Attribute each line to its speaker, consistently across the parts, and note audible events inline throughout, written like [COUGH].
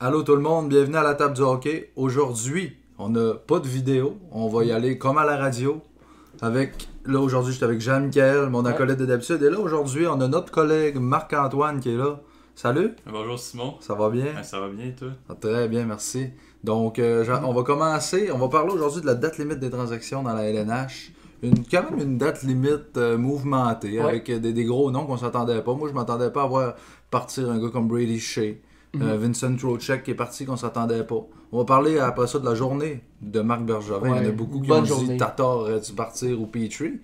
Speaker 1: Allô tout le monde, bienvenue à la table du hockey. Aujourd'hui, on n'a pas de vidéo, on va y aller comme à la radio. Avec là aujourd'hui, j'étais avec Jean-Michel, mon acolyte de d'habitude, et là aujourd'hui, on a notre collègue Marc-Antoine qui est là. Salut,
Speaker 2: Bonjour Simon.
Speaker 1: ça va bien
Speaker 2: Ah, ça va bien toi?
Speaker 1: Ah, Très bien, merci. Donc, euh, Jean- on va commencer. On va parler aujourd'hui de la date limite des transactions dans la LNH. Une, quand même une date limite euh, mouvementée,
Speaker 3: Ouais.
Speaker 1: avec euh, des, des gros noms qu'on s'attendait pas. Moi, je m'attendais pas à voir partir un gars comme Brady Shea,
Speaker 3: Mhm.
Speaker 1: euh, Vincent Trocheck qui est parti qu'on s'attendait pas. On va parler après ça de la journée de Marc Bergevin.
Speaker 3: Ouais,
Speaker 1: Il y en a beaucoup qui
Speaker 3: bonne
Speaker 1: ont dit
Speaker 3: journée.
Speaker 1: Tatar aurait dû partir ou Petrie.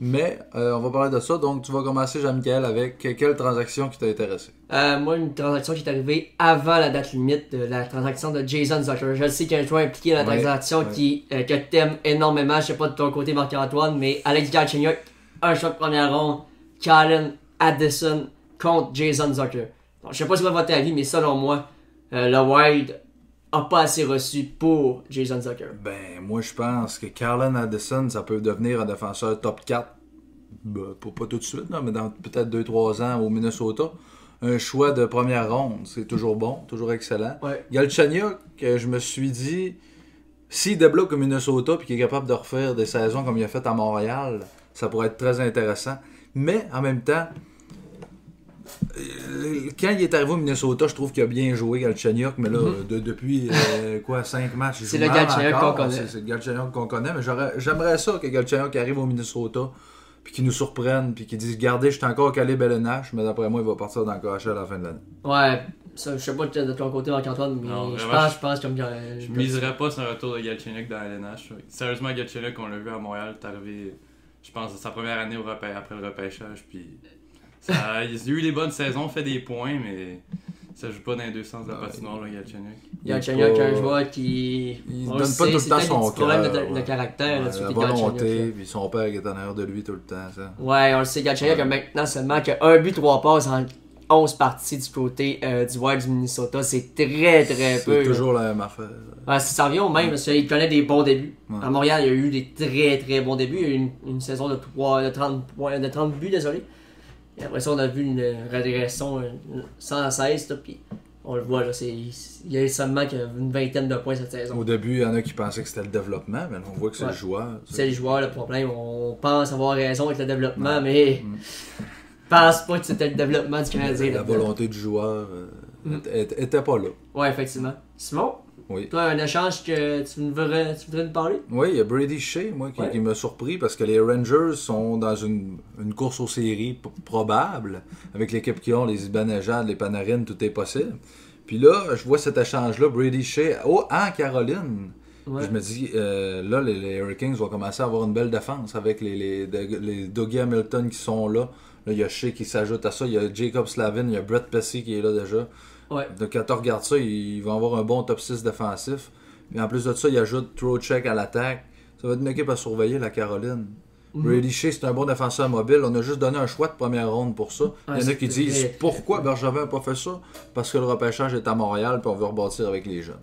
Speaker 1: Mais euh, on va parler de ça. Donc, tu vas commencer, Jean-Michel, avec euh, quelle transaction qui t'a intéressé
Speaker 3: Euh, moi, une transaction qui est arrivée avant la date limite, de la transaction de Jason Zucker. Je sais qu'il y a un joueur impliqué dans la
Speaker 1: Ouais,
Speaker 3: transaction
Speaker 1: ouais.
Speaker 3: Qui, euh, que t'aimes énormément. Je sais pas de ton côté, Marc-Antoine, mais Alex Galchenyuk, un choix de première ronde, Karen Addison contre Jason Zucker. Donc, je sais pas si c'est votre avis, mais selon moi, euh, le Wild a pas assez reçu pour Jason Zucker.
Speaker 1: Ben, moi, je pense que Carlin Addison, ça peut devenir un défenseur top 4. Ben, pas, pas tout de suite, là, mais dans peut-être 2-3 ans au Minnesota. Un choix de première ronde, c'est toujours bon, toujours excellent.
Speaker 3: Ouais.
Speaker 1: Galchenyuk, euh, je me suis dit, s'il débloque au Minnesota puis qu'il est capable de refaire des saisons comme il a fait à Montréal, ça pourrait être très intéressant. Mais en même temps, euh, quand il est arrivé au Minnesota, je trouve qu'il a bien joué Galchenyuk, mais là, de- depuis euh, quoi, 5 matchs, il
Speaker 3: Mhm. C'est
Speaker 1: joue
Speaker 3: le
Speaker 1: mal
Speaker 3: Galchenyuk
Speaker 1: encore.
Speaker 3: qu'on connaît.
Speaker 1: C'est- C'est le Galchenyuk qu'on connaît, mais j'aurais- j'aimerais ça que Galchenyuk arrive au Minnesota puis qu'il nous surprenne, puis qu'il dise « Regardez, je suis encore calé LNH, mais d'après moi, il va partir dans le KHL à la fin de l'année.
Speaker 3: Ouais, ça, je sais pas de ton côté, Marc-Antoine, mais
Speaker 2: Non,
Speaker 3: je
Speaker 2: vraiment,
Speaker 3: pense, je pense comme. euh,
Speaker 2: Je
Speaker 3: comme-
Speaker 2: miserais pas sur un retour de Galchenyuk dans la LNH. Sérieusement, Galchenyuk, on l'a vu à Montréal, est arrivé, je pense, à sa première année au repê- après le repêchage. Puis ça- il a eu des bonnes saisons, fait des points, mais ça joue pas dans les deux sens de la patinoire, le Galchenyuk.
Speaker 3: Galchenyuk,
Speaker 1: Il est
Speaker 3: un
Speaker 1: pas-
Speaker 3: joueur qui.
Speaker 1: Il
Speaker 3: on
Speaker 1: donne
Speaker 3: le
Speaker 1: pas
Speaker 3: sait,
Speaker 1: tout le
Speaker 3: c'est
Speaker 1: temps
Speaker 3: peut-être
Speaker 1: son
Speaker 3: des petits problèmes de-
Speaker 1: cœur,
Speaker 3: de,
Speaker 1: ouais.
Speaker 3: caractère là-dessus,
Speaker 1: Euh, la
Speaker 3: puis
Speaker 1: volonté,
Speaker 3: Galchenyuk,
Speaker 1: puis son père qui est en arrière de lui tout le temps, ça.
Speaker 3: là. Ouais, on le sait, Galchenyuk a maintenant seulement que un but, trois passes en 11 parties du côté euh, du Wild du Minnesota. C'est très, très peu.
Speaker 1: C'est
Speaker 3: là.
Speaker 1: toujours la même affaire.
Speaker 3: Ouais, ça revient au même, parce qu'il connaît des bons débuts.
Speaker 1: Ouais.
Speaker 3: À Montréal, il y a eu des très, très bons débuts. Il y a eu une, une saison de, trois- de, 30 points, de 30 buts, désolé. Et après ça, on a vu une régression euh, 116, là, puis on le voit, là, c'est- il y a eu seulement que une vingtaine de points cette saison.
Speaker 1: Au début, il y en a qui pensaient que c'était le développement, mais là, on voit que c'est
Speaker 3: Ouais.
Speaker 1: le joueur.
Speaker 3: C'est le joueur le problème. On pense avoir raison avec le développement, mais
Speaker 2: Mm.
Speaker 3: pense pas que c'était le développement du Canadien.
Speaker 1: La
Speaker 3: là-dedans.
Speaker 1: volonté du joueur euh,
Speaker 3: Mhm.
Speaker 1: était, était pas là.
Speaker 3: Ouais, effectivement. Simon,
Speaker 1: Oui.
Speaker 3: toi, un échange que tu voudrais, tu voudrais nous parler?
Speaker 1: Oui, il y a Brady Shea, moi, qui,
Speaker 3: Ouais.
Speaker 1: qui m'a surpris parce que les Rangers sont dans une, une course aux séries p- probable. Avec l'équipe qui ont, les Ibanejad, les Panarin, tout est possible. Puis là, je vois cet échange-là, Brady Shea, oh, en Caroline.
Speaker 3: Ouais.
Speaker 1: Je me dis, euh, là, les, les Hurricanes vont commencer à avoir une belle défense avec les, les, les Dougie Hamilton qui sont là. Là, il y a Shea qui s'ajoute à ça. Il y a Jacob Slavin, il y a Brett Pesci qui est là déjà.
Speaker 3: Ouais.
Speaker 1: Donc, quand tu regardes ça, ils vont avoir un bon top 6 défensif. Puis en plus de ça, ils ajoutent Trocheck à l'attaque. Ça va être une équipe à surveiller, la Caroline.
Speaker 3: Mhm.
Speaker 1: Brady Shea, c'est un bon défenseur mobile. On a juste donné un choix de première ronde pour ça. Il y en a
Speaker 3: c'est
Speaker 1: qui disent
Speaker 3: vrai.
Speaker 1: pourquoi Bergevin n'a pas fait ça Parce que le repêchage est à Montréal puis on veut rebâtir avec les jeunes.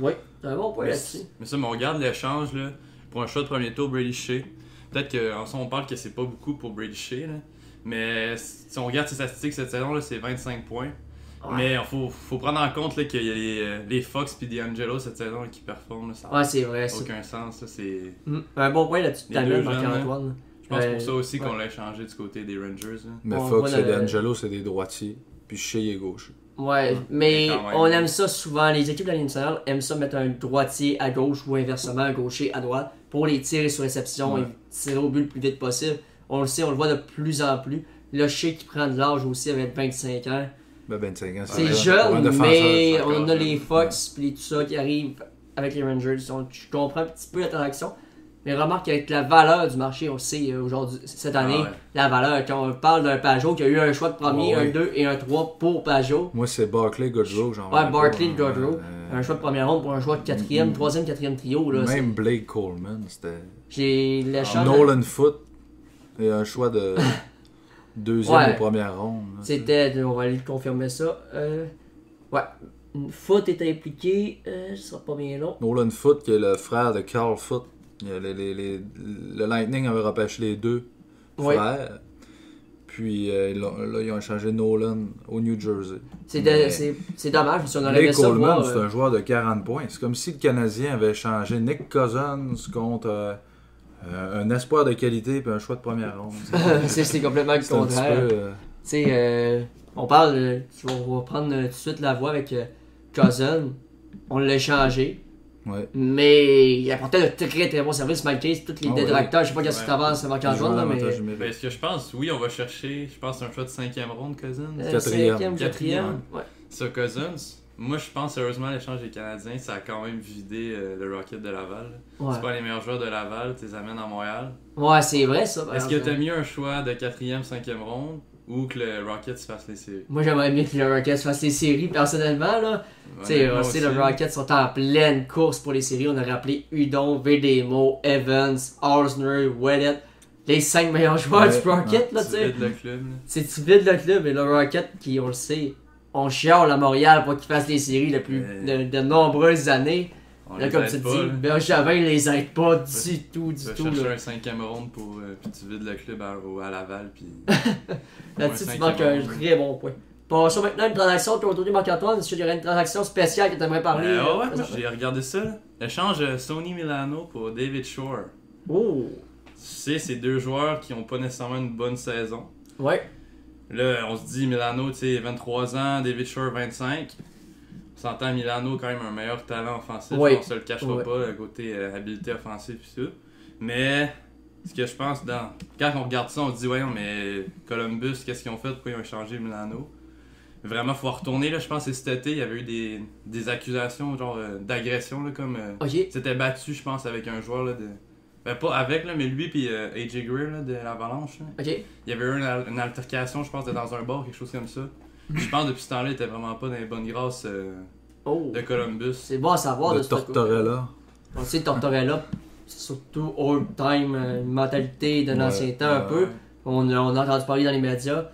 Speaker 3: Oui, un bon point là-dessus.
Speaker 2: Mais ça, mais on regarde l'échange là, pour un choix de premier tour, Brady Shea. Peut-être qu'en soi, on parle que c'est pas beaucoup pour Brady Shea, là. mais si on regarde ses statistiques cette saison, là, c'est 25 points.
Speaker 3: Ouais.
Speaker 2: Mais il faut, faut prendre en compte là, qu'il y a les, euh, les Fox et D'Angelo cette saison là, qui performent. là, ça n'a
Speaker 3: Ouais, c'est vrai. c'est-
Speaker 2: aucun sens. là, c'est-
Speaker 3: Mhm. Un bon point là-dessus,
Speaker 2: Les
Speaker 3: t'amènes,
Speaker 2: deux jeunes, hein?
Speaker 3: Marc-Antoine.
Speaker 2: Je pense
Speaker 3: Euh,
Speaker 2: pour ça aussi qu'on
Speaker 3: ouais.
Speaker 2: l'a échangé du côté des Rangers. là.
Speaker 1: Mais
Speaker 3: On
Speaker 1: Fox
Speaker 3: voit
Speaker 1: et
Speaker 3: le-
Speaker 1: D'Angelo, c'est des droitiers. Puis Shea est gauche.
Speaker 3: Ouais, mais
Speaker 2: Ah, Mais quand même.
Speaker 3: on aime ça souvent. Les équipes de la Ligue nationale aiment ça mettre un droitier à gauche ou inversement un gaucher à droite pour les tirer sur réception
Speaker 1: Ouais.
Speaker 3: et tirer au but le plus vite possible. On le sait, on le voit de plus en plus. Le Shea qui prend de l'âge aussi avec 25 ans.
Speaker 2: Ah,
Speaker 1: Ben, 25 ans,
Speaker 3: C'est
Speaker 1: jeune pour un
Speaker 3: jeune,
Speaker 1: défenseur,
Speaker 3: mais
Speaker 2: c'est encore
Speaker 3: on a
Speaker 2: jeune.
Speaker 3: les Fox puis tout ça qui arrivent avec les Rangers. Donc, je comprends un petit peu la transaction. Mais remarque qu'avec la valeur du marché, on le sait euh, aujourd'hui, cette
Speaker 2: Ah
Speaker 3: année,
Speaker 2: ouais.
Speaker 3: la valeur, quand on parle d'un Pajot qui a eu un choix de premier,
Speaker 1: Ouais,
Speaker 3: un
Speaker 1: ouais.
Speaker 3: 2 et un 3 pour Pajot,
Speaker 1: Moi, c'est Barclay, Godrow. j'en
Speaker 3: Ouais,
Speaker 1: reviens
Speaker 3: Barkley,
Speaker 1: pas, hein.
Speaker 3: Gaudreau,
Speaker 1: Euh, Mm-hmm.
Speaker 3: un choix de première ronde pour un choix de quatrième, troisième, quatrième trio. Là, c'est-
Speaker 1: Même Blake Coleman, c'était.
Speaker 3: J'ai l'échange.
Speaker 1: Nolan Foot et un choix
Speaker 3: [LAUGHS]
Speaker 1: de deuxième
Speaker 3: Ouais.
Speaker 1: ou première ronde. là.
Speaker 3: C'était, on va aller confirmer ça. Euh, ouais, une faute était impliquée, euh, ce sera pas bien long.
Speaker 1: Nolan Foot, qui est le frère de Carl Foot. Il y a les- les- les- le Lightning avait repêché les deux
Speaker 3: Ouais.
Speaker 1: frères. Puis euh, ils l'ont- là, ils ont échangé Nolan au New Jersey.
Speaker 3: C'est de-
Speaker 1: Mais-
Speaker 3: c'est- c'est dommage, parce qu'on aurait aimé
Speaker 1: Nick
Speaker 3: ça
Speaker 1: Coleman,
Speaker 3: voir.
Speaker 1: c'est
Speaker 3: euh,
Speaker 1: un joueur de 40 points. C'est comme si le Canadien avait échangé Nick Cousins contre euh, euh, un espoir de qualité et un choix de première
Speaker 3: [LAUGHS]
Speaker 1: ronde. C'est-
Speaker 3: euh, c'est c'est complètement le
Speaker 1: C'est un petit
Speaker 3: contraire.
Speaker 1: peu, euh,
Speaker 3: Tu sais, euh, on parle, euh, on va prendre euh, tout de suite la voie avec euh, Cousin. On l'a changé,
Speaker 1: ouais.
Speaker 3: mais il apportait de très très bons services malgré tous les
Speaker 1: Ah ouais.
Speaker 3: détracteurs. Je sais pas qu'est-ce que
Speaker 2: Ouais.
Speaker 3: t'avances à
Speaker 1: Il jouait à
Speaker 3: Marc-Antoine, là, mais.
Speaker 1: l'avantage numérique.
Speaker 2: Ben, ce que je pense, oui, on va chercher, je pense, un choix de cinquième ronde, Cousins.
Speaker 3: euh,
Speaker 1: Quatrième.
Speaker 3: cinquième, quatrième. Ouais.
Speaker 2: Sur Cousins, moi, je pense sérieusement à l'échange des Canadiens, ça a quand même vidé euh, le Rocket de Laval. là. C'est
Speaker 3: Ouais,
Speaker 2: pas les meilleurs joueurs de Laval, tu les amènes à Montréal.
Speaker 3: Ouais, c'est vrai ça. par
Speaker 2: Est-ce que
Speaker 3: exemple.
Speaker 2: t'as mieux un choix de quatrième, cinquième ronde ou que le Rocket se fasse les séries?
Speaker 3: Moi j'aimerais mieux que le Rockets fasse les séries personnellement là. Tu sais,
Speaker 2: Honnêtement
Speaker 3: on sait, le
Speaker 2: aussi.
Speaker 3: Rockets sont en pleine course pour les séries. On a rappelé Udon, Vedemo, Evans, Arsner, Weddett. Les 5 meilleurs joueurs
Speaker 1: Ouais,
Speaker 3: du Rocket là, tu
Speaker 2: Tu
Speaker 3: sais.
Speaker 2: vides le club. là.
Speaker 3: C'est tu vides le club et le Rocket qui, on le sait, on chiale à Montréal pour qu'ils fassent les séries depuis
Speaker 2: Mais-
Speaker 3: de, de nombreuses années.
Speaker 2: On
Speaker 3: là,
Speaker 2: les
Speaker 3: comme
Speaker 2: aide
Speaker 3: tu
Speaker 2: pas,
Speaker 3: dis,
Speaker 2: là.
Speaker 3: Bergevin les aide pas du tout,
Speaker 2: Tu
Speaker 3: du
Speaker 2: vas
Speaker 3: tout.
Speaker 2: chercher
Speaker 3: là.
Speaker 2: un cinquième ronde pour, euh, puis tu vides le club à, au- à Laval.
Speaker 3: [LAUGHS]
Speaker 2: Puis...
Speaker 3: Là-dessus,
Speaker 2: un
Speaker 3: tu manques un
Speaker 2: cinquième.
Speaker 3: très bon point. Passons maintenant à une transaction autour de Marc-Antoine. Est-ce qu'il y aurait une transaction spéciale que tu aimerais parler?
Speaker 1: Ben,
Speaker 2: Euh,
Speaker 3: euh,
Speaker 2: ouais, ouais, moi,
Speaker 3: présentement?
Speaker 2: j'ai regardé ça. là. Échange euh, Sony Milano pour David Shore.
Speaker 3: Oh!
Speaker 2: Tu sais, c'est deux joueurs qui ont pas nécessairement une bonne saison.
Speaker 3: Ouais.
Speaker 2: Là, on se dit Milano, tu sais, 23 ans, David Shore 25. On s'entend Milano quand même un meilleur talent offensif,
Speaker 3: Oui.
Speaker 2: on se le cachera
Speaker 3: Oui.
Speaker 2: pas, le côté euh, habileté offensive et tout. Mais ce que je pense dans quand on regarde ça, on se dit ouais, mais Columbus, qu'est-ce qu'ils ont fait Pourquoi ils ont échangé Milano Vraiment, faut retourner là. Je pense que cet été, il y avait eu des, des accusations genre euh, d'agression là, comme euh,
Speaker 3: Ok.
Speaker 2: il s'était battu, je pense, avec un joueur là, de. Ben, pas avec, là, mais lui puis euh, AJ Greer là, de l'Avalanche. là.
Speaker 3: Ok.
Speaker 2: Il y avait eu une, al- une altercation, je pense, c'était dans un bar, quelque chose comme ça. Je pense depuis ce temps-là, il était vraiment pas dans les bonnes grâces euh,
Speaker 3: Oh!
Speaker 2: de Columbus.
Speaker 3: C'est bon à savoir de,
Speaker 1: de
Speaker 3: ce coup.
Speaker 1: Tortorella.
Speaker 3: On sait que Tortorella, c'est surtout old time, euh, une mentalité de
Speaker 1: Ouais,
Speaker 3: l'ancien temps un
Speaker 1: ouais,
Speaker 3: peu.
Speaker 2: ouais.
Speaker 3: On, a- on a entendu parler dans les médias.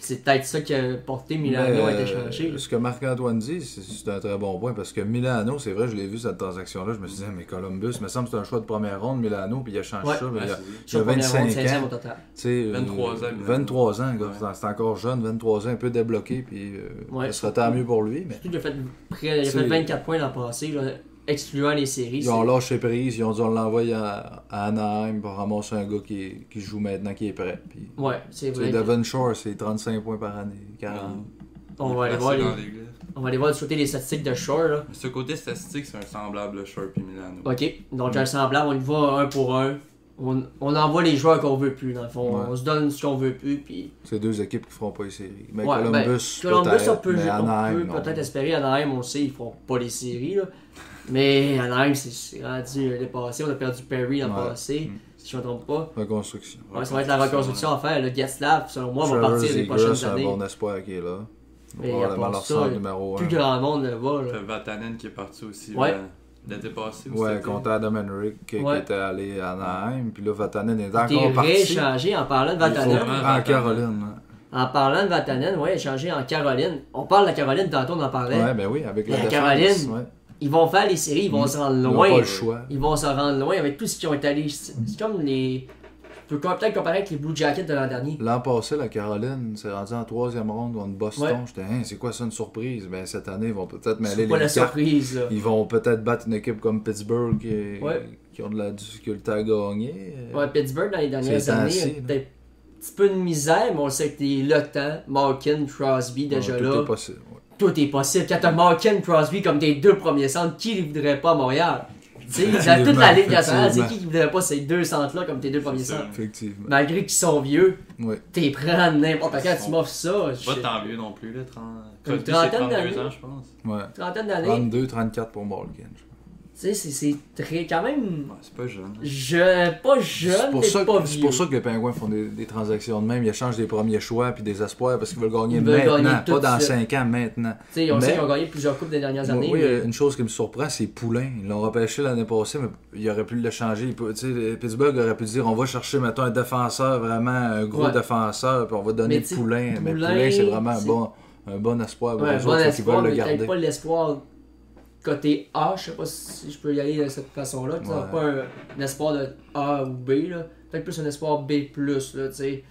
Speaker 3: C'est peut-être ça qui a porté Milano à
Speaker 1: Mais,
Speaker 3: être
Speaker 1: euh,
Speaker 3: échangé.
Speaker 1: ce que Marc-Antoine dit, c'est- c'est un très bon point parce que Milano, c'est vrai, je l'ai vu cette transaction-là. Je me suis dit, Ah, mais Columbus, il me semble que c'est un choix de première ronde, Milano, puis il a changé
Speaker 3: Ouais.
Speaker 1: ça. mais
Speaker 2: Ouais,
Speaker 1: il a-
Speaker 2: c'est-
Speaker 1: il a 25
Speaker 3: e au
Speaker 1: ans.
Speaker 3: total.
Speaker 1: tu sais, euh,
Speaker 2: 23 ans, Milano.
Speaker 1: 23 ans, gars,
Speaker 2: Ouais.
Speaker 1: c'est- c'est encore jeune, 23 ans, un peu débloqué, puis euh,
Speaker 3: Ouais.
Speaker 1: ça serait tant mieux pour lui. Mais
Speaker 3: Surtout qu'il a fait, près- il a
Speaker 1: C'est-
Speaker 3: fait 24 points l'an passé, là, excluant les séries.
Speaker 1: Ils ont lâché prise, ils ont dit on l'envoie à, à Anaheim pour ramasser un gars qui, est- qui joue maintenant, qui est prêt. Puis,
Speaker 3: C'est- Ouais, c'est
Speaker 1: tu sais,
Speaker 3: vrai.
Speaker 1: Devon Shore, c'est 35 points par année, 40.
Speaker 3: On va, aller voir les, on va aller voir du côté des statistiques de Shore. Là.
Speaker 2: Ce côté statistique, c'est un semblable, Sharp et Milano.
Speaker 3: Ok, donc un semblable, on y va un pour un. On, on envoie les joueurs qu'on veut plus, dans le fond.
Speaker 1: Ouais.
Speaker 3: On se donne ce qu'on veut plus, puis
Speaker 1: C'est deux équipes qui feront pas les séries. Mais
Speaker 3: Ouais,
Speaker 1: Columbus,
Speaker 3: ben, Columbus, on
Speaker 1: peut-être,
Speaker 3: peut,
Speaker 1: mais
Speaker 3: on
Speaker 1: Anaheim,
Speaker 3: peut
Speaker 1: non.
Speaker 3: peut-être espérer. Anaheim, on le sait, ils font pas les séries. Là. Mais Anaheim, c'est- c'est rendu euh, le passé. On a perdu Perry l'an
Speaker 1: Ouais.
Speaker 3: passé,
Speaker 1: Mm.
Speaker 3: si je ne me trompe pas.
Speaker 1: Reconstruction.
Speaker 3: Ouais, ça va être la reconstruction à faire. Le Gatslav, selon moi, va partir les
Speaker 1: Trevor Zegras,
Speaker 3: prochaines
Speaker 1: c'est un
Speaker 3: années.
Speaker 1: bon espoir qui est là.
Speaker 3: Mais
Speaker 1: Probablement
Speaker 3: à part
Speaker 1: leur
Speaker 3: ça,
Speaker 1: centre numéro 1.
Speaker 3: Plus grand monde le voit. là.
Speaker 2: T'as Vatanen qui est parti aussi
Speaker 3: Ouais.
Speaker 2: euh, l'été passé. ou
Speaker 1: Ouais,
Speaker 2: cet été.
Speaker 1: contre Adam Henrik qui, qui
Speaker 3: Ouais.
Speaker 1: était allé à Anaheim. Puis là, Vatanen est
Speaker 3: T'es
Speaker 1: encore parti.
Speaker 3: rééchangé en parlant de
Speaker 2: Il
Speaker 3: Vatanen.
Speaker 2: faut-
Speaker 1: En Caroline. hein.
Speaker 3: En parlant de Vatanen, ouais, échangé en Caroline. On parle de la Caroline, tantôt on en parlait.
Speaker 1: Ouais, ben oui, avec la,
Speaker 3: La
Speaker 1: défense,
Speaker 3: Caroline,
Speaker 1: ouais.
Speaker 3: Ils vont faire les séries, ils vont
Speaker 1: Mm.
Speaker 3: se rendre
Speaker 1: Ils n'ont
Speaker 3: loin.
Speaker 1: pas le choix.
Speaker 3: Ils vont se rendre loin avec tout ce qu'ils ont étalé. C'est c'est comme les. Tu peux peut-être comparer avec les Blue Jackets de l'an dernier.
Speaker 1: L'an passé, la Caroline s'est rendue en troisième ronde contre Boston.
Speaker 3: Ouais.
Speaker 1: J'étais, hein, c'est quoi ça une surprise? Ben, cette année, ils vont peut-être mêler
Speaker 3: C'est
Speaker 1: les
Speaker 3: pas la
Speaker 1: cartes.
Speaker 3: surprise. là.
Speaker 1: Ils vont peut-être battre une équipe comme Pittsburgh qui,
Speaker 3: Ouais.
Speaker 1: qui ont de la difficulté à gagner.
Speaker 3: Ouais, Pittsburgh dans les dernières
Speaker 1: Ces temps-ci,
Speaker 3: années,
Speaker 1: là.
Speaker 3: peut-être un petit peu de misère, mais on sait que les Lotan, Malkin, Crosby, déjà
Speaker 1: Ouais, tout
Speaker 3: là,
Speaker 1: est possible. ouais.
Speaker 3: tout est possible. Quand t'as Malkin, Crosby comme tes deux premiers centres, qui les voudrait pas à Montréal? Tu
Speaker 1: [LAUGHS]
Speaker 3: sais, dans toute la Ligue nationale, c'est qui qui voudrait pas ces deux centres-là comme tes deux premiers
Speaker 2: C'est ça.
Speaker 3: centres?
Speaker 1: Effectivement.
Speaker 3: Malgré qu'ils sont vieux,
Speaker 1: Ouais.
Speaker 3: t'es prends n'importe
Speaker 2: Ils
Speaker 3: quand,
Speaker 2: sont
Speaker 3: tu m'offres ça.
Speaker 2: Pas
Speaker 3: je-
Speaker 2: tant vieux non plus, là. 30...
Speaker 3: Une
Speaker 2: Crosby, c'est
Speaker 3: trentaine
Speaker 2: 32
Speaker 3: d'années.
Speaker 2: ans, je pense.
Speaker 1: ouais.
Speaker 3: Trentaine d'années,
Speaker 1: 32-34 pour Morgan.
Speaker 3: tu sais, c'est- c'est très quand même
Speaker 2: Ouais, c'est pas jeune. hein.
Speaker 3: je, pas jeune,
Speaker 1: C'est pour,
Speaker 3: mais
Speaker 1: ça
Speaker 3: pas
Speaker 1: que, c'est
Speaker 3: vieux.
Speaker 1: pour ça que les Pingouins font des, des transactions de même. Ils échangent des premiers choix puis des espoirs parce qu'ils veulent gagner
Speaker 3: Ils veulent
Speaker 1: maintenant,
Speaker 3: gagner tout
Speaker 1: pas
Speaker 3: de
Speaker 1: dans
Speaker 3: suite.
Speaker 1: 5 ans, maintenant.
Speaker 3: Tu sais, on sait
Speaker 1: Mais-
Speaker 3: qu'ils ont gagné plusieurs coupes des dernières années.
Speaker 1: oui, euh,
Speaker 3: mais-
Speaker 1: une chose qui me surprend, c'est Poulain. Ils l'ont repêché l'année passée, mais il aurait pu le changer. Il peut- tu sais, Pittsburgh aurait pu dire on va chercher, mettons, un défenseur, vraiment un gros
Speaker 3: Ouais.
Speaker 1: défenseur, puis on va donner
Speaker 3: Mais tu sais,
Speaker 1: Poulain. Mais
Speaker 3: Poulain,
Speaker 1: Poulain, c'est vraiment un
Speaker 3: c'est-
Speaker 1: bon, un bon espoir pour
Speaker 3: Ouais,
Speaker 1: eux
Speaker 3: bon
Speaker 1: autres, fait qu'ils
Speaker 3: espoir,
Speaker 1: veulent
Speaker 3: mais
Speaker 1: le
Speaker 3: peut-être
Speaker 1: garder.
Speaker 3: pas l'espoir côté A, je sais pas si je peux y aller de cette façon-là. Tu sais,
Speaker 1: Ouais.
Speaker 3: Pas un, un espoir de A ou B, là. peut-être plus un espoir B, là, tu sais.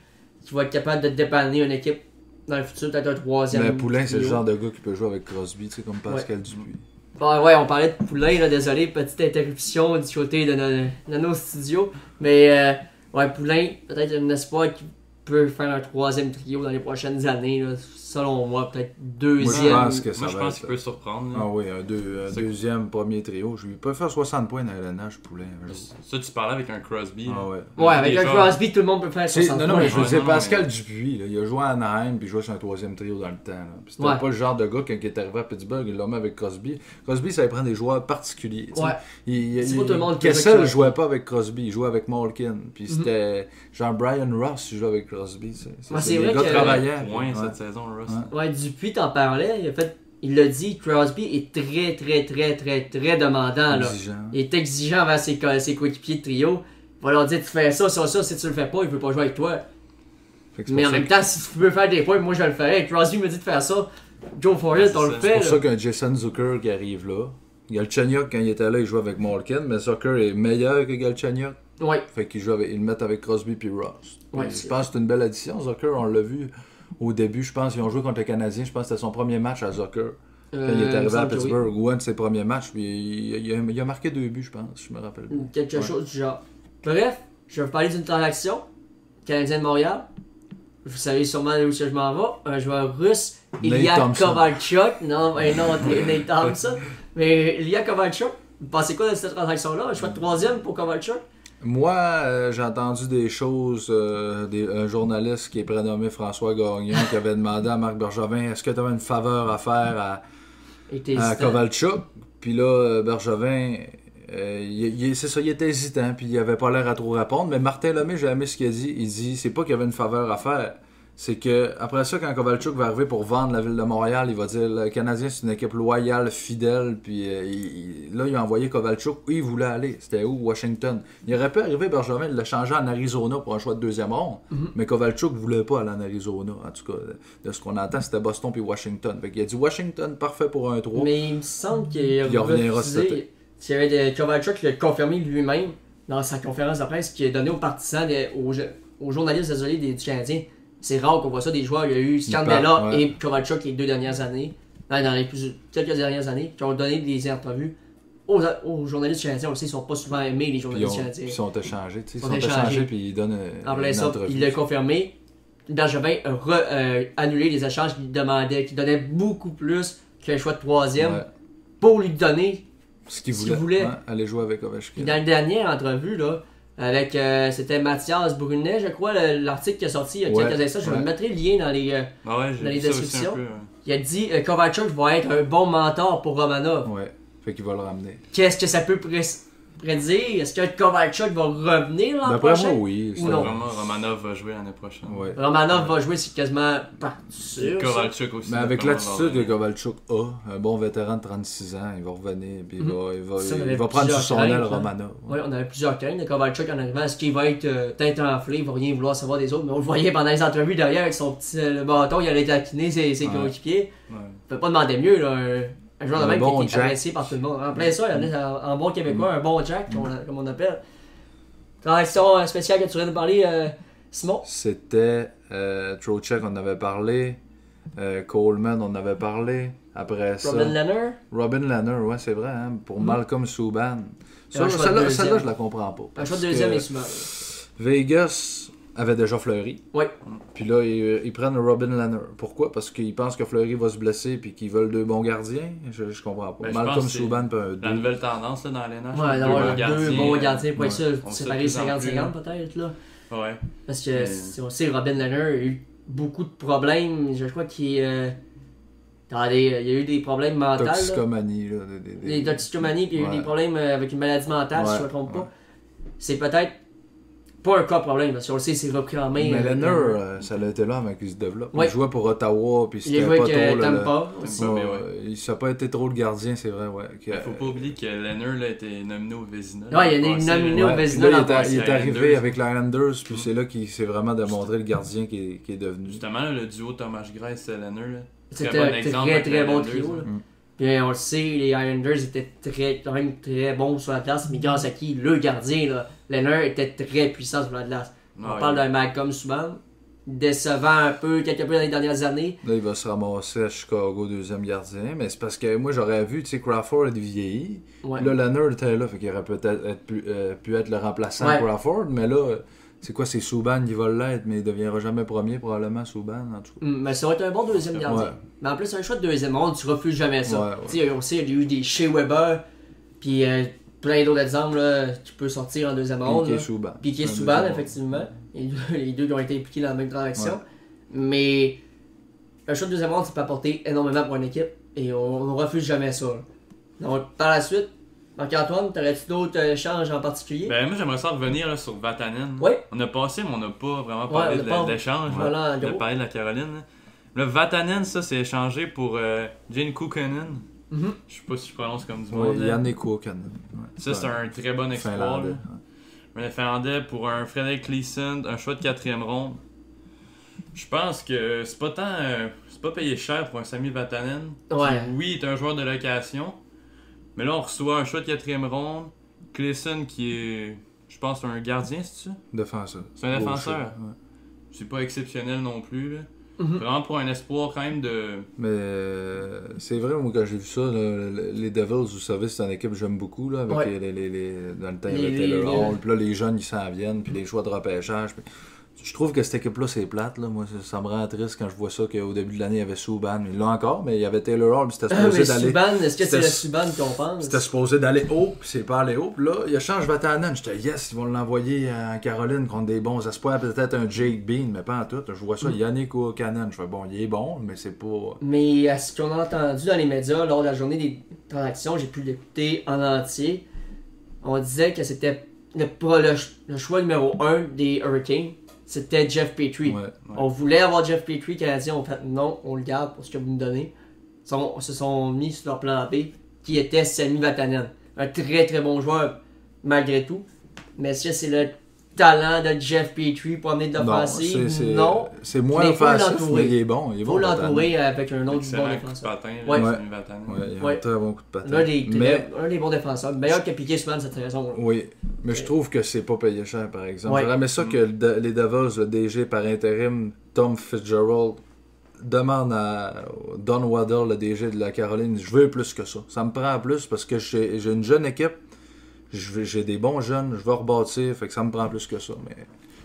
Speaker 3: qui va être capable de dépanner une équipe dans le futur, peut-être un troisième.
Speaker 1: Mais Poulain, c'est le
Speaker 3: trio.
Speaker 1: genre de gars qui peut jouer avec Crosby, tu sais, comme Pascal Dupuis.
Speaker 3: Bon, Bah ouais, on parlait de Poulain, là, désolé, petite interruption du côté de, nos- de nos studios. Mais, euh, ouais, Poulain, peut-être un espoir qui peut faire un troisième trio dans les prochaines années, là, selon moi, peut-être deuxième.
Speaker 1: Moi, je pense que ça
Speaker 2: Moi, je
Speaker 1: va
Speaker 2: pense
Speaker 1: être...
Speaker 2: qu'il
Speaker 3: euh,
Speaker 2: peut
Speaker 3: Mm.
Speaker 2: surprendre. là.
Speaker 1: Ah oui, un, deux- un
Speaker 2: C'est-
Speaker 1: deuxième, premier trio. Je lui peux faire 60 points dans LNH, Poulain. un jour.
Speaker 2: Ça, tu parlais avec un Crosby.
Speaker 1: Ah
Speaker 2: là.
Speaker 1: ouais.
Speaker 3: Ouais, avec
Speaker 2: Déjà.
Speaker 3: un Crosby, tout le monde peut faire
Speaker 1: C'est-
Speaker 3: 60
Speaker 1: Non, non, mais je
Speaker 2: Ouais,
Speaker 1: veux dire,
Speaker 2: non, non,
Speaker 1: Pascal
Speaker 2: mais-
Speaker 1: Dupuis, là, il a joué à Anaheim puis il jouait sur un troisième trio dans le temps. là. Puis C'était
Speaker 3: Ouais.
Speaker 1: pas le genre de gars qui qui est arrivé à Pittsburgh, il l'a mis avec Crosby. Crosby, ça prend des joueurs particuliers. tu sais.
Speaker 3: Ouais.
Speaker 1: Il, il,
Speaker 3: C'est pas tout le monde qui joue
Speaker 1: Kessel
Speaker 3: avec ça. Mhm.
Speaker 1: jouait pas avec Crosby, il jouait avec Malkin. Puis c'était genre Brian Ross qui jouait avec Crosby. tu sais.
Speaker 3: Ouais, c'est
Speaker 1: des
Speaker 3: vrai
Speaker 1: gars
Speaker 3: que-
Speaker 1: travaillants.
Speaker 2: Point
Speaker 1: Ouais.
Speaker 2: cette saison, Russ.
Speaker 1: Ouais.
Speaker 3: Ouais, Dupuis, t'en parlais, il a fait, il l'a dit, Crosby est très, très, très, très, très demandant, Ah, là.
Speaker 1: Exigeant.
Speaker 3: Il est exigeant envers ses, co- ses coéquipiers de trio. Il va leur dire, tu fais ça, ça, ça, si tu le fais pas, il veut pas jouer avec toi.
Speaker 1: Fait que c'est
Speaker 3: Mais
Speaker 1: pour
Speaker 3: en
Speaker 1: ça
Speaker 3: même temps, si tu peux faire des points, moi je le ferais. Crosby me dit de faire ça. Joe for
Speaker 2: Ouais,
Speaker 3: it,
Speaker 2: c'est
Speaker 3: on le
Speaker 2: ça.
Speaker 1: C'est
Speaker 3: fait.
Speaker 1: pour
Speaker 3: là.
Speaker 1: ça qu'un Jason Zucker qui arrive là. Galchenyuk, quand il était là, il jouait avec Malkin, mais Zucker est meilleur que Galchenyuk.
Speaker 3: Ouais,
Speaker 1: Fait qu'il joue avec, ils le mettent avec Crosby puis Ross.
Speaker 3: Ouais,
Speaker 1: Puis je
Speaker 3: c'est-
Speaker 1: pense que c'est une belle addition. Zucker, on l'a vu au début, je pense, ils ont joué contre le Canadien. Je pense que c'était son premier match à Zucker. Quand
Speaker 3: Euh,
Speaker 1: il est
Speaker 3: il me
Speaker 1: arrivé à
Speaker 3: semble que oui.
Speaker 1: Pittsburgh, ou un de ses premiers matchs, puis il, il a, il a marqué deux buts, je pense, je me rappelle.
Speaker 3: ou quelque
Speaker 1: Ouais.
Speaker 3: chose du genre. Bref, je vais vous parler d'une transaction. Canadien de Montréal. Vous savez sûrement où c'est que je m'en vais. Un joueur russe,
Speaker 1: Nate
Speaker 3: Ilya
Speaker 1: Thompson.
Speaker 3: Kovalchuk. Non, ben
Speaker 1: [LAUGHS]
Speaker 3: non, Nate Thompson. Mais Ilya Kovalchuk, vous pensez quoi de cette transaction-là? Un choix de troisième pour Kovalchuk?
Speaker 1: Moi, euh, j'ai entendu des choses, euh, des- un journaliste qui est prénommé François Gagnon qui avait demandé à Marc Bergevin est-ce que tu avais une faveur à faire à,
Speaker 3: Était
Speaker 1: à
Speaker 3: hésitant.
Speaker 1: Euh, Kovalchuk. Puis là, euh, Bergevin, euh, il- il- c'est ça, il était hésitant, puis il avait pas l'air à trop répondre. Mais Martin Lemay, j'ai aimé ce qu'il a dit. Il dit, c'est pas qu'il y avait une faveur à faire. C'est que après ça, quand Kovalchuk va arriver pour vendre la ville de Montréal, il va dire le Canadien c'est une équipe loyale, fidèle. Puis euh, il- il- là, il a envoyé Kovalchuk où il voulait aller. C'était où Washington. Il aurait pu arriver Bergevin, il l'a changé en Arizona pour un choix de deuxième ronde. Mais Kovalchuk voulait pas aller en Arizona. En tout cas, de ce qu'on entend, c'était Boston puis Washington. Fait qu'il a dit Washington parfait pour un 3.
Speaker 3: Mais il me semble qu'il a
Speaker 1: Puis Oh. il reviendra cet
Speaker 3: refusé.
Speaker 1: été.
Speaker 3: Il y avait de Kovalchuk qui l'a confirmé lui-même dans sa conférence de presse qui a donnée aux partisans, de- aux, je- aux journalistes désolé, des, du Canadien. C'est rare qu'on voit ça des joueurs. Il y a eu Scandella
Speaker 1: parlent, ouais.
Speaker 3: et Kovalchuk les deux dernières années, dans, dans les plus- quelques dernières années, qui ont donné des entrevues aux, aux journalistes canadiens. On le sait, ils sont pas souvent aimés, les
Speaker 1: Puis ils
Speaker 3: journalistes
Speaker 1: ont-
Speaker 3: canadiens.
Speaker 1: puis ils sont échangés, tu sais, ils
Speaker 3: Sont
Speaker 1: sont
Speaker 3: échangés.
Speaker 1: échangés, puis ils donnent euh,
Speaker 3: En plein
Speaker 1: une
Speaker 3: ça,
Speaker 1: entrevue.
Speaker 3: il l'a confirmé. Bergevin a re- euh, annulé les échanges qu'il demandait, qui donnait beaucoup plus qu'un choix de troisième
Speaker 1: Ouais,
Speaker 3: pour lui donner
Speaker 1: ce qu'il
Speaker 3: ce
Speaker 1: voulait,
Speaker 3: qu'il voulait.
Speaker 1: ouais, aller jouer avec
Speaker 3: Puis
Speaker 1: Ovechkin.
Speaker 3: dans la dernière entrevue, là, avec, euh, c'était Mathias Brunet, je crois, le- l'article qui est sorti il y a
Speaker 1: Ouais,
Speaker 3: quelques instants, je
Speaker 1: ouais.
Speaker 3: me mettrai le lien dans les... euh,
Speaker 2: Ah ouais,
Speaker 3: Dans
Speaker 2: j'ai
Speaker 3: les
Speaker 2: vu ça aussi
Speaker 3: descriptions.
Speaker 2: un peu. ouais.
Speaker 3: il a dit, euh, Kovalchuk va être un bon mentor pour Romanov.
Speaker 1: Ouais, fait qu'il va le ramener.
Speaker 3: Qu'est-ce que ça peut pré- prédire? Est-ce que Kovalchuk va revenir l'an
Speaker 1: D'après moi,
Speaker 3: prochain?
Speaker 1: oui.
Speaker 3: Ou
Speaker 1: c'est-
Speaker 3: non.
Speaker 2: Vraiment, Romanov va jouer l'année prochaine.
Speaker 1: Ouais.
Speaker 3: Romanov va jouer, c'est quasiment pas sûr. ça.
Speaker 2: Kovalchuk aussi.
Speaker 1: Mais Ben, avec
Speaker 2: vraiment,
Speaker 1: l'attitude que
Speaker 2: va-
Speaker 1: Kovalchuk a, un bon vétéran de 36 ans, il va revenir, puis il va, il va,
Speaker 3: Mhm. Ça, on
Speaker 1: il
Speaker 3: avait
Speaker 1: va prendre sous
Speaker 3: plusieurs
Speaker 1: son aile
Speaker 3: craintes, hein.
Speaker 1: Romanov.
Speaker 3: Ouais, on avait plusieurs craintes de Kovalchuk en arrivant. Est-ce qu'il va être euh, tête enflée, il va rien vouloir savoir des autres? Mais on le voyait pendant les entrevues derrière avec son petit euh, le bâton, il allait taquiner ses, ses
Speaker 1: Ouais.
Speaker 3: coéquipiers.
Speaker 2: Ouais.
Speaker 3: On peut pas demander mieux, là. Un, un joueur de
Speaker 1: Un
Speaker 3: même
Speaker 1: bon
Speaker 3: qui est
Speaker 1: Jack.
Speaker 3: apprécié par tout le monde. En plein ça, il y en a en, en bon québécois, un bon Jack, comme, on, comme on appelle. Transaction euh, spéciale que tu viens de parler, euh, Simon.
Speaker 1: C'était euh, Trocheck, on avait parlé. euh, Coleman, on avait parlé. Après ça,
Speaker 3: Robin Leonard.
Speaker 1: Robin Lanner, ouais, c'est vrai, hein, pour Malcolm Subban.
Speaker 3: Et
Speaker 1: Ça,
Speaker 3: un choix de
Speaker 1: Celle-là,
Speaker 3: deuxième.
Speaker 1: celle-là, je la comprends pas.
Speaker 3: Un choix
Speaker 1: parce
Speaker 3: de deuxième
Speaker 1: que
Speaker 3: et souvent.
Speaker 1: Vegas avait déjà Fleury.
Speaker 3: Ouais.
Speaker 1: Puis là, ils, ils prennent Robin Lanner. Pourquoi Parce qu'ils pensent que Fleury va se blesser puis qu'ils veulent deux bons gardiens Je, je comprends pas.
Speaker 2: Ben, je pense
Speaker 1: Malcolm
Speaker 2: que c'est
Speaker 1: Subban peut un
Speaker 2: La
Speaker 1: deux.
Speaker 2: nouvelle tendance là, dans l'NH.
Speaker 3: Ouais, d'avoir deux bons gardiens pour être
Speaker 1: ouais.
Speaker 3: sûr,
Speaker 2: On
Speaker 3: séparer
Speaker 2: sait de plus en
Speaker 3: 50-50 peut-être, là.
Speaker 2: Ouais.
Speaker 3: Parce que
Speaker 2: Mais-
Speaker 3: si on sait, Robin Leonard a eu beaucoup de problèmes. Je crois qu'il. euh, dans les- il y a eu des problèmes mentaux. là.
Speaker 1: Toxicomanie. Là, des- des- des-
Speaker 3: les toxicomanies, puis il y a eu
Speaker 1: Ouais.
Speaker 3: des problèmes euh, avec une maladie mentale, si
Speaker 1: Ouais,
Speaker 3: je me trompe
Speaker 1: ouais.
Speaker 3: pas. C'est peut-être pas un cas problème, parce qu'on le sait, c'est repris en main.
Speaker 1: Mais
Speaker 3: euh,
Speaker 1: Lanner,
Speaker 3: euh,
Speaker 1: euh, ça l'a été là avant qu'il se développe.
Speaker 3: Ouais.
Speaker 1: Il jouait pour Ottawa puis
Speaker 3: il a
Speaker 1: c'était
Speaker 3: joué
Speaker 1: pas
Speaker 3: avec
Speaker 1: trop.
Speaker 3: euh,
Speaker 1: le-
Speaker 3: Tampa
Speaker 1: le-
Speaker 3: aussi.
Speaker 2: Ouais, mais
Speaker 1: Il ça a pas été trop le gardien, c'est vrai, ouais. que-
Speaker 2: Il faut pas oublier que Leonard là, a été nominé au Vézina.
Speaker 3: Ouais, il a été
Speaker 2: Passé, là.
Speaker 3: nominé au
Speaker 1: Ouais,
Speaker 3: Vezina
Speaker 1: puis là,
Speaker 3: l'an
Speaker 1: il, est à-
Speaker 2: passé,
Speaker 1: il est
Speaker 2: les
Speaker 1: arrivé
Speaker 2: Islanders.
Speaker 1: avec les Islanders, puis
Speaker 2: Mm.
Speaker 1: c'est là qu'il s'est vraiment démontré le gardien qui est, qui est devenu.
Speaker 2: Justement, là, le duo Thomas Grace et Leonard. là.
Speaker 3: C'était
Speaker 2: Très bon
Speaker 3: un
Speaker 2: exemple
Speaker 3: très
Speaker 2: avec
Speaker 3: très
Speaker 2: les
Speaker 3: bon
Speaker 2: Islanders,
Speaker 3: trio.
Speaker 2: hein.
Speaker 3: là.
Speaker 1: Mm.
Speaker 3: Puis euh, on le sait, les Islanders étaient très, quand même très bons sur la glace, mais grâce à qui le gardien, là, Leonard était très puissant sur la glace. On
Speaker 1: Ah,
Speaker 2: Ouais,
Speaker 3: parle d'un Malcolm Subban, décevant un peu, quelque peu dans les dernières années.
Speaker 1: Là, il va se ramasser à Chicago, deuxième gardien. Mais c'est parce que moi, j'aurais vu, tu sais, Crawford vieilli.
Speaker 3: Ouais.
Speaker 1: Là, Lanner était là, fait qu'il aurait peut-être être pu, euh, pu être le remplaçant
Speaker 3: Ouais.
Speaker 1: de Crawford. Mais là, c'est quoi, c'est Souban qui va l'être, mais il deviendra jamais premier, probablement, Souban, en tout cas.
Speaker 3: Mm, Mais ça va être un bon deuxième gardien.
Speaker 1: Ouais.
Speaker 3: Mais en plus, un choix de deuxième ronde, tu refuses jamais
Speaker 1: Ouais, ouais.
Speaker 3: ça. Tu sais, On sait, il y a eu des Shea Weber, puis euh, plein d'autres exemples là, qui peuvent sortir en deuxième ronde.
Speaker 1: Piqué
Speaker 3: là.
Speaker 1: Souban.
Speaker 3: Piqué
Speaker 1: Un
Speaker 3: Souban,
Speaker 1: deuxième.
Speaker 3: effectivement. Les deux, [LAUGHS] les deux qui ont été impliqués dans la même transaction.
Speaker 1: Ouais.
Speaker 3: Mais un choix de deuxième ronde, ça peut apporter énormément pour une équipe et on ne refuse jamais ça. là. Donc, par la suite, Marc-Antoine, t'aurais-tu d'autres euh, échanges en particulier
Speaker 2: Ben, moi, j'aimerais ça revenir là, sur Vatanen.
Speaker 3: Ouais.
Speaker 2: On a passé, mais on n'a pas vraiment
Speaker 3: Ouais,
Speaker 2: parlé
Speaker 3: on a
Speaker 2: de
Speaker 3: pas-
Speaker 2: la- de l'échange.
Speaker 3: Voilà,
Speaker 2: on a
Speaker 3: gros.
Speaker 2: parlé de la Caroline. là. Le Vatanen, ça, c'est échangé pour euh, Jane Kukkonen.
Speaker 3: Mhm.
Speaker 2: Je sais pas si je prononce comme du
Speaker 1: Ouais,
Speaker 2: monde. là.
Speaker 1: Yannick Kouakan.
Speaker 2: Ça, c'est un très bon exploit.
Speaker 1: Finlandais.
Speaker 2: là. Un Finlandais pour un Frederick Cleason, un choix de quatrième ronde. Je pense que c'est pas tant. euh, c'est pas payé cher pour un Sami Vatanen. qui,
Speaker 3: Ouais.
Speaker 2: oui, il est un joueur de location. Mais là, on reçoit un choix de quatrième ronde. Cleason qui est. Je pense un gardien, c'est-tu?
Speaker 1: Défenseur.
Speaker 2: C'est un défenseur.
Speaker 1: Gaucher, ouais.
Speaker 2: C'est pas exceptionnel non plus. Là.
Speaker 3: Mhm.
Speaker 2: Vraiment pour un espoir quand même de.
Speaker 1: Mais euh, c'est vrai, moi, quand j'ai vu ça, là, le- les Devils, vous savez, c'est une équipe que j'aime beaucoup, là, avec
Speaker 3: Ouais.
Speaker 1: les, les- les- les- dans le temps, il y
Speaker 3: Les-
Speaker 1: avait
Speaker 3: les-
Speaker 1: Taylor
Speaker 3: les-
Speaker 1: Hall, puis là, les jeunes, ils s'en viennent, puis les choix de repêchage. puis- Je trouve que cette équipe-là, c'est plate, là. Moi, ça, ça me rend triste quand je vois ça, qu'au début de l'année, il y avait Souban, mais là encore, mais il y avait Taylor Hall, puis c'était
Speaker 3: Ah,
Speaker 1: supposé
Speaker 3: [LAUGHS] mais
Speaker 1: d'aller...
Speaker 3: Subban, est-ce que c'est
Speaker 1: C'était-
Speaker 3: le Subban qu'on pense
Speaker 1: C'était supposé d'aller haut, puis c'est pas allé haut. Puis là, il a changé Vatanen. J'étais yes, ils vont l'envoyer en Caroline contre des bons espoirs. Peut-être un Jake Bean, mais pas en tout. Je vois ça,
Speaker 3: Mm.
Speaker 1: Yannick Kanan. Je fais bon, il est bon, mais c'est pas.
Speaker 3: Mais à ce qu'on a entendu dans les médias lors de la journée des transactions, j'ai pu l'écouter en entier. On disait que c'était le, pro- le ch- le choix numéro un des Hurricanes, c'était Jeff Petrie.
Speaker 1: Ouais.
Speaker 3: On voulait avoir Jeff Petrie, Canadien, on fait non, on le garde pour ce que vous nous donnez. Ils sont- se sont mis sur leur plan B, qui était Sami Vatanen. Un très très bon joueur, malgré tout. Mais est-ce que c'est le talent de Jeff Petrie pour amener de
Speaker 1: c'est-
Speaker 3: l'offensive
Speaker 1: c'est-
Speaker 3: Non.
Speaker 1: C'est moins
Speaker 3: Mais faut
Speaker 1: offensif,
Speaker 3: l'entourer.
Speaker 1: mais il est bon. Il est
Speaker 3: Il
Speaker 1: bon.
Speaker 3: faut
Speaker 1: Vatanen.
Speaker 3: l'entourer avec un autre bon
Speaker 2: Excellent coup de
Speaker 3: défenseur.
Speaker 2: patin. là,
Speaker 3: Ouais.
Speaker 2: Sami Vatanen.
Speaker 1: Ouais, il a
Speaker 3: Ouais.
Speaker 1: un très bon coup de patin.
Speaker 3: L'un des,
Speaker 1: mais,
Speaker 3: un des bons défenseurs. Meilleur que Piqué souvent de cette raison.
Speaker 1: oui, mais je trouve que c'est pas payé cher, par exemple.
Speaker 3: Ouais.
Speaker 1: J'aurais aimé ça que le de- les Devils, le DG par intérim, Tom Fitzgerald, demande à Don Waddell, le DG de la Caroline, je veux plus que ça. Ça me prend plus parce que j'ai j'ai une jeune équipe. je vais- J'ai des bons jeunes, je vais rebâtir, fait que ça me prend plus que ça. Mais,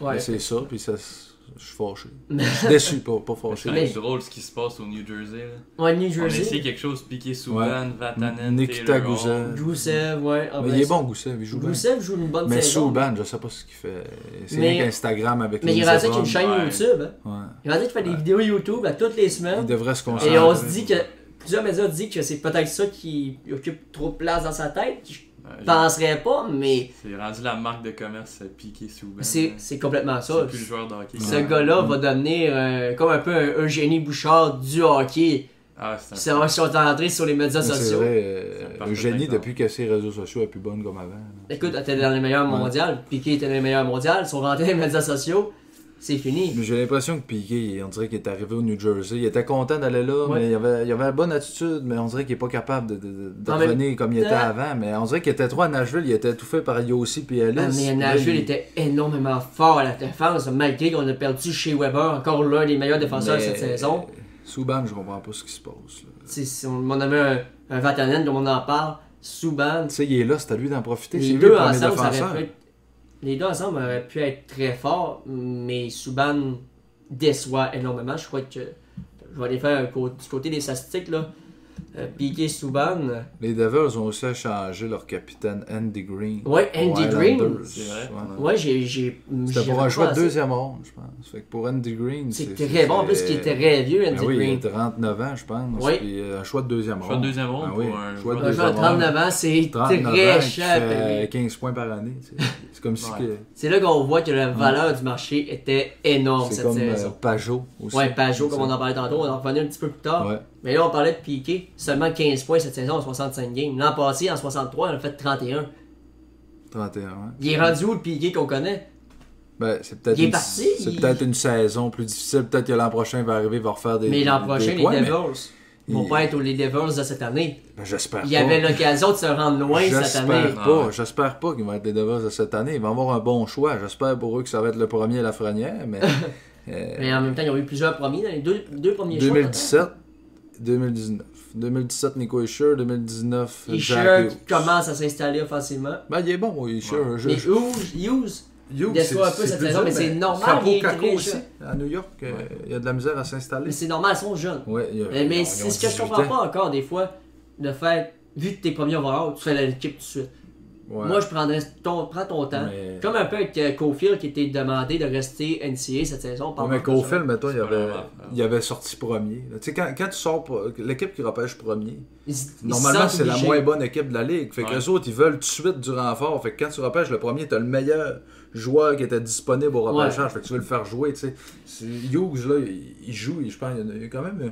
Speaker 3: Ouais.
Speaker 1: mais c'est ça, puis ça, je suis
Speaker 3: [LAUGHS]
Speaker 1: fâché. Je suis déçu, pas, pas fâché.
Speaker 2: C'est quand
Speaker 3: Mais-
Speaker 2: même drôle ce qui se passe au New Jersey. là.
Speaker 3: Ouais, New
Speaker 2: On essaie
Speaker 3: Jersey.
Speaker 2: quelque chose, piqué Souban, Vatanen,
Speaker 1: Nikita
Speaker 2: Taylor Hall. Euh,
Speaker 1: Gusev.
Speaker 3: Goussev, ouais. en
Speaker 1: Mais
Speaker 3: vrai,
Speaker 1: il est bon, Goussev, il joue bien.
Speaker 3: Goussev joue une bonne
Speaker 1: Mais
Speaker 3: saison.
Speaker 1: Souban, je sais pas ce qu'il fait. C'est
Speaker 3: Mais-
Speaker 1: rien qu'Instagram avec
Speaker 3: Mais
Speaker 1: les
Speaker 3: il est rendu avec
Speaker 1: abonnés.
Speaker 3: une chaîne
Speaker 2: ouais.
Speaker 3: YouTube. hein.
Speaker 1: Ouais.
Speaker 3: Il est rendu qu'il fait des vidéos YouTube à toutes les semaines.
Speaker 1: Il devrait se concentrer.
Speaker 3: Et on se dit que. Plusieurs médias disent que c'est peut-être ça qui occupe trop de place dans sa tête. Je
Speaker 2: Ouais,
Speaker 3: penserais pas, mais
Speaker 2: C'est rendu la marque de commerce, euh, piqué Souban.
Speaker 3: c'est
Speaker 2: là.
Speaker 3: c'est complètement ça.
Speaker 2: euh. C'est plus le joueur de hockey.
Speaker 3: Ce
Speaker 2: Ouais.
Speaker 1: Mm.
Speaker 3: gars-là va devenir euh, comme un peu un Eugénie Bouchard du hockey.
Speaker 2: Ah, c'est un-
Speaker 3: Ça va se concentrer sur les médias
Speaker 1: Mais C'est
Speaker 3: sociaux.
Speaker 1: vrai,
Speaker 2: C'est un
Speaker 1: euh,
Speaker 2: parfait
Speaker 1: Eugénie,
Speaker 2: exemple.
Speaker 1: depuis que ses réseaux sociaux est plus bonne comme avant.
Speaker 3: Écoute, t'es dans les meilleurs
Speaker 1: Ouais.
Speaker 3: mondiales, Piqué était dans les meilleurs mondiales, ils sont rentrés dans les médias sociaux, c'est fini.
Speaker 1: Mais J'ai l'impression que Piqué, on dirait qu'il est arrivé au New Jersey. Il était content d'aller là,
Speaker 3: Ouais.
Speaker 1: mais il avait, il avait la bonne attitude, mais on dirait qu'il est pas capable de, de- de- de
Speaker 3: En même
Speaker 1: revenir comme il était
Speaker 3: temps-
Speaker 1: avant. Mais on dirait qu'il était trop à Nashville, il était étouffé par Yossi puis Ellis.
Speaker 3: Ah, mais Nashville était énormément fort à la défense, malgré qu'on a perdu chez Weber, encore l'un des meilleurs défenseurs cette saison.
Speaker 1: Souban, je comprends pas ce qui se passe. là.
Speaker 3: Si- si on, on avait un, un Vatanen, comme on en parle, Souban,
Speaker 1: Tu sais, il est là, c'est à lui d'en profiter. C'est
Speaker 3: les
Speaker 1: lui
Speaker 3: deux,
Speaker 1: le premier
Speaker 3: ensemble, ça
Speaker 1: défenseur.
Speaker 3: aurait pu être, les deux ensemble auraient pu être très forts, mais Souban déçoit énormément. Je crois que je vais aller faire un côté, du côté des statistiques, là. Euh, Piqué Souban.
Speaker 1: Les Devils ont aussi changé leur capitaine Andy Green.
Speaker 3: Ouais, Andy
Speaker 1: Aux
Speaker 3: Green.
Speaker 1: Islanders.
Speaker 2: C'est vrai.
Speaker 1: Ouais.
Speaker 3: Ouais, j'ai. j'ai
Speaker 1: C'était
Speaker 3: j'y
Speaker 1: pour
Speaker 3: avais
Speaker 1: un choix
Speaker 3: pas
Speaker 1: de
Speaker 3: assez.
Speaker 1: deuxième ronde, je pense. Fait que pour Andy Green,
Speaker 3: C'est très bon, en plus, qui était très vieux,
Speaker 1: Ben
Speaker 3: Andy
Speaker 1: oui,
Speaker 3: Green.
Speaker 1: il a 39 ans, je pense.
Speaker 3: Oui.
Speaker 1: Puis euh, un choix de deuxième ronde.
Speaker 2: Choix de deuxième ronde
Speaker 1: Ben oui,
Speaker 2: pour un
Speaker 1: choix de
Speaker 2: joueur-
Speaker 3: Un
Speaker 1: deuxième
Speaker 3: joueur de
Speaker 1: ronde.
Speaker 3: 39 ans, c'est
Speaker 1: 39
Speaker 3: très
Speaker 1: ans qui
Speaker 3: cher.
Speaker 1: fait, euh,
Speaker 3: payé.
Speaker 1: 15 points par année. tu sais. C'est comme si
Speaker 2: Ouais.
Speaker 1: que-
Speaker 3: C'est là qu'on voit que la valeur du marché était énorme
Speaker 1: c'est
Speaker 3: cette
Speaker 1: comme euh,
Speaker 3: saison.
Speaker 1: Pajot aussi.
Speaker 3: ouais, Pajot, comme on en parlait tantôt, on en revenait un petit peu plus tard.
Speaker 1: Ouais.
Speaker 3: Mais là, on parlait de Piqué, seulement 15 points cette saison en 65 games. L'an passé, en 63, on a fait 31.
Speaker 1: 31. ouais.
Speaker 3: Il est rendu où le Piqué qu'on connaît
Speaker 1: Ben, c'est peut-être
Speaker 3: Il est
Speaker 1: une,
Speaker 3: parti,
Speaker 1: c'est
Speaker 3: il-
Speaker 1: peut-être une saison plus difficile. Peut-être que l'an prochain, il va arriver, il va refaire des.
Speaker 3: Mais l'an
Speaker 1: des
Speaker 3: prochain,
Speaker 1: points,
Speaker 3: les
Speaker 1: mais-
Speaker 3: Devils vont
Speaker 1: il-
Speaker 3: pas être aux les Devils de cette année.
Speaker 1: ben, J'espère
Speaker 3: Il y
Speaker 1: pas.
Speaker 3: avait l'occasion de se rendre loin cette année.
Speaker 1: J'espère
Speaker 2: Ah
Speaker 1: pas,
Speaker 2: ouais.
Speaker 1: j'espère
Speaker 3: [LAUGHS]
Speaker 1: pas qu'ils vont être les Devils de cette année. Ils vont avoir un bon choix. J'espère pour eux que ça va être le premier à la frenière, mais Euh,
Speaker 3: Mais en même temps, ils ont eu plusieurs premiers, dans les deux, deux premiers choix.
Speaker 1: 2017, 2019. 2017, Nico Isher, 2019,
Speaker 3: Isher
Speaker 1: Jack
Speaker 3: qui
Speaker 1: Hughes.
Speaker 3: commence à s'installer offensivement.
Speaker 1: Ben, il est bon, Isher.
Speaker 2: Ouais.
Speaker 1: Je-
Speaker 3: Mais
Speaker 1: je-
Speaker 3: Hughes, Hughes,
Speaker 1: Hughes,
Speaker 3: déçoit un peu
Speaker 1: c'est
Speaker 3: cette
Speaker 1: plus
Speaker 3: saison,
Speaker 1: dur,
Speaker 3: mais c'est normal,
Speaker 1: Capo
Speaker 3: il est
Speaker 1: Caco
Speaker 3: très
Speaker 1: aussi,
Speaker 3: jeune.
Speaker 1: à New York, euh,
Speaker 2: Ouais.
Speaker 1: il y a de la misère à
Speaker 3: mais
Speaker 1: s'installer.
Speaker 3: c'est normal, ils sont jeunes.
Speaker 1: Ouais, il y a-
Speaker 3: Mais,
Speaker 1: ils ont-
Speaker 3: mais
Speaker 1: ils ont
Speaker 3: c'est ce que je
Speaker 1: 18
Speaker 3: comprends
Speaker 1: ans.
Speaker 3: pas encore des fois, le fait, vu que t'es premier overall, tu fais l'équipe tout de suite.
Speaker 1: Ouais.
Speaker 3: Moi, je prendrais ton, prends ton temps.
Speaker 1: Mais-
Speaker 3: Comme un peu avec euh, Cofield qui était demandé de rester NCA cette saison. par
Speaker 1: Ouais, mais
Speaker 3: Marcus Allen.
Speaker 1: Cofield, mettons, il
Speaker 2: C'est pas
Speaker 1: avait,
Speaker 2: leur affaire.
Speaker 1: il avait sorti premier. là. Tu sais, quand, quand tu sors, pro- l'équipe qui repêche premier,
Speaker 3: Ils se- ils se
Speaker 1: normalement,
Speaker 3: sentent
Speaker 1: c'est la
Speaker 3: obligés.
Speaker 1: moins bonne équipe de la ligue. Fait que
Speaker 2: Ouais.
Speaker 1: les autres, ils veulent tout de suite du renfort. Fait que quand tu repêches le premier, t'as le meilleur joueur qui était disponible au repêchage. Fait que tu veux le faire jouer, tu sais. C'est- Hughes, là, il, il joue, il- je pense, il y en a- il y a quand même euh,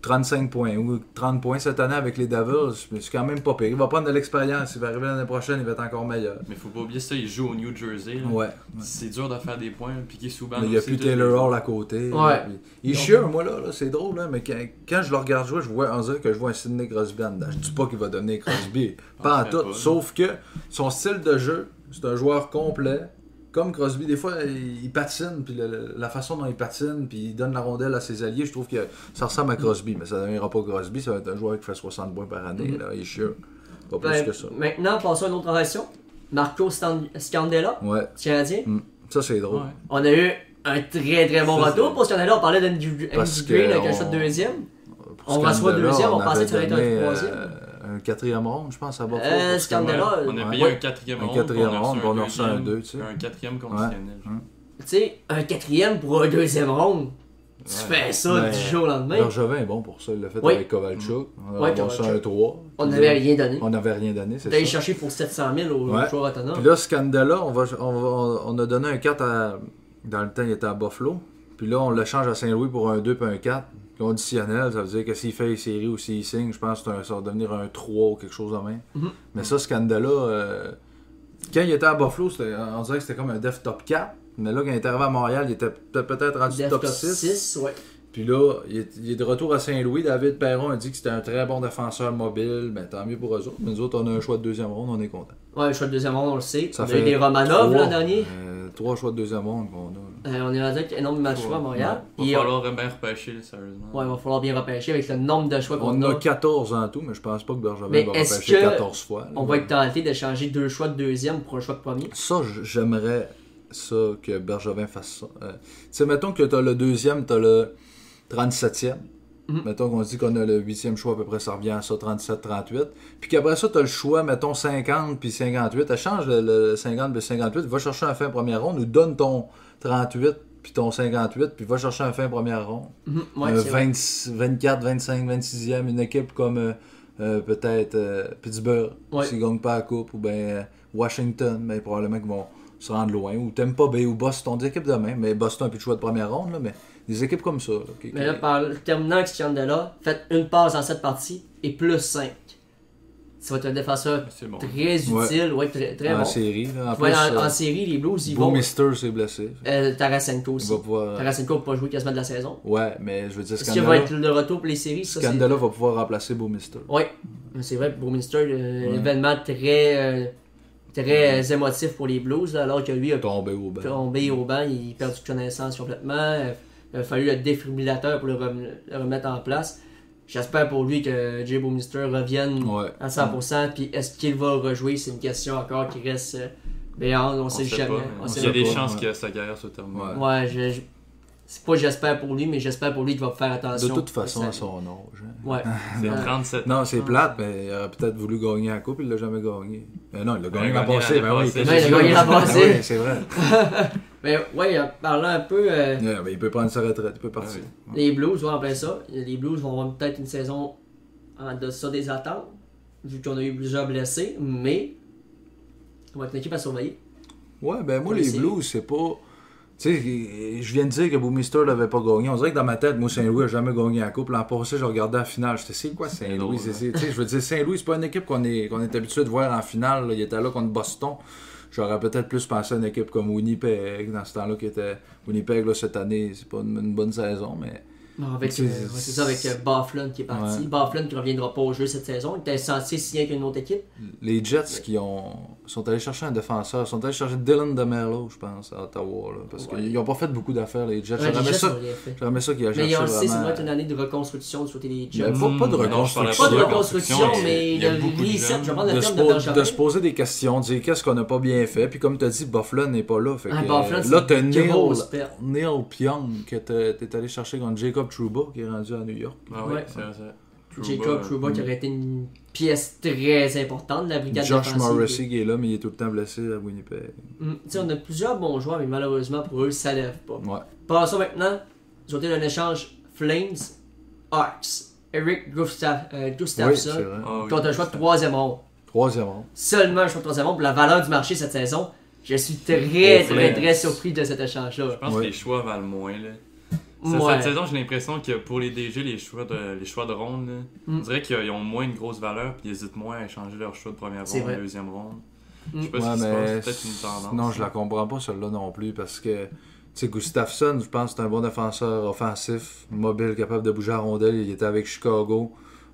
Speaker 1: 35 points ou 30 points cette année avec les Devils. mais C'est quand même pas pire. Il va prendre de l'expérience. Il va arriver l'année prochaine, il va être encore meilleur.
Speaker 2: Mais faut pas oublier ça, il joue au New Jersey. là.
Speaker 1: Ouais.
Speaker 2: C'est dur de faire des points. Piqué Souban.
Speaker 1: Mais il n'y a
Speaker 2: aussi,
Speaker 1: plus
Speaker 2: tout-
Speaker 1: Taylor Hall à côté.
Speaker 3: Ouais.
Speaker 1: Puis, Il chieur, moi, là, là, c'est drôle, hein, mais quand, quand je le regarde jouer, je vois, on dirait que je vois un Sidney Crosby en dedans. Je dis pas qu'il va donner Crosby, pas en
Speaker 2: Penserais
Speaker 1: tout.
Speaker 2: pas.
Speaker 1: Sauf que son style de jeu, c'est un joueur complet. Comme Crosby, des fois, il il patine, puis le- le- la façon dont il patine, puis il donne la rondelle à ses alliés, je trouve que ça ressemble à Crosby, mais ça ne deviendra pas Crosby, ça va être un joueur qui fait 60 points par année, là, il est chieur. Pas plus
Speaker 3: Mm-hmm. Ben,
Speaker 1: que ça.
Speaker 3: Maintenant, passons à une autre transaction. Marco Stan- Scandella,
Speaker 1: Ouais,
Speaker 3: Canadien.
Speaker 1: Mm. ça c'est drôle.
Speaker 2: Ouais.
Speaker 3: On a eu un très très bon
Speaker 2: Ça,
Speaker 3: retour
Speaker 2: c'est-
Speaker 3: pour Scandella. On parlait d'Andy Green
Speaker 1: Parce
Speaker 3: avec
Speaker 1: que
Speaker 3: un shot
Speaker 1: on-
Speaker 3: deuxième.
Speaker 1: Pour
Speaker 3: On reçoit
Speaker 1: Scandella,
Speaker 3: deuxième, on
Speaker 1: avait
Speaker 3: pensait que ça allait être un
Speaker 1: donné,
Speaker 3: troisième.
Speaker 1: euh, un quatrième round, je pense, à Buffalo.
Speaker 3: Euh,
Speaker 1: pour Scandella.
Speaker 3: Scandella,
Speaker 2: On a
Speaker 1: Ouais.
Speaker 2: payé
Speaker 3: Ouais.
Speaker 2: un quatrième
Speaker 1: Un
Speaker 2: round.
Speaker 1: quatrième round,
Speaker 2: on a reçu
Speaker 1: un deux,
Speaker 2: deuxième,
Speaker 1: tu sais. Hum.
Speaker 2: Un quatrième conditionnel.
Speaker 3: tu sais, un quatrième pour un deuxième round. Tu
Speaker 1: Ouais.
Speaker 3: fais ça
Speaker 1: Mais-
Speaker 3: du jour au lendemain.
Speaker 1: Bergevin est bon pour ça, il l'a fait
Speaker 3: Oui.
Speaker 1: avec Kovalchuk. On
Speaker 3: Ouais,
Speaker 1: a reçu
Speaker 3: Kovalchuk.
Speaker 1: un 3.
Speaker 3: on n'avait rien donné.
Speaker 1: On n'avait rien donné, c'est
Speaker 3: T'as allé
Speaker 1: ça.
Speaker 3: chercher pour 700 000 au
Speaker 1: Ouais.
Speaker 3: joueur autonome.
Speaker 1: Puis là, Scandella, on, va, on, va- on a donné un 4 à. Dans le temps, il était à Buffalo. Puis là, on le change à Saint-Louis pour un 2 puis un 4. Conditionnel, ça veut dire que s'il fait les séries ou s'il signe, je pense que c'est un- ça va devenir un 3 ou quelque chose de même.
Speaker 3: Mhm.
Speaker 1: Mais ça, Scandella, euh, quand il était à Buffalo, c'était- on dirait que c'était comme un def top 4. Mais là, quand il est arrivé à Montréal, il était peut- peut-être rendu
Speaker 3: Def
Speaker 1: top, 6.
Speaker 3: ouais.
Speaker 1: Puis là, il est, il est de retour à Saint-Louis. David Perron a dit que c'était un très bon défenseur mobile. Mais tant mieux pour eux autres. Mais nous autres, on a un choix de deuxième ronde, on est content.
Speaker 3: Ouais, le choix de deuxième round, on le sait.
Speaker 1: Ça
Speaker 3: on a
Speaker 1: fait
Speaker 3: eu des Romanov
Speaker 1: trois,
Speaker 3: l'an dernier.
Speaker 1: euh, trois choix de deuxième ronde qu'on a.
Speaker 3: Euh, on est rendu avec énormément de choix à Montréal.
Speaker 2: Il
Speaker 3: Et,
Speaker 2: va
Speaker 3: euh,
Speaker 2: falloir bien repêcher, là, sérieusement.
Speaker 3: ouais, il va falloir bien repêcher avec le nombre de choix
Speaker 1: là.
Speaker 3: qu'on
Speaker 1: On
Speaker 3: a.
Speaker 1: a 14 en tout, mais je pense pas que Bergevin
Speaker 3: Mais
Speaker 1: va
Speaker 3: est-ce
Speaker 1: repêcher
Speaker 3: que
Speaker 1: 14 fois. là.
Speaker 3: On va être tenté d'échanger deux choix de deuxième pour un choix de premier.
Speaker 1: Ça, j- j'aimerais ça que Bergevin fasse ça. Euh, tu sais, mettons que t'as le deuxième, t'as le 37e.
Speaker 3: Mhm.
Speaker 1: Mettons qu'on dit qu'on a le huitième choix, à peu près ça revient à ça, 37-38. Puis qu'après ça, t'as le choix, mettons 50 puis 58. Échange le, le 50 puis 58, va chercher un fin première ronde ou donne ton 38 puis ton 58, puis va chercher un fin première ronde.
Speaker 3: Mhm, ouais,
Speaker 1: Euh,
Speaker 3: c'est vrai.
Speaker 1: 20 24, 25, 26e, une équipe comme euh, euh, peut-être euh, Pittsburgh,
Speaker 3: Ouais.
Speaker 1: s'ils ne gagnent pas la Coupe, ou bien euh, Washington, ben, probablement qu'ils vont se rendre loin, ou Tampa Bay, ou Boston, des équipes de même, mais Boston a plus de choix de première ronde, là, mais des équipes comme ça. là, qui-
Speaker 3: Mais
Speaker 1: qui-
Speaker 3: là, par, terminant avec Scandella, faites une passe dans cette partie et plus 5. Ça va être un défenseur
Speaker 2: Ah, C'est bon.
Speaker 3: très utile, ouais, très, très
Speaker 1: en
Speaker 3: bon.
Speaker 1: série, là, en
Speaker 3: Tu vois,
Speaker 1: plus,
Speaker 3: en,
Speaker 1: euh,
Speaker 3: en série, les Blues, ils vont.
Speaker 1: Boumister s'est blessé.
Speaker 3: Euh, Tarasenko
Speaker 1: Il
Speaker 3: aussi.
Speaker 1: va pouvoir... euh,
Speaker 3: Tarasenko peut pas jouer quasiment de la saison.
Speaker 1: Ouais, mais je veux dire,
Speaker 3: Est-ce qu'il va
Speaker 1: Scandella,
Speaker 3: être le retour pour les séries Ça, c'est-
Speaker 1: Scandella va pouvoir remplacer Boumister.
Speaker 3: Oui, c'est vrai, pour Minster, euh,
Speaker 1: Ouais.
Speaker 3: événement très, euh, très euh, émotif pour les Blues, là, alors que lui a
Speaker 1: Tombé au banc.
Speaker 3: tombé au banc, il a perdu connaissance complètement. euh, Il a fallu le défibrillateur pour le, rem- le remettre en place. J'espère pour lui que Jay Boomister revienne
Speaker 1: Ouais.
Speaker 3: à 100%. Puis est-ce qu'il va rejouer C'est une question encore qui reste. euh, mais on, on sait jamais.
Speaker 2: pas, mais
Speaker 3: on
Speaker 2: Il y
Speaker 3: sait
Speaker 2: a des
Speaker 1: pas,
Speaker 2: chances
Speaker 1: ouais.
Speaker 2: que sa carrière soit terminée.
Speaker 1: Ouais.
Speaker 3: Ouais, je- je- c'est pas j'espère pour lui, mais j'espère pour lui qu'il va faire
Speaker 1: De
Speaker 3: attention.
Speaker 1: toute façon,
Speaker 3: Ça-
Speaker 1: à son âge. hein.
Speaker 3: Ouais.
Speaker 2: C'est
Speaker 3: Ouais.
Speaker 2: 37
Speaker 1: Non, c'est plate, mais il aurait peut-être voulu gagner la coupe, il l'a jamais gagné. Euh, non, il l'a gagné
Speaker 2: Il
Speaker 1: l'an
Speaker 2: a gagné
Speaker 1: passé,
Speaker 2: l'année
Speaker 1: ben oui.
Speaker 2: passée.
Speaker 3: Ouais, il a gagné l'an passé.
Speaker 1: Ben oui, c'est vrai. [LAUGHS]
Speaker 3: mais ouais, en parlant un peu. euh,
Speaker 1: Ouais, ben, il peut prendre sa retraite, il peut partir.
Speaker 2: Ah
Speaker 3: Les Blues, ouais, en plein ça. Les Blues vont avoir peut-être une saison en deçà des attentes, vu qu'on a eu plusieurs blessés, mais on va être une équipe à surveiller.
Speaker 1: Ouais, ben moi,
Speaker 3: Oui,
Speaker 1: les
Speaker 3: c'est-
Speaker 1: Blues, c'est pas. Tu sais, je viens de dire que Boomister l'avait pas gagné. On dirait que dans ma tête, moi, Saint-Louis a jamais gagné la coupe. L'an passé, je regardais la finale. J'étais, c'est quoi
Speaker 2: drôle,
Speaker 1: Saint-Louis?
Speaker 2: hein.
Speaker 1: C'est- c'est- Tu sais, je veux dire, Saint-Louis, c'est pas une équipe qu'on est, qu'on est habitué de voir en finale. là. Il était là contre Boston. J'aurais peut-être plus pensé à une équipe comme Winnipeg, dans ce temps-là, qui était. Winnipeg, là, cette année, c'est pas une, une bonne saison, mais.
Speaker 3: Non, avec, euh,
Speaker 1: C'est-
Speaker 3: ouais, c'est ça, avec euh, Baflin qui est parti.
Speaker 1: Ouais.
Speaker 3: Baflin qui ne reviendra pas au jeu cette saison. Il était censé signer avec une autre équipe.
Speaker 1: Les Jets qui ont sont allés chercher un défenseur, sont allés chercher Dylan DeMello, je pense, à Ottawa. là, parce
Speaker 3: Ouais.
Speaker 1: qu'ils n'ont pas fait beaucoup d'affaires, les Jets.
Speaker 3: Ouais, les
Speaker 1: J'aurais aimé
Speaker 3: Jets
Speaker 1: ça-
Speaker 3: n'ont rien fait.
Speaker 1: j'aurais aimé ça qu'ils aient
Speaker 3: Mais
Speaker 1: cherché
Speaker 3: on le sait, c'est
Speaker 1: vraiment-
Speaker 3: doit être une année de reconstruction du côté des Jets.
Speaker 1: Ben, pas, pas de
Speaker 2: Non, je parlais
Speaker 1: reconstruction.
Speaker 3: Pas de
Speaker 2: Ouais,
Speaker 3: reconstruction,
Speaker 2: reconstruction,
Speaker 3: mais
Speaker 2: il y a
Speaker 3: le
Speaker 2: beaucoup de
Speaker 3: reset,
Speaker 2: jeunes.
Speaker 3: je vais prendre
Speaker 1: de,
Speaker 3: le
Speaker 1: se
Speaker 3: terme
Speaker 1: po-
Speaker 3: de
Speaker 1: de
Speaker 3: Bergeron.
Speaker 1: se poser des questions, de dire qu'est-ce qu'on n'a pas bien fait. Puis comme tu as dit, Buffalo n'est pas là. Fait
Speaker 3: Ah,
Speaker 1: que,
Speaker 3: Buffalo,
Speaker 1: euh,
Speaker 3: c'est
Speaker 1: là, t'as
Speaker 3: une
Speaker 1: Neil,
Speaker 3: grosse perte.
Speaker 1: Neil Pionk que t'es t'es allé chercher contre Jacob Trouba qui est rendu à New York.
Speaker 2: Ah ouais,
Speaker 3: Ouais.
Speaker 2: c'est vrai, c'est vrai.
Speaker 3: Jacob
Speaker 2: Trouba,
Speaker 1: Mm.
Speaker 3: Trouba qui aurait été une pièce très importante de la brigade
Speaker 1: Josh
Speaker 3: défensive.
Speaker 1: Morrissey qui est là, mais il est tout le temps blessé à Winnipeg.
Speaker 3: Mm, tu sais, on a plusieurs bons joueurs, mais malheureusement pour eux, ça lève pas.
Speaker 1: Ouais.
Speaker 3: Passons maintenant du côté d'un échange Flames Arcs. Eric Gustaf- euh,
Speaker 1: Oui, c'est
Speaker 3: Gustafsson
Speaker 1: vrai.
Speaker 2: Ah oui,
Speaker 3: contre un choix de
Speaker 2: c'est-
Speaker 3: troisième ronde.
Speaker 1: Troisième ronde.
Speaker 3: Seulement un choix de troisième ronde pour la valeur du marché cette saison. Je suis
Speaker 2: Aux
Speaker 3: très, très,
Speaker 2: Flames.
Speaker 3: très surpris de cet échange-là.
Speaker 2: Je pense
Speaker 1: Ouais.
Speaker 2: que les choix valent moins. Là. Ça,
Speaker 3: Ouais.
Speaker 2: Cette saison, j'ai l'impression que pour les DG, les choix de, les choix de ronde, là,
Speaker 3: Mm.
Speaker 2: on dirait qu'ils ont moins une grosse valeur puis ils hésitent moins à échanger leurs choix de première
Speaker 3: C'est
Speaker 2: ronde,
Speaker 3: vrai.
Speaker 2: deuxième ronde.
Speaker 3: Mm.
Speaker 2: Je sais pas
Speaker 1: Ouais,
Speaker 2: ce qui se
Speaker 1: mais
Speaker 2: passe, c'est peut-être une tendance.
Speaker 1: non, je la comprends pas celle-là non plus parce que tu sais Gustafsson, je pense que c'est un bon défenseur offensif, mobile, capable de bouger à rondelle. Il était avec Chicago.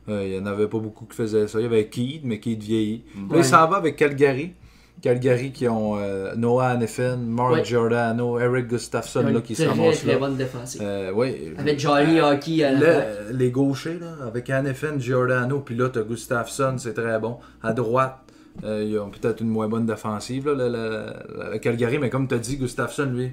Speaker 1: Euh, il n'y en avait pas beaucoup qui faisaient ça. Il y avait Keed, mais Keed vieillit.
Speaker 2: Mm.
Speaker 1: Là,
Speaker 3: Ouais.
Speaker 1: il s'en va avec Calgary. Calgary qui ont euh, Noah Hannifin, Mark
Speaker 3: Ouais.
Speaker 1: Giordano, Eric Gustafsson
Speaker 3: Ils ont
Speaker 1: là,
Speaker 3: une
Speaker 1: qui se
Speaker 3: très,
Speaker 1: ramassent
Speaker 3: très
Speaker 1: là.
Speaker 3: bonne défense.
Speaker 1: Euh, ouais.
Speaker 3: Avec Johnny Hockey euh, à la place.
Speaker 1: Le- euh, les gauchers, là, avec Hannifin, Giordano, puis là, t'as Gustafsson, c'est très bon. À droite, euh, ils ont peut-être une moins bonne défensive, là, la, la- la Calgary, mais comme t'as dit, Gustafsson, lui,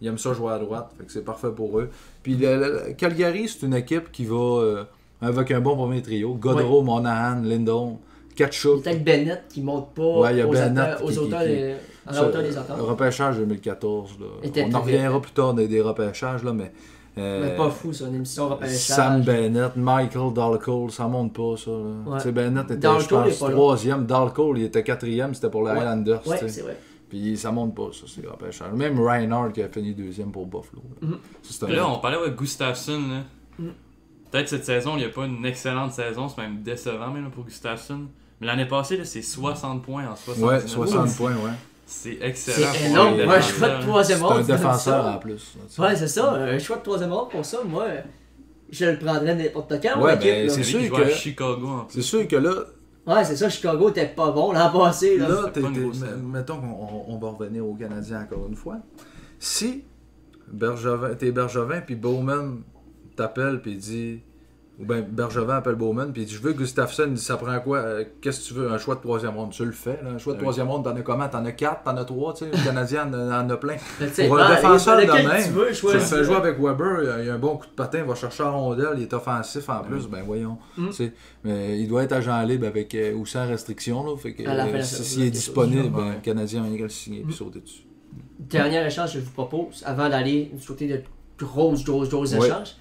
Speaker 1: il aime ça jouer à droite, fait que c'est parfait pour eux. Puis le- le- le- Calgary, c'est une équipe qui va, euh, avec un bon premier trio, Godreau, Monahan, Lindholm, Kachuk,
Speaker 3: Peut-être Bennett qui monte pas
Speaker 1: Ouais, il y a
Speaker 3: aux,
Speaker 1: Bennett
Speaker 3: atta- aux
Speaker 1: qui- qui-
Speaker 3: auteurs
Speaker 1: qui-
Speaker 3: des- à la
Speaker 1: ça, euh,
Speaker 3: hauteur des
Speaker 1: le
Speaker 3: attentes.
Speaker 1: repêchage 2014. là.
Speaker 3: Était
Speaker 1: On en
Speaker 3: très-
Speaker 1: reviendra plus tard des, des repêchages, là, mais... euh,
Speaker 3: Mais pas fou, ça, une émission repêchage.
Speaker 1: Sam Bennett, Michael Dalcole, ça monte pas ça. là.
Speaker 3: Ouais.
Speaker 1: Tu sais, Bennett était,
Speaker 3: Dalcole
Speaker 1: je pense,
Speaker 3: est pas là.
Speaker 1: troisième. Dalcole, il était quatrième, c'était pour les
Speaker 3: Ouais.
Speaker 1: Highlanders. tu
Speaker 3: Ouais,
Speaker 1: sais.
Speaker 3: c'est vrai.
Speaker 1: Puis ça monte pas ça, c'est repêchage. Même Reinhardt qui a fini deuxième pour Buffalo. là.
Speaker 3: Mhm.
Speaker 1: Ça, c'est
Speaker 2: Puis
Speaker 1: un-
Speaker 2: là, on parlait avec Gustafsson. là.
Speaker 3: Mm.
Speaker 2: Peut-être cette saison, il n'y a pas une excellente saison, c'est même décevant même, là, pour Gustafsson. Mais l'année passée, là, c'est 60 points en 60
Speaker 1: Ouais, 60 points, ouais.
Speaker 2: C'est excellent.
Speaker 3: C'est
Speaker 2: pour
Speaker 3: énorme.
Speaker 2: un
Speaker 3: Moi, je choix de
Speaker 2: défenseur.
Speaker 1: C'est
Speaker 3: troisième ronde.
Speaker 1: un
Speaker 3: tu me dis
Speaker 1: défenseur
Speaker 3: ça.
Speaker 1: en plus. là, tu sais.
Speaker 3: Ouais, c'est ça. Un choix de troisième ronde pour ça, moi, je le prendrais n'importe quand.
Speaker 1: Ouais,
Speaker 3: mon équipe,
Speaker 1: ben,
Speaker 3: là.
Speaker 1: c'est
Speaker 2: C'est
Speaker 1: sûr
Speaker 2: sûr qui joue
Speaker 1: que-
Speaker 2: à Chicago en plus.
Speaker 1: C'est sûr que là,
Speaker 3: Ouais, c'est ça. Chicago était pas bon l'an passé. Là.
Speaker 1: là,
Speaker 2: c'est
Speaker 1: t'es-
Speaker 2: pas une
Speaker 1: t'es-
Speaker 2: grosse
Speaker 1: m-
Speaker 2: saison.
Speaker 1: mettons qu'on on- on va revenir aux Canadiens encore une fois. Si Bergevin, t'es Bergevin, puis Bowman t'appelle, puis dit. Ou bien Bergevin appelle Bowman, puis il dit Je veux Gustafsson, il dit, ça prend quoi Euh, Qu'est-ce que tu veux Un choix de troisième ronde. Tu le fais, là, un choix de
Speaker 2: Oui.
Speaker 1: troisième ronde, t'en as comment T'en as quatre, t'en as trois, tu sais. Le Canadien en, a- en a plein.
Speaker 3: Fait que, tu sais,
Speaker 1: Pour un
Speaker 3: prends-
Speaker 1: défenseur
Speaker 3: lequel
Speaker 1: de même,
Speaker 3: tu veux,
Speaker 1: Tu le
Speaker 3: choisis.
Speaker 1: fais jouer avec Weber, il a- il a un bon coup de patin, il va chercher à rondelle, il est offensif en plus, ben voyons.
Speaker 3: Mm.
Speaker 1: tu sais. Mais il doit être agent libre avec euh, ou sans restriction, là. Fait que
Speaker 3: À la fin,
Speaker 1: euh,
Speaker 3: la
Speaker 1: si-
Speaker 3: saison, Mm.
Speaker 1: s'il est
Speaker 3: quelque chose,
Speaker 1: disponible,
Speaker 2: genre,
Speaker 1: ben,
Speaker 2: ouais.
Speaker 1: le Canadien a qu'à le signer puis sauter dessus.
Speaker 3: Dernier échange que je vous propose avant d'aller du côté de grosses, grosses, grosses
Speaker 1: Ouais.
Speaker 3: échanges.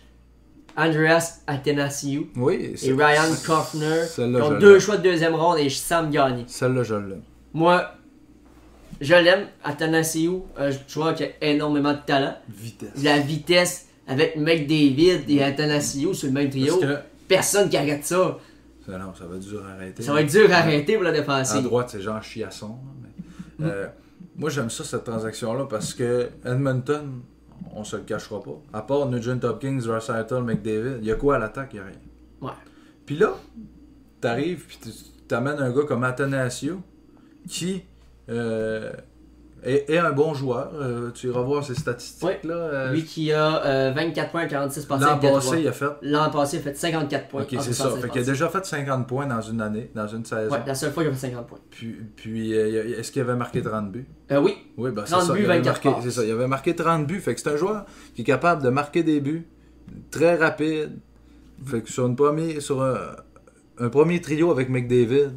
Speaker 3: Andreas Athanasiou
Speaker 1: Oui,
Speaker 3: et
Speaker 1: c'est-
Speaker 3: Ryan Kaufner
Speaker 1: Celle-là,
Speaker 3: qui
Speaker 1: je
Speaker 3: ont
Speaker 1: l'aime.
Speaker 3: deux choix de deuxième ronde et Sam Gagné.
Speaker 1: Celle-là, je l'aime.
Speaker 3: Moi, je l'aime. Athanasiou, un joueur qui a énormément de talent.
Speaker 1: Vitesse.
Speaker 3: De la vitesse avec McDavid et Athanasiou sur le même trio.
Speaker 1: Parce que-
Speaker 3: Personne qui arrête ça.
Speaker 1: Ça, non, ça va être dur à arrêter.
Speaker 3: Ça va être dur à arrêter pour la défensive.
Speaker 1: À droite, c'est genre Chiasson. là, mais,
Speaker 3: Mm-hmm.
Speaker 1: euh, moi, j'aime ça, cette transaction-là, parce que Edmonton, on se le cachera pas. À part Nugent Hopkins, Recital, McDavid, il y a quoi à l'attaque Il n'y a rien.
Speaker 3: Ouais.
Speaker 1: Puis là, t'arrives, puis tu- t'amènes un gars comme Athanasio, qui euh, est, est un bon joueur. Euh, tu iras voir ses statistiques.
Speaker 3: Ouais.
Speaker 1: Là, euh,
Speaker 3: Lui qui a euh, 24 points, 46 parties
Speaker 1: L'an
Speaker 3: avec Détroit.
Speaker 1: passé, il a fait.
Speaker 3: L'an passé, il a fait 54 points.
Speaker 1: Ok,
Speaker 3: en
Speaker 1: c'est ça.
Speaker 3: 76
Speaker 1: Fait qu'il a
Speaker 3: parties.
Speaker 1: déjà fait 50 points dans une année, dans une saison.
Speaker 3: Ouais, la seule fois qu'il a fait 50 points.
Speaker 1: Puis, puis euh, est-ce qu'il avait marqué 30 buts?
Speaker 3: Euh, oui,
Speaker 1: Oui, ben, c'est
Speaker 3: 30
Speaker 1: ça.
Speaker 3: buts,
Speaker 1: il avait
Speaker 3: 24
Speaker 1: marqué,
Speaker 3: passes.
Speaker 1: c'est ça. Il avait marqué 30 buts. Fait que c'est un joueur qui est capable de marquer des buts très rapide. Fait que sur, une première, sur un, un premier trio avec McDavid,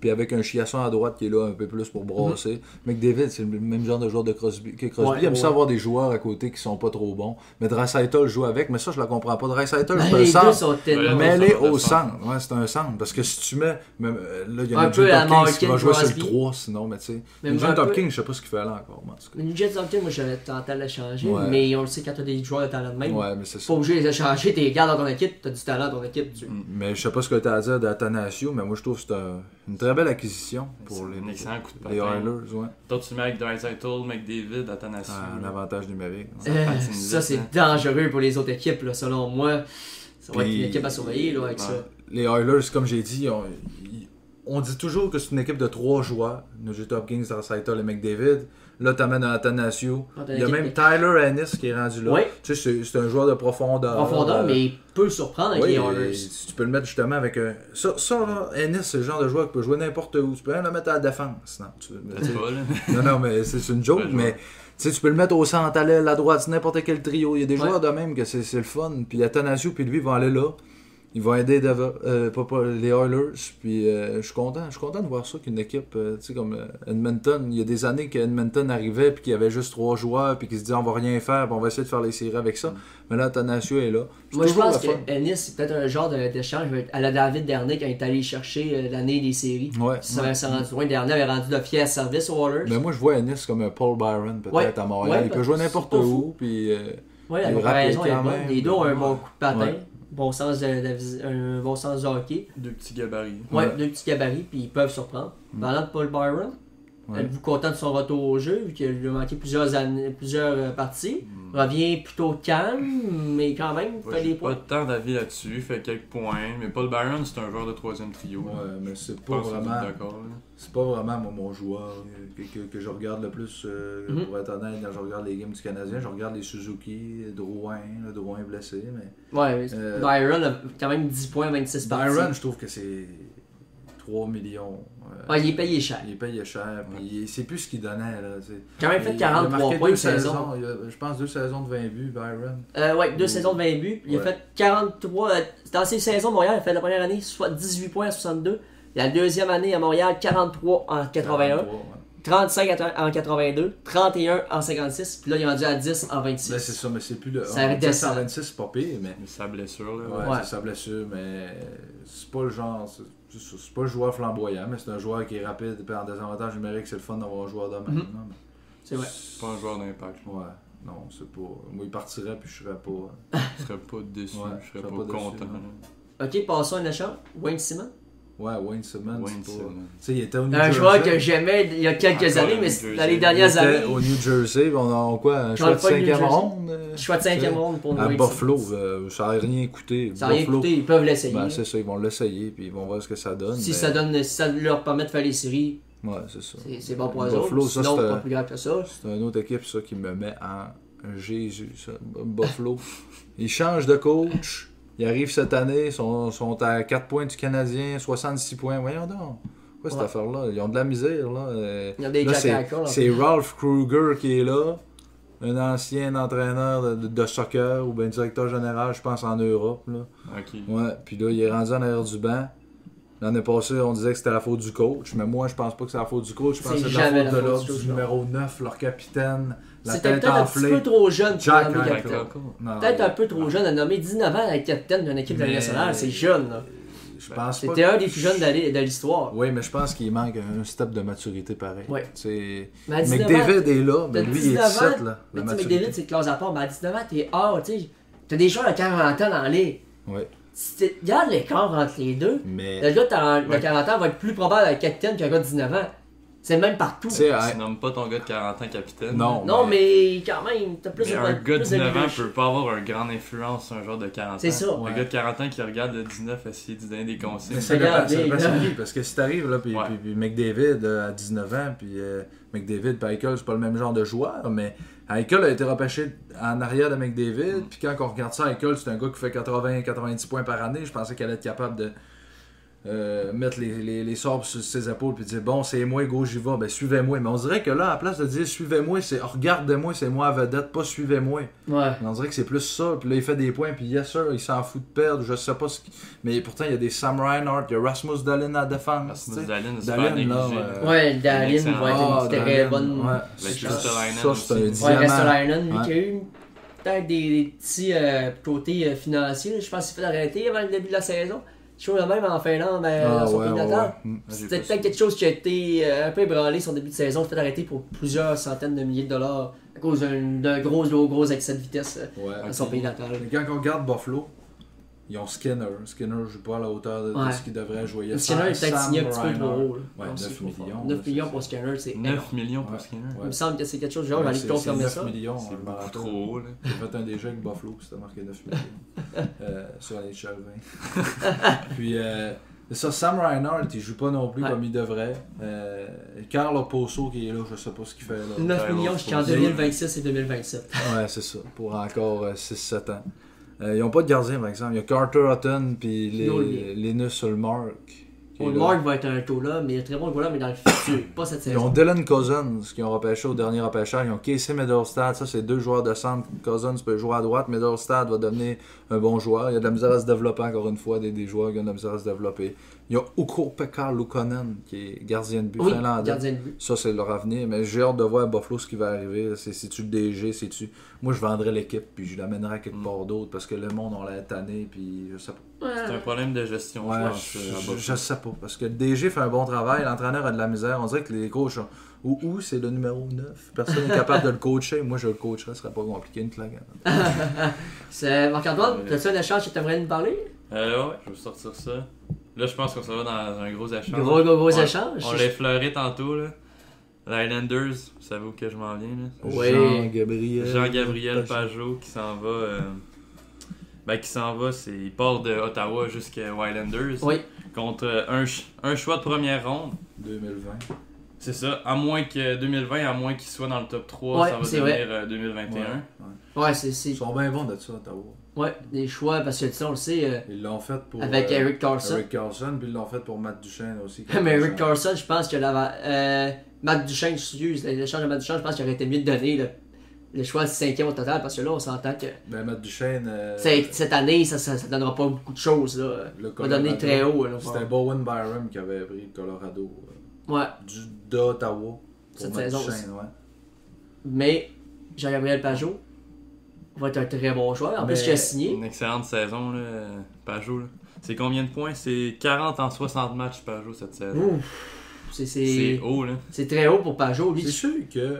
Speaker 1: puis avec un chiasson à droite qui est là un peu plus
Speaker 3: Mhm.
Speaker 1: pour brasser. McDavid, c'est le même genre de joueur de Crosby, que Crosby.
Speaker 3: Ouais,
Speaker 1: il aime ça
Speaker 3: ouais.
Speaker 1: avoir des joueurs à côté qui sont pas trop bons. Mais Draisaitl joue avec, mais ça, je la comprends pas. Draisaitl,
Speaker 3: Ben,
Speaker 1: c'est un
Speaker 3: les deux
Speaker 1: centre.
Speaker 3: sont énormes.
Speaker 2: Mais-
Speaker 1: Mêlé
Speaker 2: Au centre,
Speaker 1: au
Speaker 2: au
Speaker 1: centre. Ouais, c'est un centre. Parce que si tu mets. même, euh, là, il y a
Speaker 3: Un
Speaker 1: Nugent
Speaker 3: peu à
Speaker 1: Hopkins qui
Speaker 3: Malkin,
Speaker 1: va jouer sur
Speaker 3: Crosby.
Speaker 1: le 3, sinon, mais tu sais.
Speaker 3: Même
Speaker 1: Nugent
Speaker 3: un peu.
Speaker 1: Hopkins, je sais pas ce qu'il fait là encore, mais en tout cas.
Speaker 3: Mais Le Jets Hopkins, moi, j'avais tenté de le changer,
Speaker 1: Ouais.
Speaker 3: mais on le sait, quand t'as des joueurs de talent de même,
Speaker 1: Ouais, mais c'est ça.
Speaker 3: faut obligé de les échanger, t'es les gardes dans ton équipe, t'as du talent dans ton équipe. Tu...
Speaker 1: Mais je sais pas ce que t'as à dire d'Athanasio, mais moi je trouve que c'est un, Une très belle acquisition
Speaker 2: C'est
Speaker 1: pour les,
Speaker 2: un excellent coup de
Speaker 1: les
Speaker 2: patin.
Speaker 1: Oilers, ouais.
Speaker 2: Toi, tu mets avec Dreisaitl, McDavid, Athanasiou.
Speaker 1: Ah, un avantage numérique. ouais.
Speaker 3: Euh,
Speaker 2: patine
Speaker 3: ça,
Speaker 2: vite,
Speaker 3: c'est
Speaker 2: hein.
Speaker 3: dangereux pour les autres équipes, là, selon moi. Ça va être
Speaker 1: Puis-
Speaker 3: une équipe à surveiller là, avec ça.
Speaker 1: Les Oilers, comme j'ai dit, on, ils- on dit toujours que c'est une équipe de trois joueurs. Nugent Hopkins, Arsaitol et McDavid. Là, t'amènes un Athanasio.
Speaker 3: Ah, t'as
Speaker 1: Il y a
Speaker 3: une
Speaker 1: même
Speaker 3: équipe-
Speaker 1: Tyler Ennis qui est rendu là.
Speaker 3: Oui.
Speaker 1: Tu sais, c'est- c'est un joueur de profondeur.
Speaker 3: Profondeur,
Speaker 1: Euh,
Speaker 3: mais il peut surprendre avec
Speaker 1: oui,
Speaker 3: les
Speaker 1: et
Speaker 3: Oilers.
Speaker 1: tu peux le mettre justement avec un. Ça, ça là, Ennis, c'est le genre de joueur qui peut jouer n'importe où. Tu peux même le mettre à la défense. Non, tu-
Speaker 2: Peut-être
Speaker 3: [LAUGHS]
Speaker 2: pas,
Speaker 1: non,
Speaker 2: là. [LAUGHS]
Speaker 1: non, mais c'est c'est une joke,
Speaker 2: Belle
Speaker 1: mais
Speaker 2: joie.
Speaker 1: tu sais, tu peux le mettre au centre, à l'aile, à droite, c'est n'importe quel trio. Il y a des
Speaker 3: Ouais.
Speaker 1: joueurs de même que c'est c'est le fun. Puis Athanasio, puis lui, vont aller là. Ils vont aider Deva- euh, pas- pas- les Oilers. Puis euh, je suis content. Je suis content de voir ça qu'une équipe, euh, tu sais, comme euh, Edmonton. Il y a des années qu'Edmonton arrivait, puis qu'il y avait juste trois joueurs, puis qu'ils se disaient on va rien faire, puis on va essayer de faire les séries avec ça. Mais là, Athanasio est là. C'est
Speaker 3: Mm. Moi, je
Speaker 1: toujours
Speaker 3: pense
Speaker 1: le fun.
Speaker 3: que Ennis, c'est peut-être un genre de- d'échange à la David Dernier quand il est allé chercher euh, l'année des séries.
Speaker 1: Ouais, Ben,
Speaker 3: Ça va s'en rendre loin. Dernier avait rendu de fier service aux Oilers.
Speaker 1: Mais moi, je vois Ennis comme un Paul Byron, peut-être,
Speaker 3: Ouais.
Speaker 1: à Montréal.
Speaker 3: Ouais,
Speaker 1: il peut
Speaker 3: parce
Speaker 1: jouer
Speaker 3: que
Speaker 1: n'importe
Speaker 3: c'est pas
Speaker 1: où,
Speaker 3: fou.
Speaker 1: puis. euh,
Speaker 3: Ouais, la
Speaker 1: Il est
Speaker 3: comparaison
Speaker 1: rapide
Speaker 3: est
Speaker 1: quand
Speaker 3: bonne.
Speaker 1: même.
Speaker 3: Les deux ont un bon coup de patin,
Speaker 1: Ouais.
Speaker 3: bon sens de, la vis- un bon sens de hockey.
Speaker 2: Deux petits gabarits.
Speaker 3: Ouais,
Speaker 1: Ouais. Mm.
Speaker 3: deux petits gabarits, puis ils peuvent surprendre. Parlant de Paul Byron,
Speaker 1: Ouais.
Speaker 3: êtes-vous content de son retour au jeu, vu qu'il lui a manqué plusieurs, années, plusieurs euh, parties
Speaker 1: Mm.
Speaker 3: Revient plutôt calme, mais quand même,
Speaker 2: Moi,
Speaker 3: fait
Speaker 2: j'ai
Speaker 3: des
Speaker 2: pas
Speaker 3: points.
Speaker 2: tant d'avis là-dessus, fait quelques points. Mais Paul Byron, c'est un joueur de troisième trio.
Speaker 1: ouais, mais c'est
Speaker 2: Je
Speaker 1: pas
Speaker 2: pense qu'on est
Speaker 1: vraiment.
Speaker 2: d'accord, là.
Speaker 1: C'est pas vraiment moi, mon joueur euh, que, que- que je regarde le plus, euh,
Speaker 3: Mhm.
Speaker 1: pour être honnête, quand je regarde les games du Canadien, je regarde les Suzuki, Drouin, le Drouin est blessé, mais...
Speaker 3: Ouais, mais
Speaker 1: Euh,
Speaker 3: Byron a quand même 10 points en 26 parties.
Speaker 1: Byron, je trouve que c'est 3 millions. euh,
Speaker 3: Ouais, il est payé cher.
Speaker 1: Il est payé cher, puis il- c'est plus ce qu'il donnait, là, tu sais.
Speaker 3: Quand même fait
Speaker 1: Il- il a
Speaker 3: 43
Speaker 1: marqué
Speaker 3: points
Speaker 1: deux
Speaker 3: une saison.
Speaker 1: saisons, il a, je pense deux saisons de 20 buts, Byron.
Speaker 3: Euh, ouais, deux
Speaker 1: Mm.
Speaker 3: saisons de 20 buts. Il a
Speaker 1: Ouais.
Speaker 3: fait 43. euh, Dans ses saisons, Montréal a fait la première année soit 18 points à 62. La deuxième année à Montréal, 43 en 81,
Speaker 1: 43, ouais.
Speaker 3: 35 à- en 82, 31 en 56, puis là il est rendu à 10 en
Speaker 1: Là,
Speaker 3: 26.
Speaker 1: Ben, c'est ça, mais c'est plus le...
Speaker 3: Ça
Speaker 1: 126,
Speaker 3: redescend.
Speaker 1: 126, c'est pas pire, mais...
Speaker 2: Mais sa blessure, là.
Speaker 1: Ouais,
Speaker 3: Ouais.
Speaker 1: c'est sa blessure, mais c'est pas le genre. c'est- C'est c'est pas le joueur flamboyant, mais c'est un joueur qui est rapide. Puis en désavantage numérique, c'est le fun d'avoir un joueur de même.
Speaker 3: Mhm.
Speaker 1: là,
Speaker 3: C'est vrai.
Speaker 2: C'est pas un joueur d'impact.
Speaker 1: mais- Ouais, non, c'est pas. Moi, il partirait, puis je serais pas.
Speaker 2: Je serais pas déçu,
Speaker 1: Ouais,
Speaker 2: je serais
Speaker 1: je
Speaker 2: pas,
Speaker 1: serais pas déçu,
Speaker 2: content.
Speaker 1: non.
Speaker 2: là.
Speaker 3: Ok, passons à un échange. Wayne Simon.
Speaker 1: Ouais, Wayne Simmons,
Speaker 2: Wayne
Speaker 1: c'est pas.
Speaker 2: Simmons.
Speaker 1: Tu sais, il était au New
Speaker 3: Un
Speaker 1: Jersey.
Speaker 3: joueur que j'aimais il y a quelques
Speaker 2: Encore
Speaker 3: années,
Speaker 2: un
Speaker 3: mais
Speaker 2: New
Speaker 3: dans les
Speaker 2: Jersey.
Speaker 1: Il
Speaker 3: dernières
Speaker 1: était
Speaker 3: années,
Speaker 1: au New Jersey, on a en quoi Un choix
Speaker 3: parle
Speaker 1: de
Speaker 3: pas de New
Speaker 1: 5e
Speaker 3: Jersey.
Speaker 1: ronde euh,
Speaker 3: je suis de 5
Speaker 1: tu sais,
Speaker 3: ronde pour
Speaker 1: À
Speaker 3: Wayne
Speaker 1: Buffalo,
Speaker 3: Simon.
Speaker 1: euh, ça n'a rien coûté.
Speaker 3: Ça n'a rien
Speaker 1: Buffalo,
Speaker 3: coûté, ils peuvent l'essayer.
Speaker 1: ben, c'est ça, ils vont l'essayer, puis ils vont voir ce que ça donne.
Speaker 3: si,
Speaker 1: mais-
Speaker 3: ça donne, si ça leur permet de faire les séries,
Speaker 1: Ouais, c'est ça.
Speaker 3: c'est- c'est bon pour eux
Speaker 1: Buffalo,
Speaker 3: autres.
Speaker 1: ça,
Speaker 3: Sinon,
Speaker 1: c'est
Speaker 3: pas
Speaker 1: un-
Speaker 3: plus grave que ça.
Speaker 1: C'est une autre équipe, ça, qui me met en Jésus, ça.
Speaker 3: [LAUGHS]
Speaker 1: Buffalo. Ils changent de coach. Ils arrivent cette année. Ils sont, sont à 4 points du Canadien, 66 points. Voyons donc. Quoi, cette
Speaker 3: Ouais.
Speaker 1: affaire-là? Ils ont de la misère, là. Euh,
Speaker 3: Il y a des
Speaker 1: là,
Speaker 3: Jack
Speaker 1: c'est-
Speaker 3: Eichel, en
Speaker 1: C'est Ralph Kruger qui est là. Un ancien entraîneur de, de- de soccer ou bien directeur général, je pense, en Europe, là.
Speaker 2: Ok.
Speaker 1: Ouais, puis là, il est rendu en arrière du banc. L'année passée, on disait que c'était la faute du coach, mais moi, je pense pas que c'est la faute du coach. Je pense
Speaker 3: C'est
Speaker 1: que c'est la
Speaker 3: jamais
Speaker 1: faute de
Speaker 3: la faute du
Speaker 1: l'ordre
Speaker 3: coach,
Speaker 1: du
Speaker 3: non.
Speaker 1: numéro 9, leur capitaine, la
Speaker 3: C'était
Speaker 1: tête
Speaker 3: peut-être un petit peu
Speaker 1: enflée.
Speaker 3: trop jeune pour
Speaker 1: Jack hein,
Speaker 3: nommer
Speaker 1: Eichel.
Speaker 3: capitaine.
Speaker 1: Non,
Speaker 3: Peut-être un peu trop jeune à nommer 19 ans être capitaine d'une équipe de la
Speaker 1: Mais-
Speaker 3: nationale, c'est jeune. là.
Speaker 1: Je pense pas.
Speaker 3: C'était un des plus jeunes de de l'histoire.
Speaker 1: Oui, mais je pense qu'il manque un step de maturité pareil.
Speaker 3: Ouais.
Speaker 1: C'est...
Speaker 3: Mais à 19 ans,
Speaker 1: McDavid est là, mais
Speaker 3: t'as
Speaker 1: lui, il est
Speaker 3: 19 ans,
Speaker 1: 17, là.
Speaker 3: mais
Speaker 1: La
Speaker 3: tu sais, McDavid,
Speaker 1: maturité.
Speaker 3: c'est classe à part, mais à 19 ans, t'es hors, tu sais. T'as des joueurs de 40 ans dans la ligue.
Speaker 1: Ouais.
Speaker 3: Si t'es- Regarde l'écart entre les deux. Le
Speaker 1: Mais,
Speaker 3: gars de ta- de
Speaker 2: Ouais.
Speaker 3: 40 ans va être plus probable à capitaine qu'un gars de 19 ans. C'est le même partout.
Speaker 1: tu sais,
Speaker 2: Tu
Speaker 1: à-
Speaker 2: nommes pas ton gars de 40 ans capitaine.
Speaker 1: Non.
Speaker 3: Non, mais quand même, t'as plus
Speaker 2: Mais un gars de
Speaker 3: plus
Speaker 2: 19 ans
Speaker 3: leadership.
Speaker 2: peut pas avoir un grand influence sur un joueur de 40 ans.
Speaker 3: C'est ça.
Speaker 2: Un
Speaker 1: Ouais.
Speaker 2: gars de 40 ans qui regarde le 19 essayer de lui donner des
Speaker 1: Mais
Speaker 2: consignes.
Speaker 1: ça dépend,
Speaker 3: Regarde,
Speaker 1: ça dépend
Speaker 3: les
Speaker 1: c'est
Speaker 3: gars.
Speaker 1: qui, parce que si t'arrives là, puis,
Speaker 2: Ouais.
Speaker 1: puis, puis McDavid euh, à 19 ans, puis euh, McDavid et Eichel, c'est pas le même genre de joueur, mais Eichel a été repêché en arrière de McDavid, puis quand on regarde ça, Eichel, c'est un gars qui fait 80-90 points par année, je pensais qu'elle allait être capable de euh, mettre les, les, les sabres sur ses épaules, puis dire « Bon, c'est moi, go, j'y vais, ben suivez-moi », mais on dirait que là, à la place de dire « Suivez-moi », c'est « Regardez-moi, c'est moi à vedette, pas suivez-moi ».
Speaker 3: Ouais.
Speaker 1: On dirait que c'est plus ça. Puis là, il fait des points. Puis yes, sir, il s'en fout de perdre. Je sais pas ce qui... Mais pourtant, il y a des Sam Reinhardt. Il y a Rasmus Dallin à défense.
Speaker 2: Rasmus
Speaker 1: tu sais.
Speaker 2: Dallin, c'est
Speaker 1: Dallin,
Speaker 2: pas négligé.
Speaker 1: là, euh,
Speaker 2: là.
Speaker 1: ouais.
Speaker 3: Ouais, Darlene
Speaker 2: Euh, Excellent.
Speaker 3: va être
Speaker 1: Ah,
Speaker 3: une très
Speaker 1: Dallin,
Speaker 3: bonne.
Speaker 1: ouais.
Speaker 2: Avec
Speaker 1: Ça,
Speaker 2: Ristolainen
Speaker 1: ça, c'est un
Speaker 2: aussi.
Speaker 3: Ouais,
Speaker 1: diamant.
Speaker 3: Restolainen, lui
Speaker 1: Ouais.
Speaker 3: qui a eu peut-être des, des petits euh, côtés euh, financiers. là. Je pense qu'il s'est fait arrêter avant le début de la saison. Je trouve le même en Finlande, euh,
Speaker 1: Ah,
Speaker 3: dans son
Speaker 1: ouais,
Speaker 3: pays
Speaker 1: ouais,
Speaker 3: natal.
Speaker 1: ouais. Mm.
Speaker 2: J'ai
Speaker 3: C'était
Speaker 2: pas
Speaker 3: peut-être
Speaker 2: su.
Speaker 3: quelque chose qui a été euh, un peu ébranlé son début de saison. Il s'est fait arrêter pour plusieurs centaines de milliers de dollars à cause d'un d'un gros, gros, gros excès de vitesse euh,
Speaker 1: Ouais.
Speaker 3: dans son pays natal.
Speaker 1: Mais quand on regarde Buffalo, Ils ont Skinner. Skinner joue pas à la hauteur de, de
Speaker 3: Ouais.
Speaker 1: ce qu'il devrait jouer. Il
Speaker 3: Skinner est peut-être signé un petit peu trop haut. là.
Speaker 1: Ouais,
Speaker 3: Non,
Speaker 1: 9
Speaker 3: c'est trop fort.
Speaker 1: millions,
Speaker 3: 9
Speaker 1: là,
Speaker 3: millions
Speaker 1: c'est
Speaker 3: pour Skinner, c'est énorme.
Speaker 2: 9 millions pour
Speaker 1: Ouais.
Speaker 2: Skinner.
Speaker 1: Ouais.
Speaker 3: Il me semble que c'est quelque chose, genre, j'allais confirmer
Speaker 1: 9
Speaker 3: ça.
Speaker 1: millions,
Speaker 2: C'est
Speaker 1: je me
Speaker 2: beaucoup
Speaker 1: rappelle.
Speaker 2: trop haut, là.
Speaker 1: J'ai fait un déjà avec Buffalo, puis c'était marqué 9 millions euh, sur les 20. puis, euh, ça, Sam Reinhardt, il joue pas non plus
Speaker 3: Ouais.
Speaker 1: comme il devrait. Euh, Carl Oposo qui est là, je sais pas ce qu'il fait là.
Speaker 3: 9
Speaker 2: Ouais,
Speaker 3: millions
Speaker 2: bon,
Speaker 3: jusqu'en
Speaker 2: faut dire.
Speaker 3: 2026 et 2027.
Speaker 1: Ouais, c'est ça, pour encore 6-7 ans. Euh, ils ont pas de gardien, par exemple. Il y a Carter Hutton, puis
Speaker 3: Lollier.
Speaker 1: les- Linus Ulmark. qui est
Speaker 3: Bon,
Speaker 1: là.
Speaker 3: Mark va être un taux là, mais un très bon là, mais dans le futur,
Speaker 1: [COUGHS]
Speaker 3: pas cette
Speaker 1: Ils ont
Speaker 3: saison.
Speaker 1: Dylan Cousins qui ont repêché au dernier repêchage. Ils ont Casey Middlestad. Ça, c'est deux joueurs de centre. Cousins peut jouer à droite. Middlestad va devenir un bon joueur. Il y a de la misère à se développer, encore une fois, des, des joueurs qui ont de la misère à se développer. Il y a Uko Pekka Lukonen qui est gardien de but
Speaker 3: Oui,
Speaker 1: finlandais.
Speaker 3: gardien de but.
Speaker 1: Ça, c'est leur avenir. Mais j'ai hâte de voir à Buffalo ce qui va arriver. C'est si tu le DG, si tu. Moi, je vendrais l'équipe puis je l'amènerais à quelque
Speaker 3: Mm.
Speaker 1: part d'autre parce que le monde, on l'a tanné. Puis je sais pas.
Speaker 2: C'est un problème de gestion,
Speaker 1: Ouais,
Speaker 2: je pense.
Speaker 1: je,
Speaker 2: euh, à
Speaker 1: je-
Speaker 2: Buffalo.
Speaker 1: je sais pas. Parce que le DG fait un bon travail, l'entraîneur a de la misère. On dirait que les coachs ont. Ou, ou c'est le numéro 9. Personne n'est capable de le coacher. Moi, je le coacherais, ce serait pas compliqué, une claque.
Speaker 3: C'est Marc-Antoine,
Speaker 2: Ouais.
Speaker 3: t'as-tu un échange que t'aimerais nous parler?
Speaker 2: Euh, ouais, je vais vous sortir ça. Là, je pense qu'on s'en va dans un gros échange.
Speaker 3: Gros, gros, gros
Speaker 2: On-
Speaker 3: échange.
Speaker 2: On l'a effleuré tantôt, là. L'Highlanders, vous savez où que je m'en viens, là.
Speaker 3: Ouais.
Speaker 1: Jean-Gabriel.
Speaker 2: Jean-Gabriel
Speaker 1: Pajot.
Speaker 2: Pajot qui s'en va. euh, ben, qui s'en va, c'est, il part de Ottawa jusqu'à Highlanders.
Speaker 3: Oui,
Speaker 2: Contre euh, un, ch- un choix de première ronde.
Speaker 1: 2020.
Speaker 2: C'est ça, à moins que 2020, à moins qu'il soit dans le top 3,
Speaker 3: Ouais,
Speaker 2: ça va
Speaker 3: c'est
Speaker 2: devenir
Speaker 3: vrai.
Speaker 2: euh, 2021.
Speaker 1: Ouais.
Speaker 3: ouais, c'est- c'est
Speaker 1: Ils sont bien bons de ça, Ottawa.
Speaker 3: ouais, des choix, parce que tu sais, on le sait, euh,
Speaker 1: Ils l'ont fait pour.
Speaker 3: avec
Speaker 1: euh,
Speaker 3: Eric Carlson.
Speaker 1: Eric Carlson, puis ils l'ont fait pour Matt Duchesne aussi.
Speaker 3: [LAUGHS] Mais Eric Carlson, je pense que l'avant. Euh, Matt Duchesne, excuse, l'échange de Matt Duchesne, je pense qu'il aurait été mieux de donner le, le choix du cinquième au total, parce que là, on s'entend que
Speaker 1: Ben, Matt Duchesne. euh,
Speaker 3: cette cette année, ça, ça, ça donnera pas beaucoup de choses. Là.
Speaker 1: le
Speaker 3: On va donner
Speaker 1: Colorado.
Speaker 3: très haut. Là, on
Speaker 1: C'était
Speaker 3: va-
Speaker 1: Bowen Byram qui avait pris le Colorado euh,
Speaker 3: Ouais,
Speaker 1: du d'Ottawa. pour
Speaker 3: Cette
Speaker 1: Matt
Speaker 3: saison
Speaker 1: Duchesne, ouais.
Speaker 3: mais Jean-Gabriel Pajot va être un très bon joueur. En
Speaker 1: Mais-
Speaker 3: plus, il a signé.
Speaker 2: Une excellente saison, là, euh, Pajot. là. C'est combien de points C'est 40 en 60 matchs, Pajot, cette saison.
Speaker 3: Ouf, c'est-
Speaker 2: C'est
Speaker 3: c'est
Speaker 2: haut, là.
Speaker 3: c'est très haut pour Pajot.
Speaker 1: C'est
Speaker 3: Lui,
Speaker 1: sûr que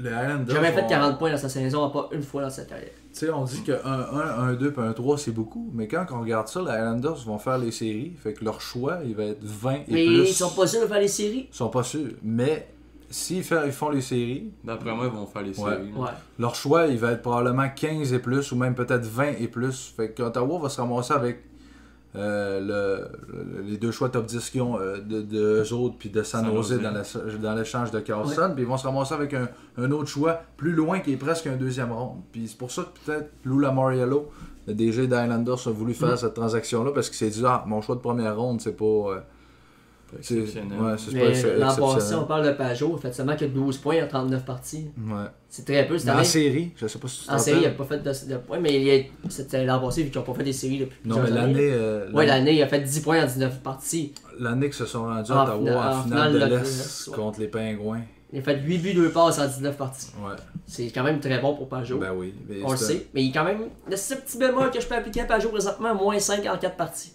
Speaker 1: les Highlanders.
Speaker 3: jamais fait
Speaker 1: ont-
Speaker 3: 40 points dans sa saison, pas une fois dans sa carrière.
Speaker 1: Tu sais, on dit que 1-1, 1-2 puis 1-3, c'est beaucoup. Mais quand on regarde ça, les Highlanders vont faire les séries. Fait que leur choix, il va être 20 et
Speaker 3: Mais
Speaker 1: plus.
Speaker 3: ils sont pas sûrs de faire les séries.
Speaker 1: Ils sont pas sûrs. Mais s'ils fa- ils font les séries,
Speaker 2: D'après moi, ils vont faire les
Speaker 1: Ouais.
Speaker 2: séries. là.
Speaker 3: Ouais.
Speaker 1: leur choix, il va être probablement 15 et plus ou même peut-être 20 et plus. Fait qu'Ottawa va se ramasser avec euh, le- le- les deux choix top 10 qu'ils ont euh, de, de eux autres puis de San
Speaker 2: San
Speaker 1: Jose
Speaker 2: Jose.
Speaker 1: dans la- dans l'échange de Carlson. Puis ils vont se ramasser avec un, un autre choix plus loin qui est presque un deuxième round. Puis c'est pour ça que peut-être Lou Lamoriello, le DG d'Islanders, a voulu
Speaker 3: Mm-hmm.
Speaker 1: faire cette transaction-là parce qu'il s'est dit Ah, mon choix de première ronde, c'est pas. euh, c'est-
Speaker 2: exceptionnel.
Speaker 1: ouais, c'est pas
Speaker 3: Mais l'an passé,
Speaker 1: exceptionnel.
Speaker 3: on parle de Pajot, il fait seulement que 12 points en 39 parties.
Speaker 1: Ouais.
Speaker 3: C'est très peu cette
Speaker 1: Mais en
Speaker 3: année.
Speaker 1: série, je sais pas si tu te
Speaker 3: En série, il n'a
Speaker 1: rappelles.
Speaker 3: pas fait de, de points, mais il a- c'était l'an passé, vu qu'ils n'ont pas fait des séries depuis
Speaker 1: Non,
Speaker 3: plusieurs
Speaker 1: mais
Speaker 3: années.
Speaker 1: l'année. euh,
Speaker 3: Ouais, l'année, il a fait 10 points en 19 parties.
Speaker 1: L'année que se sont rendus
Speaker 3: En
Speaker 1: à Ottawa
Speaker 3: finale- en
Speaker 1: en finale de
Speaker 3: finale de la
Speaker 1: l'Est
Speaker 3: Coupe, ouais.
Speaker 1: contre les Pingouins.
Speaker 3: Il a fait 8 buts, 2 passes en 19 parties.
Speaker 1: Ouais.
Speaker 3: C'est quand même très bon pour Pajot.
Speaker 1: Ben oui. mais
Speaker 3: On le
Speaker 1: c'est un-
Speaker 3: sait. Mais il est quand même. Le ce petit bémol que je peux appliquer à Pajot présentement, moins 5 en 4 parties.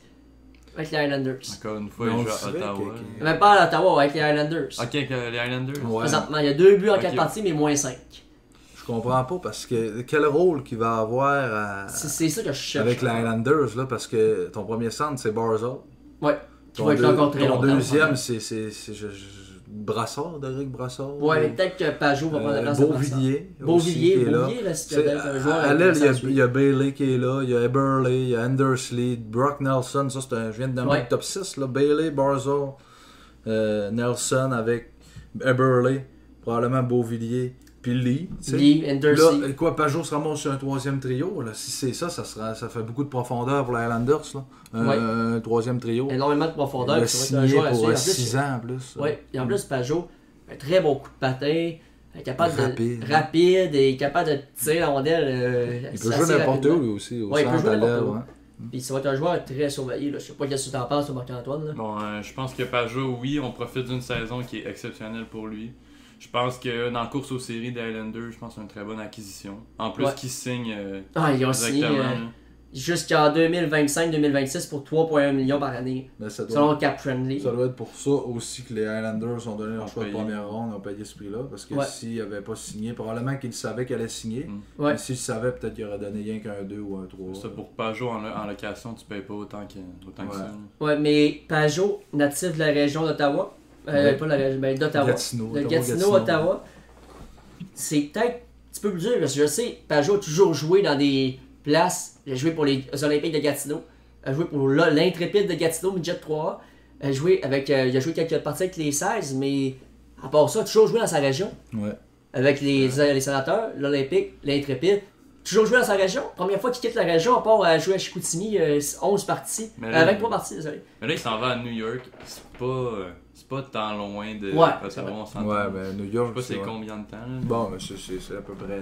Speaker 3: Avec les Highlanders.
Speaker 2: Encore une fois,
Speaker 1: Mais on
Speaker 2: ils
Speaker 1: le
Speaker 2: jouent à
Speaker 1: savait
Speaker 2: Ottawa.
Speaker 1: que- que-
Speaker 3: Même pas à Ottawa, avec les Highlanders.
Speaker 2: Ok, avec euh, les Highlanders.
Speaker 1: Ouais.
Speaker 3: Présentement, il y a 2 buts en
Speaker 2: Ok.
Speaker 3: 4 parties, mais moins 5.
Speaker 1: Je comprends pas parce que quel rôle qu'il va avoir à-
Speaker 3: C'est c'est ça que je cherche.
Speaker 1: avec les Highlanders là parce que ton premier centre c'est Barzal.
Speaker 3: Ouais. Qui
Speaker 1: Ton,
Speaker 3: va être
Speaker 1: deux-
Speaker 3: là encore très
Speaker 1: ton
Speaker 3: longtemps.
Speaker 1: deuxième c'est c'est- c'est- je- je- Brassard, Derek Brassard.
Speaker 3: Ouais, mais peut-être que Pajot va prendre la
Speaker 1: Euh,
Speaker 3: place de Brassard.
Speaker 1: Beauvillier. aussi,
Speaker 3: Beauvillier,
Speaker 1: qui est là.
Speaker 3: Beauvillier reste
Speaker 1: Tu sais,
Speaker 3: bel- un joueur
Speaker 1: à l'aile,
Speaker 3: intéressant
Speaker 1: il y a-
Speaker 3: à suivre.
Speaker 1: il y, a Bailey qui est là, il y a Eberle, il y a Andersley, Brock Nelson, ça c'est un, je viens de nommer
Speaker 3: Ouais.
Speaker 1: le top 6, là, Bailey, Barzal, euh, Nelson avec Eberle, probablement Beauvillier, puis Lee. tu sais.
Speaker 3: Lee,
Speaker 1: Puis
Speaker 3: Anderson.
Speaker 1: Là, quoi, Pajot se ramasse sur un troisième trio. Là. Si c'est ça, ça, sera, ça fait beaucoup de profondeur pour les Highlanders. Là. Un, un troisième trio.
Speaker 3: énormément de
Speaker 1: Il
Speaker 3: profondeur.
Speaker 1: l'a
Speaker 3: puis ça va être
Speaker 1: signé
Speaker 3: à
Speaker 1: pour
Speaker 3: suivre.
Speaker 1: 6 ans en plus.
Speaker 3: En plus, ouais, et en plus, Pajot, un très bon coup de patin, est capable de-
Speaker 1: Rapide. hein.
Speaker 3: rapide et capable de tirer la rondelle. euh,
Speaker 1: Il
Speaker 3: assez
Speaker 1: peut jouer n'importe où
Speaker 3: rapidement.
Speaker 1: lui aussi, au
Speaker 3: Ouais, il peut
Speaker 1: centre
Speaker 3: jouer
Speaker 1: à l'aile.
Speaker 3: n'importe où.
Speaker 1: ouais.
Speaker 3: Puis ça va être un joueur très surveillé. Là. Je sais pas qu'est-ce que tu en penses, toi, Marc-Antoine. là.
Speaker 2: Bon, euh, je pense que Pajot, oui, on profite d'une saison qui est exceptionnelle pour lui. Je pense que dans la course aux séries des Highlanders, je pense que c'est une très bonne acquisition. En plus,
Speaker 3: Ouais.
Speaker 2: qui signe euh,
Speaker 3: Ah, ils ont signé.
Speaker 2: exactement.
Speaker 3: euh,
Speaker 2: là.
Speaker 3: jusqu'en 2025-2026 pour 3,1 millions par année,
Speaker 1: Mais Ben, ça doit,
Speaker 3: selon Cap Friendly.
Speaker 1: ça doit être pour ça aussi que les Highlanders ont donné leur
Speaker 2: Ont
Speaker 1: choix de
Speaker 2: payé.
Speaker 1: première ronde, ont payé ce prix-là. Parce que
Speaker 3: Ouais.
Speaker 1: s'ils n'avaient pas signé, probablement qu'ils savaient qu'elle allait signer.
Speaker 2: Mm.
Speaker 1: Mais
Speaker 3: Ouais.
Speaker 1: S'ils savaient, peut-être qu'ils auraient donné rien qu'un 2 ou un 3.
Speaker 2: Ça, pour Pajot en, en location, tu payes pas autant que, autant que
Speaker 1: Ouais.
Speaker 2: ça.
Speaker 3: Ouais, mais Pajot, natif de la région d'Ottawa, euh,
Speaker 1: Ouais.
Speaker 3: pas la région, ben d'Ottawa.
Speaker 1: Gatineau,
Speaker 3: De
Speaker 1: Ottawa,
Speaker 3: Gatineau,
Speaker 1: Gatineau.
Speaker 3: Ottawa. C'est peut-être un petit peu plus dur parce que je sais, Pajot a toujours joué dans des places. Il a joué pour les Olympiques de Gatineau, il a joué pour l'O- l'Intrépide de Gatineau, Midget 3A. Il a joué, avec, euh, il a joué quelques parties avec les 16, mais à part ça, toujours joué dans sa région.
Speaker 1: Ouais.
Speaker 3: Avec les, euh, les sénateurs, l'Olympique, l'Intrépide. Toujours joué dans sa région. Première fois qu'il quitte la région, à part à jouer à Chicoutimi, euh, 11 parties.
Speaker 2: Mais
Speaker 3: Euh,
Speaker 2: là,
Speaker 3: 23 parties, désolé.
Speaker 2: Mais là, il s'en va à New York. C'est pas, euh, c'est pas tant loin de
Speaker 3: Ouais, c'est vrai.
Speaker 2: Ottawa, on s'entend.
Speaker 1: Ouais, ben New York.
Speaker 2: Je sais pas c'est
Speaker 1: ouais.
Speaker 2: combien de temps. là.
Speaker 1: Bon, mais c'est- c'est c'est à peu près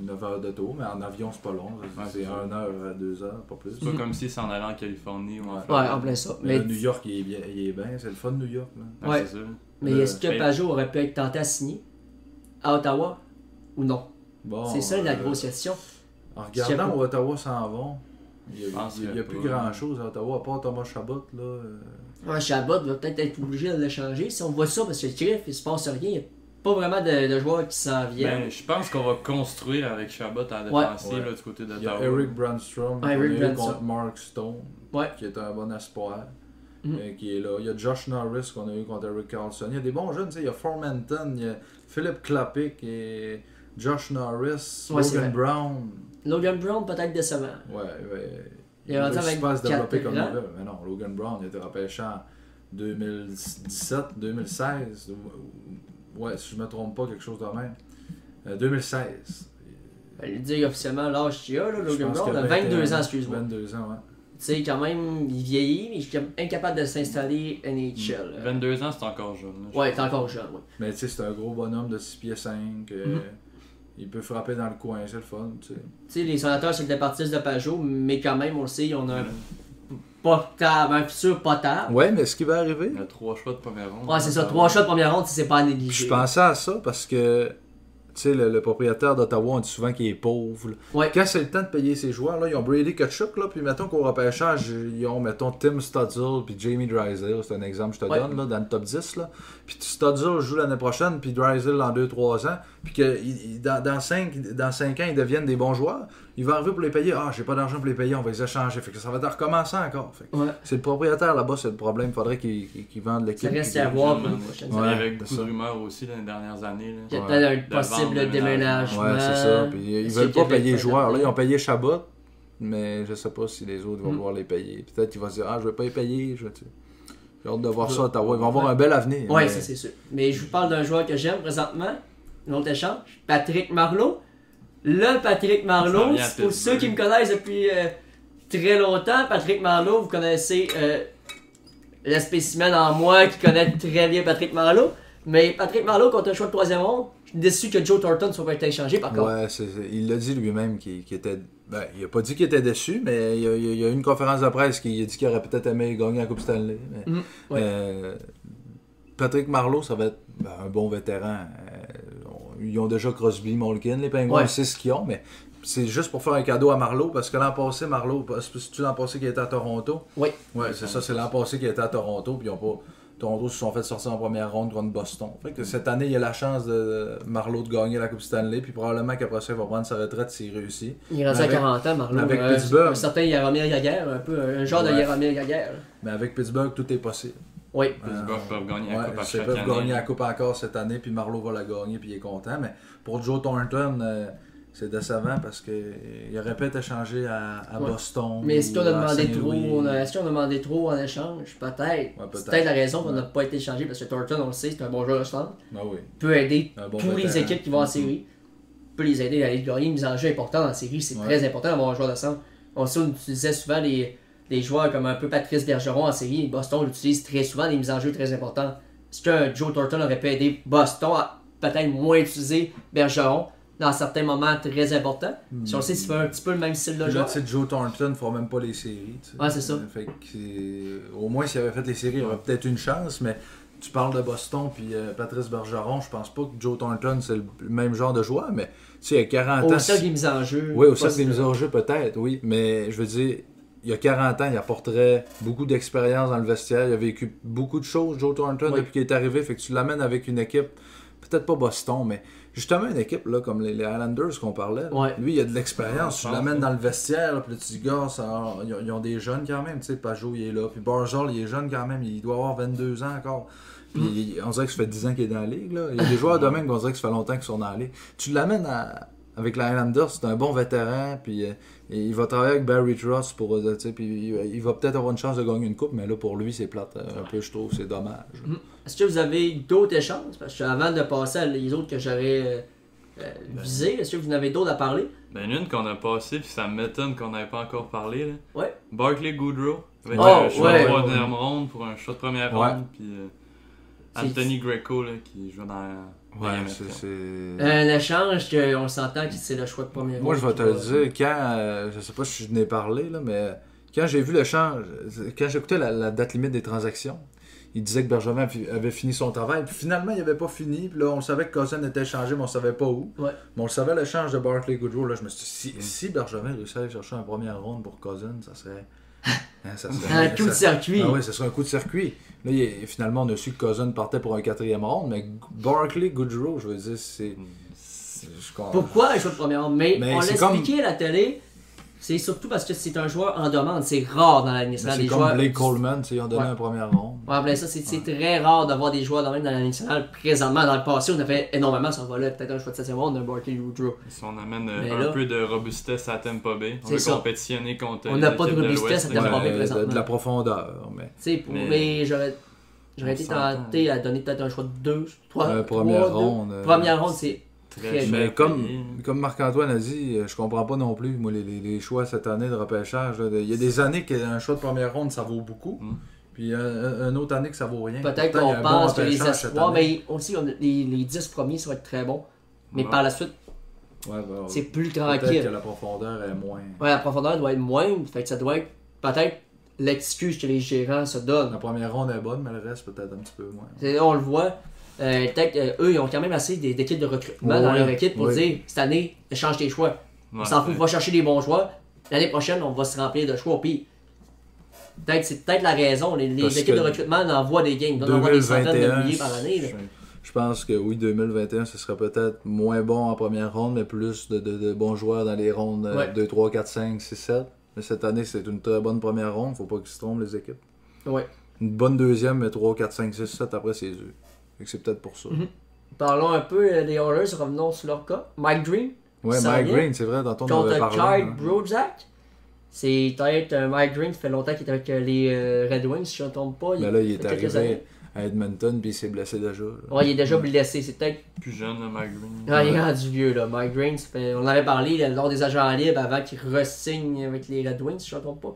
Speaker 1: 9, heures de tour, mais en avion, c'est pas long. C'est-
Speaker 2: Ouais,
Speaker 1: c'est
Speaker 2: c'est ça.
Speaker 1: 1 heure à 2 heures, pas plus.
Speaker 2: C'est pas comme s'il s'en allait en Californie ou en
Speaker 1: Ouais.
Speaker 3: Mhm. Ouais,
Speaker 2: Floride.
Speaker 3: en plein ça.
Speaker 1: Mais
Speaker 3: Mais,
Speaker 1: là, Euh, New York, il est bien. il est bien. C'est le fun, New York. là.
Speaker 2: Ouais,
Speaker 3: Ouais.
Speaker 2: Ah, c'est sûr.
Speaker 3: mais
Speaker 1: le-
Speaker 3: est-ce que
Speaker 2: mais-
Speaker 3: Pajot aurait pu être tenté à signer à Ottawa ou non
Speaker 1: Bon,
Speaker 3: C'est ça la
Speaker 1: euh,
Speaker 3: grosse question.
Speaker 1: En
Speaker 3: Je sais
Speaker 1: regardant
Speaker 3: pas.
Speaker 1: où Ottawa s'en va, il n'y
Speaker 2: Je
Speaker 1: a,
Speaker 2: pense
Speaker 1: il y a
Speaker 2: que
Speaker 1: plus
Speaker 2: pas.
Speaker 1: grand-chose à Ottawa, à part Thomas Chabot. Là, euh,
Speaker 3: Un Chabot va peut-être être obligé de le changer. Si on voit ça, parce que Griff, il se passe rien. Il n'y a pas vraiment de, de joueurs qui s'en viennent.
Speaker 2: Ben, je pense qu'on va construire avec Chabot à la
Speaker 3: Ouais.
Speaker 2: défensive
Speaker 1: Ouais.
Speaker 2: là, du côté
Speaker 3: Euh,
Speaker 1: il y a
Speaker 2: d'Ottawa.
Speaker 1: Eric Brandstrom qu'on
Speaker 3: Ah,
Speaker 1: a
Speaker 3: Eric
Speaker 1: eu
Speaker 3: Brandstrom.
Speaker 1: contre Mark Stone,
Speaker 3: Ouais.
Speaker 1: qui est un bon espoir,
Speaker 3: Mhm.
Speaker 1: euh, qui est là. Il y a Josh Norris qu'on a eu contre Eric Carlson. Il y a des bons jeunes, tu sais, il y a Formanton, il y a Philip Klapik et Josh Norris,
Speaker 3: Ouais, c'est
Speaker 1: Logan Brown.
Speaker 3: Logan Brown, peut-être décevant.
Speaker 1: Ouais, ouais.
Speaker 3: Il est rendu
Speaker 1: réussit
Speaker 3: avec
Speaker 1: pas à se développer
Speaker 3: quatre
Speaker 1: comme
Speaker 3: ans.
Speaker 1: il veut. Mais non, Logan Brown, il était repêché en 2017, 2016. ou- Ouais, si je me trompe pas, quelque chose de même. Euh, 2016.
Speaker 3: Je vais le dire officiellement l'âge qu'il a, là,
Speaker 1: Je
Speaker 3: Logan
Speaker 1: pense
Speaker 3: Brown,
Speaker 1: qu'il
Speaker 3: a
Speaker 1: avait
Speaker 3: 22
Speaker 1: 21,
Speaker 3: ans, excuse-moi.
Speaker 1: 22 ans, ouais.
Speaker 3: Tu sais, quand même, il vieillit, mais il est incapable de s'installer NHL. là.
Speaker 2: 22 ans, c'est encore jeune. là, je
Speaker 3: Ouais, il est
Speaker 2: pense.
Speaker 3: encore jeune, oui.
Speaker 1: Mais tu sais, c'est un gros bonhomme de 6 pieds 5. euh,
Speaker 3: Mhm.
Speaker 1: Il peut frapper dans le coin, c'est le fun, tu sais.
Speaker 3: Tu sais, les sénateurs, c'est des partistes de Pajot, mais quand même, on le sait, on a un potable, un futur potable.
Speaker 1: Ouais, mais ce qui va arriver,
Speaker 2: Il y a trois choix de première ronde.
Speaker 3: Ouais, c'est ça. Trois shots de première ronde, c'est pas à négliger.
Speaker 1: Je pensais à ça parce que, tu sais, le, le propriétaire d'Ottawa, on dit souvent qu'il est pauvre. là.
Speaker 3: Ouais.
Speaker 1: Quand c'est le temps de payer ses joueurs, là, ils ont Brady Kachuk, là, puis mettons qu'au repêchage, ils ont, mettons, Tim Studzle puis Jamie Drysdale, c'est un exemple que je te
Speaker 3: Ouais.
Speaker 1: donne, là, dans le top 10, là. Puis Studzle joue l'année prochaine, puis Drysdale dans 2-3 ans, puis que il- il- dans, dans, 5, dans cinq ans, ils deviennent des bons joueurs, ils vont arriver pour les payer. Ah, j'ai pas d'argent pour les payer, on va les échanger. Fait que ça va te recommencer encore. Fait que
Speaker 3: Ouais.
Speaker 1: C'est le propriétaire là-bas, c'est le problème. Faudrait qu'il qu'il- qu'il vende
Speaker 3: Ça
Speaker 1: l'équipe.
Speaker 3: reste
Speaker 1: puis
Speaker 3: à
Speaker 1: qu'il-
Speaker 3: voir pour les prochaines
Speaker 2: Il y
Speaker 1: Ouais,
Speaker 2: avait
Speaker 1: c'est
Speaker 2: beaucoup
Speaker 1: ça.
Speaker 2: de rumeurs aussi dans les dernières années. là.
Speaker 3: Il y a
Speaker 1: Ouais.
Speaker 3: peut-être
Speaker 2: De
Speaker 3: un possible
Speaker 2: vendre le
Speaker 3: déménagement.
Speaker 1: Ouais, c'est ça. Puis ils
Speaker 3: Est-ce
Speaker 1: veulent
Speaker 3: qu'il y
Speaker 1: pas
Speaker 3: a
Speaker 1: payer les
Speaker 3: quelqu'un
Speaker 1: joueurs. Là,
Speaker 3: d'autre?
Speaker 1: ils ont payé Chabot, mais je sais pas si les autres vont
Speaker 3: Mm.
Speaker 1: vouloir les payer. Peut-être qu'ils vont se dire Ah, je vais pas les payer. Je... tu sais. J'ai hâte de voir
Speaker 3: Ouais.
Speaker 1: ça à Ottawa. Ils vont avoir
Speaker 3: Ouais.
Speaker 1: un bel avenir.
Speaker 3: Ouais,
Speaker 1: mais-
Speaker 3: ça c'est sûr. Mais je vous parle d'un joueur que j'aime présentement, l'autre échange, Patrick Marleau. Le Patrick
Speaker 2: Ça
Speaker 3: Marleau,
Speaker 2: vient à
Speaker 3: pour ceux qui me connaissent depuis euh, très longtemps, Patrick Marleau, vous connaissez euh, le spécimen en moi qui connaît très bien Patrick Marleau. Mais Patrick Marleau, contre un choix de troisième ronde, je suis déçu que Joe Thornton soit pas été échangé par contre.
Speaker 1: Ouais, c'est- c'est- il l'a dit lui-même qu'il qu'il était. Ben, il a pas dit qu'il était déçu, mais il y a, il y a eu une conférence de presse qui a dit qu'il aurait peut-être aimé gagner la Coupe Stanley. mais-
Speaker 3: Mm, ouais.
Speaker 1: Euh, Patrick Marleau, ça va être ben, un bon vétéran. Euh, on- ils ont déjà Crosby, Malkin, les Pingouins,
Speaker 3: Ouais.
Speaker 1: c'est ce qu'ils ont, mais c'est juste pour faire un cadeau à Marleau, parce que l'an passé, Marleau, c'est-tu l'an passé qu'il était à Toronto?
Speaker 3: Oui.
Speaker 1: Ouais, c'est ça, c'est l'an passé qu'il était à Toronto, puis ils ont pas. Toronto se sont fait sortir en première ronde contre Boston. Fait que cette année, il y a la chance de Marleau de gagner la Coupe Stanley, puis probablement qu'après ça, il va prendre sa retraite s'il réussit.
Speaker 3: Il est rendu
Speaker 1: Avec-
Speaker 3: à 40 ans, Marleau.
Speaker 1: avec
Speaker 3: euh,
Speaker 1: Pittsburgh.
Speaker 3: Un certain Yaromir Yaguerre, un peu un genre de
Speaker 1: Ouais.
Speaker 3: Yaromir Yaguerre.
Speaker 1: Mais avec Pittsburgh, tout est possible. Euh,
Speaker 3: Oui.
Speaker 2: Pittsburgh peuvent gagner la Coupe à
Speaker 1: Ouais, ils
Speaker 2: chaque
Speaker 1: peuvent
Speaker 2: année.
Speaker 1: gagner la Coupe encore cette année, puis Marlowe va la gagner, puis il est content. Mais pour Joe Thornton, euh, c'est décevant parce qu'il aurait peut-être échangé à, à
Speaker 3: Ouais.
Speaker 1: Boston.
Speaker 3: Mais est-ce
Speaker 1: ou
Speaker 3: qu'on a
Speaker 1: à
Speaker 3: demandé trop
Speaker 1: Saint-Louis.
Speaker 3: on a- Est-ce qu'on a demandé trop en échange Peut-être.
Speaker 1: Ouais, peut-être.
Speaker 3: c'est peut-être la raison qu'on
Speaker 1: Ouais.
Speaker 3: n'a pas été échangé parce que Thornton, on le sait, c'est un bon joueur de stand.
Speaker 1: Ah oui.
Speaker 3: Peut aider
Speaker 1: Un bon Mm-hmm.
Speaker 3: tous les
Speaker 1: vétéran.
Speaker 3: équipes qui vont en série. Peut les aider à aller gagner une mise en jeu importante en série. C'est
Speaker 1: Ouais.
Speaker 3: très important d'avoir un joueur de centre. On sait, on utilisait souvent les, les joueurs comme un peu Patrice Bergeron en série. Boston utilise très souvent des mises en jeu très importantes. Est-ce qu'un Joe Thornton aurait pu aider Boston à peut-être moins utiliser Bergeron dans certains moments très importants
Speaker 1: Mm.
Speaker 3: Si on sait, c'est un petit peu le même style de
Speaker 1: Puis Là,
Speaker 3: jeu.
Speaker 1: tu sais, Joe Thornton ne fera même pas les séries. tu sais.
Speaker 3: Ouais, c'est ça.
Speaker 1: Fait que, euh, au moins, s'il avait fait les séries, il aurait peut-être une chance, mais tu parles de Boston puis euh, Patrice Bergeron, je pense pas que Joe Thornton c'est le même genre de joueur, mais tu sais, il y a 40 ans.
Speaker 3: Au cercle des mises en jeu.
Speaker 1: Oui, au
Speaker 3: pas
Speaker 1: cercle des
Speaker 3: si-
Speaker 1: mises en jeu, peut-être, oui. Mais je veux dire, il y a 40 ans, il apporterait beaucoup d'expérience dans le vestiaire. Il a vécu beaucoup de choses, Joe Thornton,
Speaker 3: Oui.
Speaker 1: depuis qu'il est arrivé. Fait que tu l'amènes avec une équipe, peut-être pas Boston, mais justement une équipe là, comme les, les Highlanders qu'on parlait. là.
Speaker 3: Ouais.
Speaker 1: Lui, il a de l'expérience. Tu
Speaker 2: Ouais, je
Speaker 1: l'amènes
Speaker 2: pense,
Speaker 1: dans le vestiaire, là, puis là, tu dis, gars, ça- ils, ont, ils ont des jeunes quand même. Tu sais, Pajot, il est là. Puis Barzal, il est jeune quand même. Il doit avoir 22 ans encore. Puis on dirait que ça fait 10 ans qu'il est dans la ligue. Là. Il y a des joueurs de même qu'on dirait que ça fait longtemps qu'ils sont dans la ligue. Tu l'amènes à- avec les Highlanders, c'est un bon vétéran. Puis euh, il va travailler avec Barry Truss pour. euh, tu sais, puis il, il va peut-être avoir une chance de gagner une coupe, mais là, pour lui, c'est plate. euh, Un peu, je trouve, c'est dommage.
Speaker 3: Est-ce que vous avez d'autres échanges? Parce que avant de passer à les autres que j'aurais euh,
Speaker 1: Ben.
Speaker 3: visés, est-ce que vous en avez d'autres à parler?
Speaker 2: Ben, une qu'on a passée, puis ça m'étonne qu'on n'ait pas encore parlé. Là.
Speaker 3: Ouais.
Speaker 2: Barclay Goodrow, avec
Speaker 1: Oh,
Speaker 2: un choix
Speaker 3: ouais.
Speaker 2: de troisième ronde pour un choix de première
Speaker 1: Ouais.
Speaker 2: ronde, puis euh,
Speaker 3: C'est-
Speaker 2: Anthony Greco là, qui joue dans la. dans la NFL.
Speaker 1: c'est. Euh, c'est-
Speaker 3: Un échange qu'on s'entend que c'est le choix de premier
Speaker 1: Ben. Moi,
Speaker 3: round
Speaker 1: je vais
Speaker 3: qui
Speaker 1: te
Speaker 3: va-
Speaker 1: le dire, quand, euh, je sais pas si je n'ai parlé, là, mais quand j'ai vu l'échange, quand j'écoutais la, la date limite des transactions, il disait que Bergevin fi- avait fini son travail. Puis finalement, il n'avait pas fini. Puis là, on savait que Cousin était échangé, mais on savait pas où.
Speaker 3: Ouais.
Speaker 1: Mais on le savait, l'échange de Barclay Goodrow. Là, je me suis dit, si, si Bergevin réussissait à aller chercher un premier round pour Cousin, ça
Speaker 3: [LAUGHS]
Speaker 1: serait. hein, ça serait-
Speaker 3: [LAUGHS] Un coup de
Speaker 1: ça-
Speaker 3: circuit.
Speaker 1: ah oui, ce serait un coup de circuit. Là, il- finalement, on a su que Cousin partait pour un quatrième round, mais Barclay Goodrow, je veux dire, c'est. Je comprends.
Speaker 3: Pourquoi un choix de première ronde? Mais,
Speaker 1: Mais
Speaker 3: on l'a
Speaker 1: Ben, c'est comme-
Speaker 3: expliqué à la télé, c'est surtout parce que c'est un joueur en demande. C'est rare dans la Ligue
Speaker 1: Ben,
Speaker 3: nationale.
Speaker 1: C'est
Speaker 3: des
Speaker 1: comme
Speaker 3: joueurs...
Speaker 1: Blake Coleman, tu sais, ils ont donné
Speaker 3: Ouais.
Speaker 1: un premier rond.
Speaker 3: Ouais, ben ça, c'est c'est très rare d'avoir des joueurs dans, même dans la Ligue nationale présentement. Dans le passé, on a fait énormément ça va là Peut-être un choix de 7 round, un Barkley Woodrow.
Speaker 2: Si on amène euh,
Speaker 3: Mais
Speaker 2: un
Speaker 3: là-
Speaker 2: peu de robustesse à Tampa Bay, on
Speaker 3: C'est
Speaker 2: veut
Speaker 3: ça.
Speaker 2: compétitionner contre.
Speaker 3: On
Speaker 2: les
Speaker 3: n'a pas de
Speaker 2: équipes
Speaker 3: robustesse à
Speaker 2: l'Ouest. euh,
Speaker 3: Tampa Bay.
Speaker 2: Ouais.
Speaker 1: Ouais, de,
Speaker 3: présentement.
Speaker 1: de la profondeur, mais
Speaker 3: Tu sais, pour- mais,
Speaker 2: Mais-
Speaker 3: j'aurais, j'aurais
Speaker 2: On
Speaker 3: été
Speaker 2: s'entend.
Speaker 3: tenté à donner peut-être un choix de 2, 3,
Speaker 1: Euh, première ronde, euh,
Speaker 3: Première ronde, c'est. Très
Speaker 2: cher
Speaker 1: mais
Speaker 2: payé.
Speaker 1: comme, comme Marc-Antoine a dit, euh, je comprends pas non plus moi, les, les- les choix cette année de repêchage. là, de- Il y a des années qu'un choix de première ronde, ça vaut beaucoup.
Speaker 2: Mm.
Speaker 1: Puis un- un- une autre année que ça vaut rien.
Speaker 3: Peut-être
Speaker 1: Pourtant, il y a
Speaker 3: qu'on
Speaker 1: un
Speaker 3: pense
Speaker 1: bon
Speaker 3: que les
Speaker 1: repêchage cette
Speaker 3: espoirs,
Speaker 1: année.
Speaker 3: mais aussi, on a- les, les 10 premiers, ça va être très bon. Mais
Speaker 2: Ouais.
Speaker 3: par la suite,
Speaker 1: Ouais, ouais, ouais.
Speaker 3: c'est plus
Speaker 1: Peut-être que
Speaker 3: tranquille.
Speaker 1: la profondeur est moins.
Speaker 3: Ouais, la profondeur doit être moindre, fait que ça doit être peut-être l'excuse que les gérants se donnent.
Speaker 1: La première ronde est bonne, mais le reste peut-être un petit peu moins.
Speaker 3: C'est- On le voit. Euh, peut-être euh, eux, ils ont quand même assez des- d'équipes de recrutement dans
Speaker 1: Ouais,
Speaker 3: leur équipe pour
Speaker 1: ouais.
Speaker 3: dire cette année, change tes choix. on
Speaker 2: Ouais,
Speaker 3: s'en fout,
Speaker 2: c'est-
Speaker 3: va chercher des bons joueurs. L'année prochaine, on va se remplir de choix. Puis, peut-être, c'est peut-être la raison. Les, les
Speaker 1: Parce
Speaker 3: équipes
Speaker 1: que
Speaker 3: de recrutement en envoient des games. Ils en envoient des centaines de milliers par année. là.
Speaker 1: Je pense que oui, 2021, ce serait peut-être moins bon en première ronde, mais plus de, de- de bons joueurs dans les rondes euh,
Speaker 3: Ouais.
Speaker 1: 2, 3, 4, 5, 6, 7. Mais cette année, c'est une très bonne première ronde. Faut pas qu'ils se trompent, les équipes.
Speaker 3: Ouais.
Speaker 1: Une bonne deuxième, mais 3, 4, 5, 6, 7 après, c'est eux. Fait que c'est peut-être pour ça.
Speaker 3: Mhm. Parlons un peu euh, des Oilers, revenons sur leur cas. Mike Green
Speaker 1: Ouais,
Speaker 3: Ça
Speaker 1: Mike
Speaker 3: vient.
Speaker 1: Green, c'est vrai, dans ton
Speaker 3: contre
Speaker 1: avait
Speaker 3: Kyle
Speaker 1: parlé. hein.
Speaker 3: Brozak. C'est peut-être euh, Mike Green qui fait longtemps qu'il est avec euh, les euh, Red Wings, si je ne tombe pas.
Speaker 1: Mais là, il est
Speaker 3: fait quelques
Speaker 1: arrivé
Speaker 3: années.
Speaker 1: à Edmonton, puis il s'est blessé déjà. là.
Speaker 3: Ouais, il est déjà blessé. C'est peut-être
Speaker 2: Plus jeune, le Mike Green.
Speaker 3: Ah, il est rendu vieux, là. Mike Green, ça fait- on en avait parlé là, lors des agents libres avant qu'il re-signe avec les Red Wings, si je ne me trompe pas.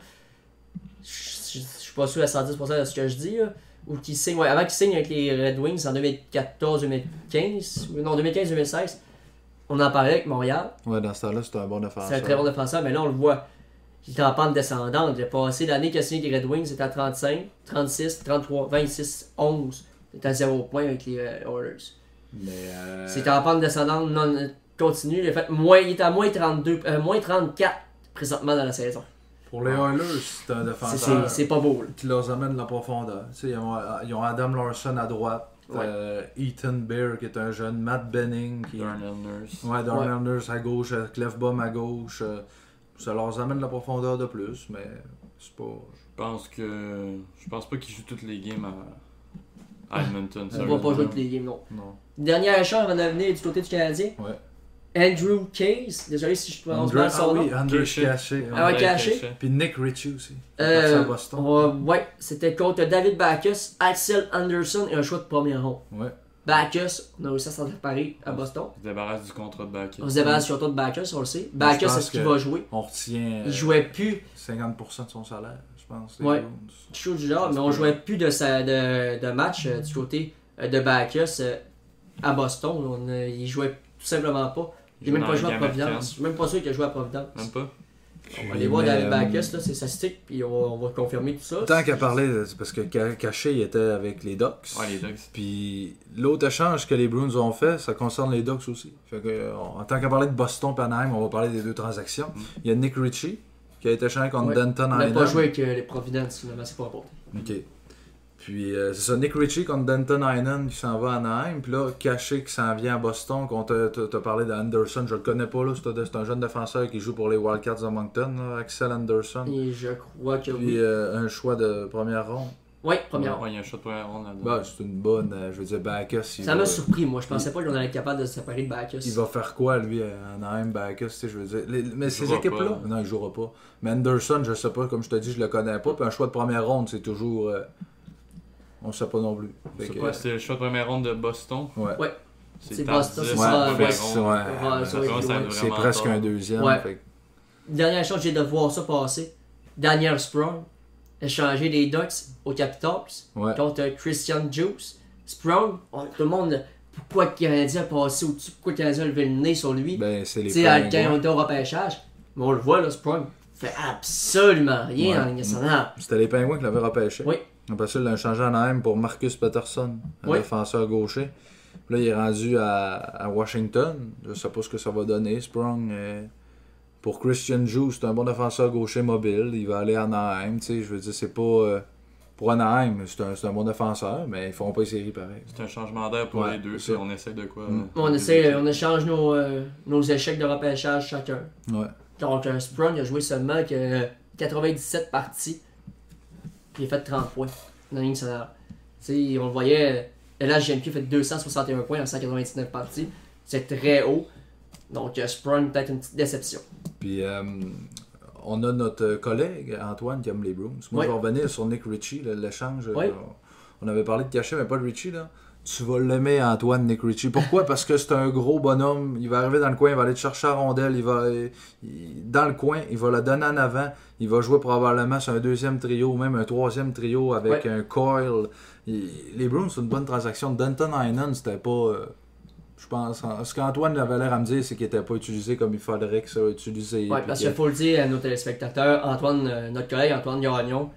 Speaker 3: Je je- je suis pas sûr à 110% de ce que je dis, là. Ou qu'il signe, ouais, avant qu'il signe avec les Red Wings en 2014-2015, ou non, 2015-2016, on en parlait avec Montréal.
Speaker 1: Ouais, dans ce temps-là, c'était un bon défenseur.
Speaker 3: C'est un très bon défenseur, mais là, on le voit. Il est en pente descendante. Il a passé l'année qu'il a signé avec les Red Wings, c'était à 35, 36, 33, 26, 11. Il est à 0 points avec les euh, Oilers.
Speaker 1: Mais, euh,
Speaker 3: C'est en pente descendante non euh, continue. Il, a fait moins, il est à moins, 32, euh, moins 34 présentement dans la saison.
Speaker 1: Pour les Oilers, c'est un
Speaker 3: C'est- C'est
Speaker 1: défenseur.
Speaker 3: c'est pas beau. là.
Speaker 1: qui leur amène de la profondeur. Tu sais, Ils ont, euh, ils ont Adam Larson à droite,
Speaker 3: Ouais.
Speaker 1: euh, Ethan Bear qui est un jeune, Matt Benning qui est
Speaker 2: Darnell Nurse.
Speaker 1: ouais, Darnell Nurse à gauche, euh, Clefbaum à gauche. euh, ça leur amène de la profondeur de plus, mais c'est pas.
Speaker 2: Je pense que. Je pense pas qu'il joue toutes les games à, à
Speaker 3: On
Speaker 2: Edmonton.
Speaker 3: va pas
Speaker 2: sérieusement.
Speaker 3: jouer tous les games, non.
Speaker 2: Non.
Speaker 3: Dernier achat avant de venir du côté du Canadien.
Speaker 1: Ouais.
Speaker 3: Andrew Case. Désolé si je prononce mal
Speaker 1: ah
Speaker 3: son nom.
Speaker 1: oui, Andrew
Speaker 2: Cachet.
Speaker 1: Cachet, ouais.
Speaker 3: Ah ouais,
Speaker 2: Blake
Speaker 3: caché.
Speaker 2: Cachet.
Speaker 1: Puis Nick Ritchie aussi. parti
Speaker 3: Euh,
Speaker 1: à Boston.
Speaker 3: on va- ouais, c'était contre David Backus, Axel Anderson et un choix de premier rond.
Speaker 1: Ouais.
Speaker 3: Backus, on a réussi à s'en réparer à Boston.
Speaker 2: Il se débarrasse du contrat de back.
Speaker 3: On se débarrasse surtout de Backus, on le sait.
Speaker 1: Je
Speaker 3: Backus,
Speaker 1: pense
Speaker 3: est-ce qu'il
Speaker 1: que-
Speaker 3: va jouer
Speaker 1: On retient euh,
Speaker 3: Il jouait plus
Speaker 1: 50% de son salaire, je pense. les
Speaker 3: Ouais.
Speaker 1: Bruins.
Speaker 3: quelque chose du genre,
Speaker 1: Ça se
Speaker 3: mais on
Speaker 1: peut.
Speaker 3: jouait plus de, sa, de, de match euh, du côté euh, de Bacchus euh, à Boston. On, euh, il jouait tout simplement pas.
Speaker 2: Il
Speaker 3: Il n'a même
Speaker 2: joue dans
Speaker 3: pas
Speaker 2: la
Speaker 3: joué à
Speaker 2: Ligue
Speaker 3: Providence. Je suis même pas sûr qu'il a joué à Providence.
Speaker 2: Même pas.
Speaker 3: On va aller voir
Speaker 1: mais,
Speaker 3: David
Speaker 1: euh,
Speaker 3: Backus, là, ses statistiques, puis on va, on va confirmer tout ça.
Speaker 1: Tant qu'à parler, c'est parce que Ca- Caché il était avec les Ducks.
Speaker 2: Ouais, les Ducks.
Speaker 1: Puis l'autre échange que les Bruins ont fait, ça concerne les Ducks aussi. Fait que, euh, en tant qu'à parler de Boston Panheim, on va parler des deux transactions. Il y a Nick Ritchie qui a été échangé contre
Speaker 3: Mm. Ouais.
Speaker 1: Denton
Speaker 3: on n'a
Speaker 1: Island.
Speaker 3: pas joué avec euh, les Providence, finalement, c'est pas important.
Speaker 1: OK. Puis euh, c'est ça, Nick Ritchie contre Denton Heinen qui s'en va à Anaheim. Puis là, Caché qui s'en vient à Boston. Qu'on t'a- t'a t'a parlé d'Anderson, je le connais pas là. C'est un- c'est un jeune défenseur qui joue pour les Wildcats de Moncton, là, Axel Anderson.
Speaker 3: Et je crois que
Speaker 1: Puis
Speaker 3: oui.
Speaker 1: euh, un choix de première ronde.
Speaker 3: Ouais, première.
Speaker 2: Ouais, il y a un shot de première ronde là-dedans.
Speaker 1: Bah, c'est une bonne, euh, je veux dire, Bacchus. il
Speaker 3: Ça
Speaker 1: va-
Speaker 3: m'a surpris, moi. Je pensais pas qu'on allait être capable de se séparer de Backus.
Speaker 1: Il va faire quoi, lui, à Anaheim, Bacchus, tu sais, je veux dire. Les- mais ces
Speaker 2: jouera
Speaker 1: équipes-là, non, il jouera pas. Mais Anderson, je sais pas, comme je te dis, je le connais pas. Puis un choix de première ronde, c'est toujours. euh, on sait pas non plus. Fait
Speaker 2: C'est
Speaker 1: que,
Speaker 2: quoi, c'est le choix de première ronde de Boston
Speaker 1: ouais.
Speaker 3: Ouais. C'est
Speaker 2: tardif,
Speaker 3: Boston, c'est
Speaker 1: Ouais,
Speaker 3: ça,
Speaker 1: fait
Speaker 2: première
Speaker 1: que
Speaker 3: ouais.
Speaker 1: c'est-
Speaker 2: ronde.
Speaker 1: ouais,
Speaker 3: Ouais, ça va être
Speaker 2: Ça, ça
Speaker 3: loin.
Speaker 2: devrait-
Speaker 1: c'est
Speaker 2: Vraiment
Speaker 1: presque
Speaker 2: tard.
Speaker 1: un deuxième.
Speaker 3: Ouais.
Speaker 1: fait que-
Speaker 3: Dernière chose, j'ai de voir ça passer. Daniel Sprong, échanger des Ducks aux Capitals
Speaker 1: Ouais.
Speaker 3: contre euh, Christian Juice. Sprong, on- tout le monde, pourquoi le Canadien a passé au-dessus, pourquoi le Canadien a levé le nez sur lui.
Speaker 1: Ben, c'est
Speaker 3: tu
Speaker 1: les
Speaker 3: sais, à- quand on
Speaker 1: Pingouins.
Speaker 3: était au repêchage, mais on le voit, là, Sprong fait absolument rien
Speaker 1: Ouais.
Speaker 3: en Ligue nationale.
Speaker 1: C'était les Pingouins qui l'avaient repêché.
Speaker 3: Oui.
Speaker 1: Après ça, ils l'ont changé à Anaheim pour Marcus Peterson, un
Speaker 3: Oui.
Speaker 1: défenseur gaucher. Puis là, il est rendu à, à Washington. Je sais pas ce que ça va donner. Sprung, euh, pour Christian Jou, c'est un bon défenseur gaucher mobile. Il va aller à Anaheim. tu sais, Je veux dire, c'est pas. euh, pour Anaheim, c'est un, c'est un bon défenseur, mais ils feront pas les séries pareil.
Speaker 2: C'est un changement d'air pour
Speaker 1: Ouais,
Speaker 2: les deux,
Speaker 1: c'est
Speaker 2: puis
Speaker 1: ça. Mm.
Speaker 2: on essaie de quoi. euh,
Speaker 3: On, essaie, on échange nos, euh, nos échecs de repêchage chacun.
Speaker 1: Ouais.
Speaker 3: Donc, euh, Sprung a joué seulement que euh, 97 parties. Puis il a fait 30 points dans la Ligue nationale. Tu sais, on le voyait, euh, LHGMQ a fait 261 points en 199 parties. C'est très haut. Donc, euh, Sprung, peut-être une petite déception.
Speaker 1: Puis euh, on a notre collègue Antoine qui aime les Brooms. Moi,
Speaker 3: Ouais.
Speaker 1: je vais revenir sur Nick Ritchie, le- l'échange.
Speaker 3: Ouais.
Speaker 1: Euh, On avait parlé de cachet, mais pas de Ritchie. Là. Tu vas l'aimer, Antoine, Nick Ritchie. Pourquoi Parce que c'est un gros bonhomme. Il va arriver dans le coin, il va aller te chercher à rondelle. Il va, il- dans le coin, il va la donner en avant. Il va jouer probablement sur un deuxième trio ou même un troisième trio avec un coil. Il- les Brooms, c'est une bonne transaction. Denton Heinen, c'était pas. euh, je pense, en- ce qu'Antoine avait l'air à me dire, c'est qu'il n'était pas utilisé comme il faudrait que ça soit utilisé.
Speaker 3: Ouais,
Speaker 1: Puis
Speaker 3: parce
Speaker 1: que-
Speaker 3: qu'il faut le dire à nos téléspectateurs, Antoine, euh, notre collègue Antoine Gagnon,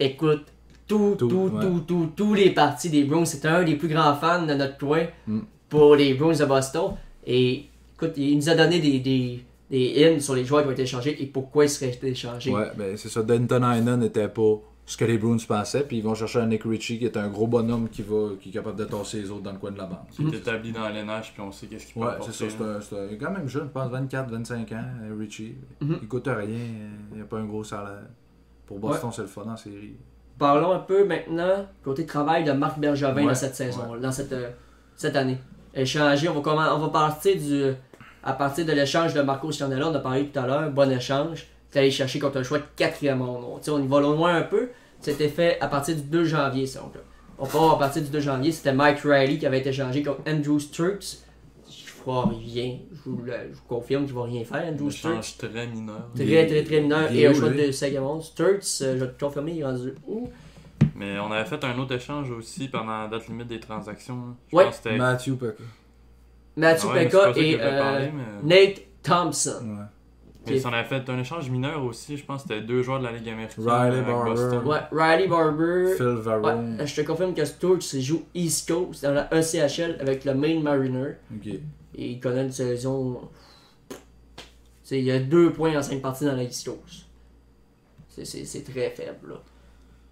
Speaker 3: écoute tout, tout,
Speaker 1: Tout,
Speaker 3: tout,
Speaker 1: ouais.
Speaker 3: tout, tous les parties des Browns. C'est un des plus grands fans de notre coin
Speaker 1: Mm.
Speaker 3: pour les Browns de Boston. Et écoute, il nous a donné des, des, des hymnes sur les joueurs qui ont été échangés et pourquoi ils seraient été échangés.
Speaker 1: Ouais, ben c'est ça. Denton Heinen n'était pas ce que les Bruins pensaient, puis ils vont chercher un Nick Ritchie qui est un gros bonhomme qui, va, qui est capable de tasser les autres dans le coin de la bande.
Speaker 2: Qui est établi dans l'NH, puis on sait qu'est-ce qu'il peut
Speaker 1: Ouais,
Speaker 2: apporter.
Speaker 1: c'est ça. C'est un- c'est un- il est quand même jeune, je pense, 24, 25 ans, euh, Ritchie.
Speaker 3: Mhm.
Speaker 1: Il coûte rien, euh, il n'a pas un gros salaire. Pour Boston, c'est le fun en série.
Speaker 3: Parlons un peu maintenant côté travail de Marc Bergevin
Speaker 1: Ouais,
Speaker 3: dans cette saison, dans cette, euh, cette année. Échanger, on va, commen- on va partir du, à partir de l'échange de Marco Cianella, on a parlé tout à l'heure, bon échange. T'es allé chercher contre un choix de quatrième ronde. On, tu sais, on y va loin un peu. C'était fait à partir du 2 janvier, ça. Donc, là. on part à partir du 2 janvier. C'était Mike Riley qui avait été échangé contre Andrew Sturks. Je crois rien. Je vous, le- je vous confirme qu'il va rien faire,
Speaker 2: Un
Speaker 3: Andrew Sturks.
Speaker 2: échange très mineur.
Speaker 1: Il
Speaker 3: Très,
Speaker 1: est-
Speaker 3: très, très mineur.
Speaker 1: il est
Speaker 3: Et un
Speaker 1: où,
Speaker 3: choix
Speaker 1: lui?
Speaker 3: de second ronde. Sturks, euh, je vais te confirmer, il est rendu où
Speaker 2: Mais on avait fait un autre échange aussi pendant la date limite des transactions. Je
Speaker 3: Ouais.
Speaker 2: pense que c'était.
Speaker 1: Matthew Peck.
Speaker 3: Mathieu
Speaker 2: Ah Ouais, mais c'est
Speaker 3: Pekka
Speaker 2: pas ça que
Speaker 3: et
Speaker 2: je voulais parler,
Speaker 3: euh,
Speaker 2: mais-
Speaker 3: Nate Thompson.
Speaker 1: Ouais.
Speaker 2: Mais si on avait fait un échange mineur aussi, je pense que c'était deux joueurs de la Ligue américaine.
Speaker 1: Riley
Speaker 2: avec
Speaker 1: Barber.
Speaker 2: Boston.
Speaker 3: Ouais, Riley Barber.
Speaker 1: Phil Varone.
Speaker 3: Euh, Ouais, je te confirme que Sturges joue East Coast dans la E ECHL avec le Maine Mariner.
Speaker 1: Ok.
Speaker 3: Et il connaît une saison. Tu sais, il y a deux points en cinq parties dans la East Coast. C'est- C'est c'est très faible, là.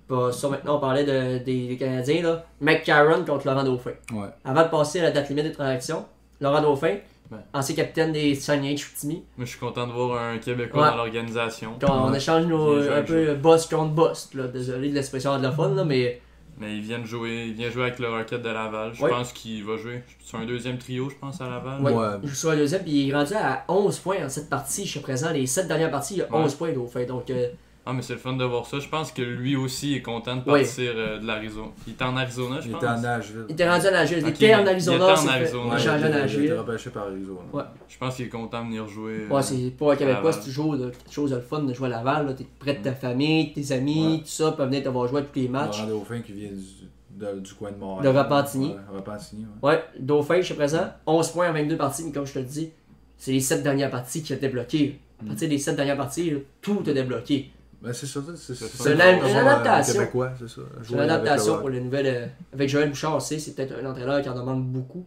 Speaker 3: Bah, ça, maintenant, on parlait de- des, des Canadiens, là. McCarron contre Laurent Dauphin.
Speaker 1: Ouais.
Speaker 3: Avant de passer à la date limite des transactions, Laurent Dauphin,
Speaker 2: Ouais.
Speaker 3: ancien capitaine des Saguenay Chicoutimi,
Speaker 2: Moi, je suis content de voir un Québécois
Speaker 3: Ouais.
Speaker 2: dans l'organisation.
Speaker 3: Quand on
Speaker 1: Ouais.
Speaker 3: échange nos,
Speaker 2: Il joue
Speaker 3: un
Speaker 2: avec
Speaker 3: peu boss contre boss, là. désolé de l'expression anglophone, là, mais
Speaker 2: Mais il vient de jouer, il vient jouer avec le Rocket de Laval. Je
Speaker 3: Ouais.
Speaker 2: pense qu'il va jouer sur un deuxième trio, je pense, à Laval.
Speaker 3: ouais,
Speaker 1: Ouais.
Speaker 3: il joue sur le deuxième, puis il est rendu à 11 points en cette partie, je suis présent, les 7 dernières parties, il y a
Speaker 2: Ouais.
Speaker 3: 11 points au fait, donc euh,
Speaker 2: Ah, mais c'est le fun de voir ça. Je pense que lui aussi est content de
Speaker 3: Ouais.
Speaker 2: partir euh, de l'Arizona. Il est en Arizona, je
Speaker 1: Il
Speaker 2: pense.
Speaker 1: était en Nashville.
Speaker 3: il était rendu à Nashville,
Speaker 2: Ok,
Speaker 3: il était en
Speaker 2: il
Speaker 3: Arizona,
Speaker 2: était en
Speaker 3: c'est fait,
Speaker 2: Arizona.
Speaker 3: on
Speaker 2: Ouais,
Speaker 1: il
Speaker 3: a changé à
Speaker 1: était- il a été
Speaker 3: Nashville.
Speaker 1: repêché par Arizona.
Speaker 3: Ouais.
Speaker 2: Je pense qu'il est content de venir jouer. euh,
Speaker 3: Ouais, c'est pour un Québécois,
Speaker 2: Laval.
Speaker 3: c'est toujours là, quelque chose de le fun de jouer à Laval, là, t'es près de ta famille, tes amis,
Speaker 1: Ouais.
Speaker 3: tout ça, peuvent venir te voir jouer à tous les matchs.
Speaker 1: Laurent Dauphin qui vient du, de- du coin de Montréal.
Speaker 3: De Repentigny.
Speaker 1: Ouais, Repentigny, ouais.
Speaker 3: Ouais, Dauphin, je suis présent, 11 points en 22 parties, mais comme je te le dis, c'est les 7 dernières parties qui a débloqué. À partir des sept dernières parties, là, tout est débloqué.
Speaker 1: Ben, c'est ça, c'est ça.
Speaker 2: C'est
Speaker 1: ça,
Speaker 2: la-
Speaker 1: le
Speaker 2: une
Speaker 1: joueur, euh,
Speaker 3: adaptation.
Speaker 1: Québécois, c'est ça.
Speaker 3: C'est une adaptation pour les nouvelles. euh, avec Joël Bouchard aussi, c'est peut-être un entraîneur qui en demande beaucoup.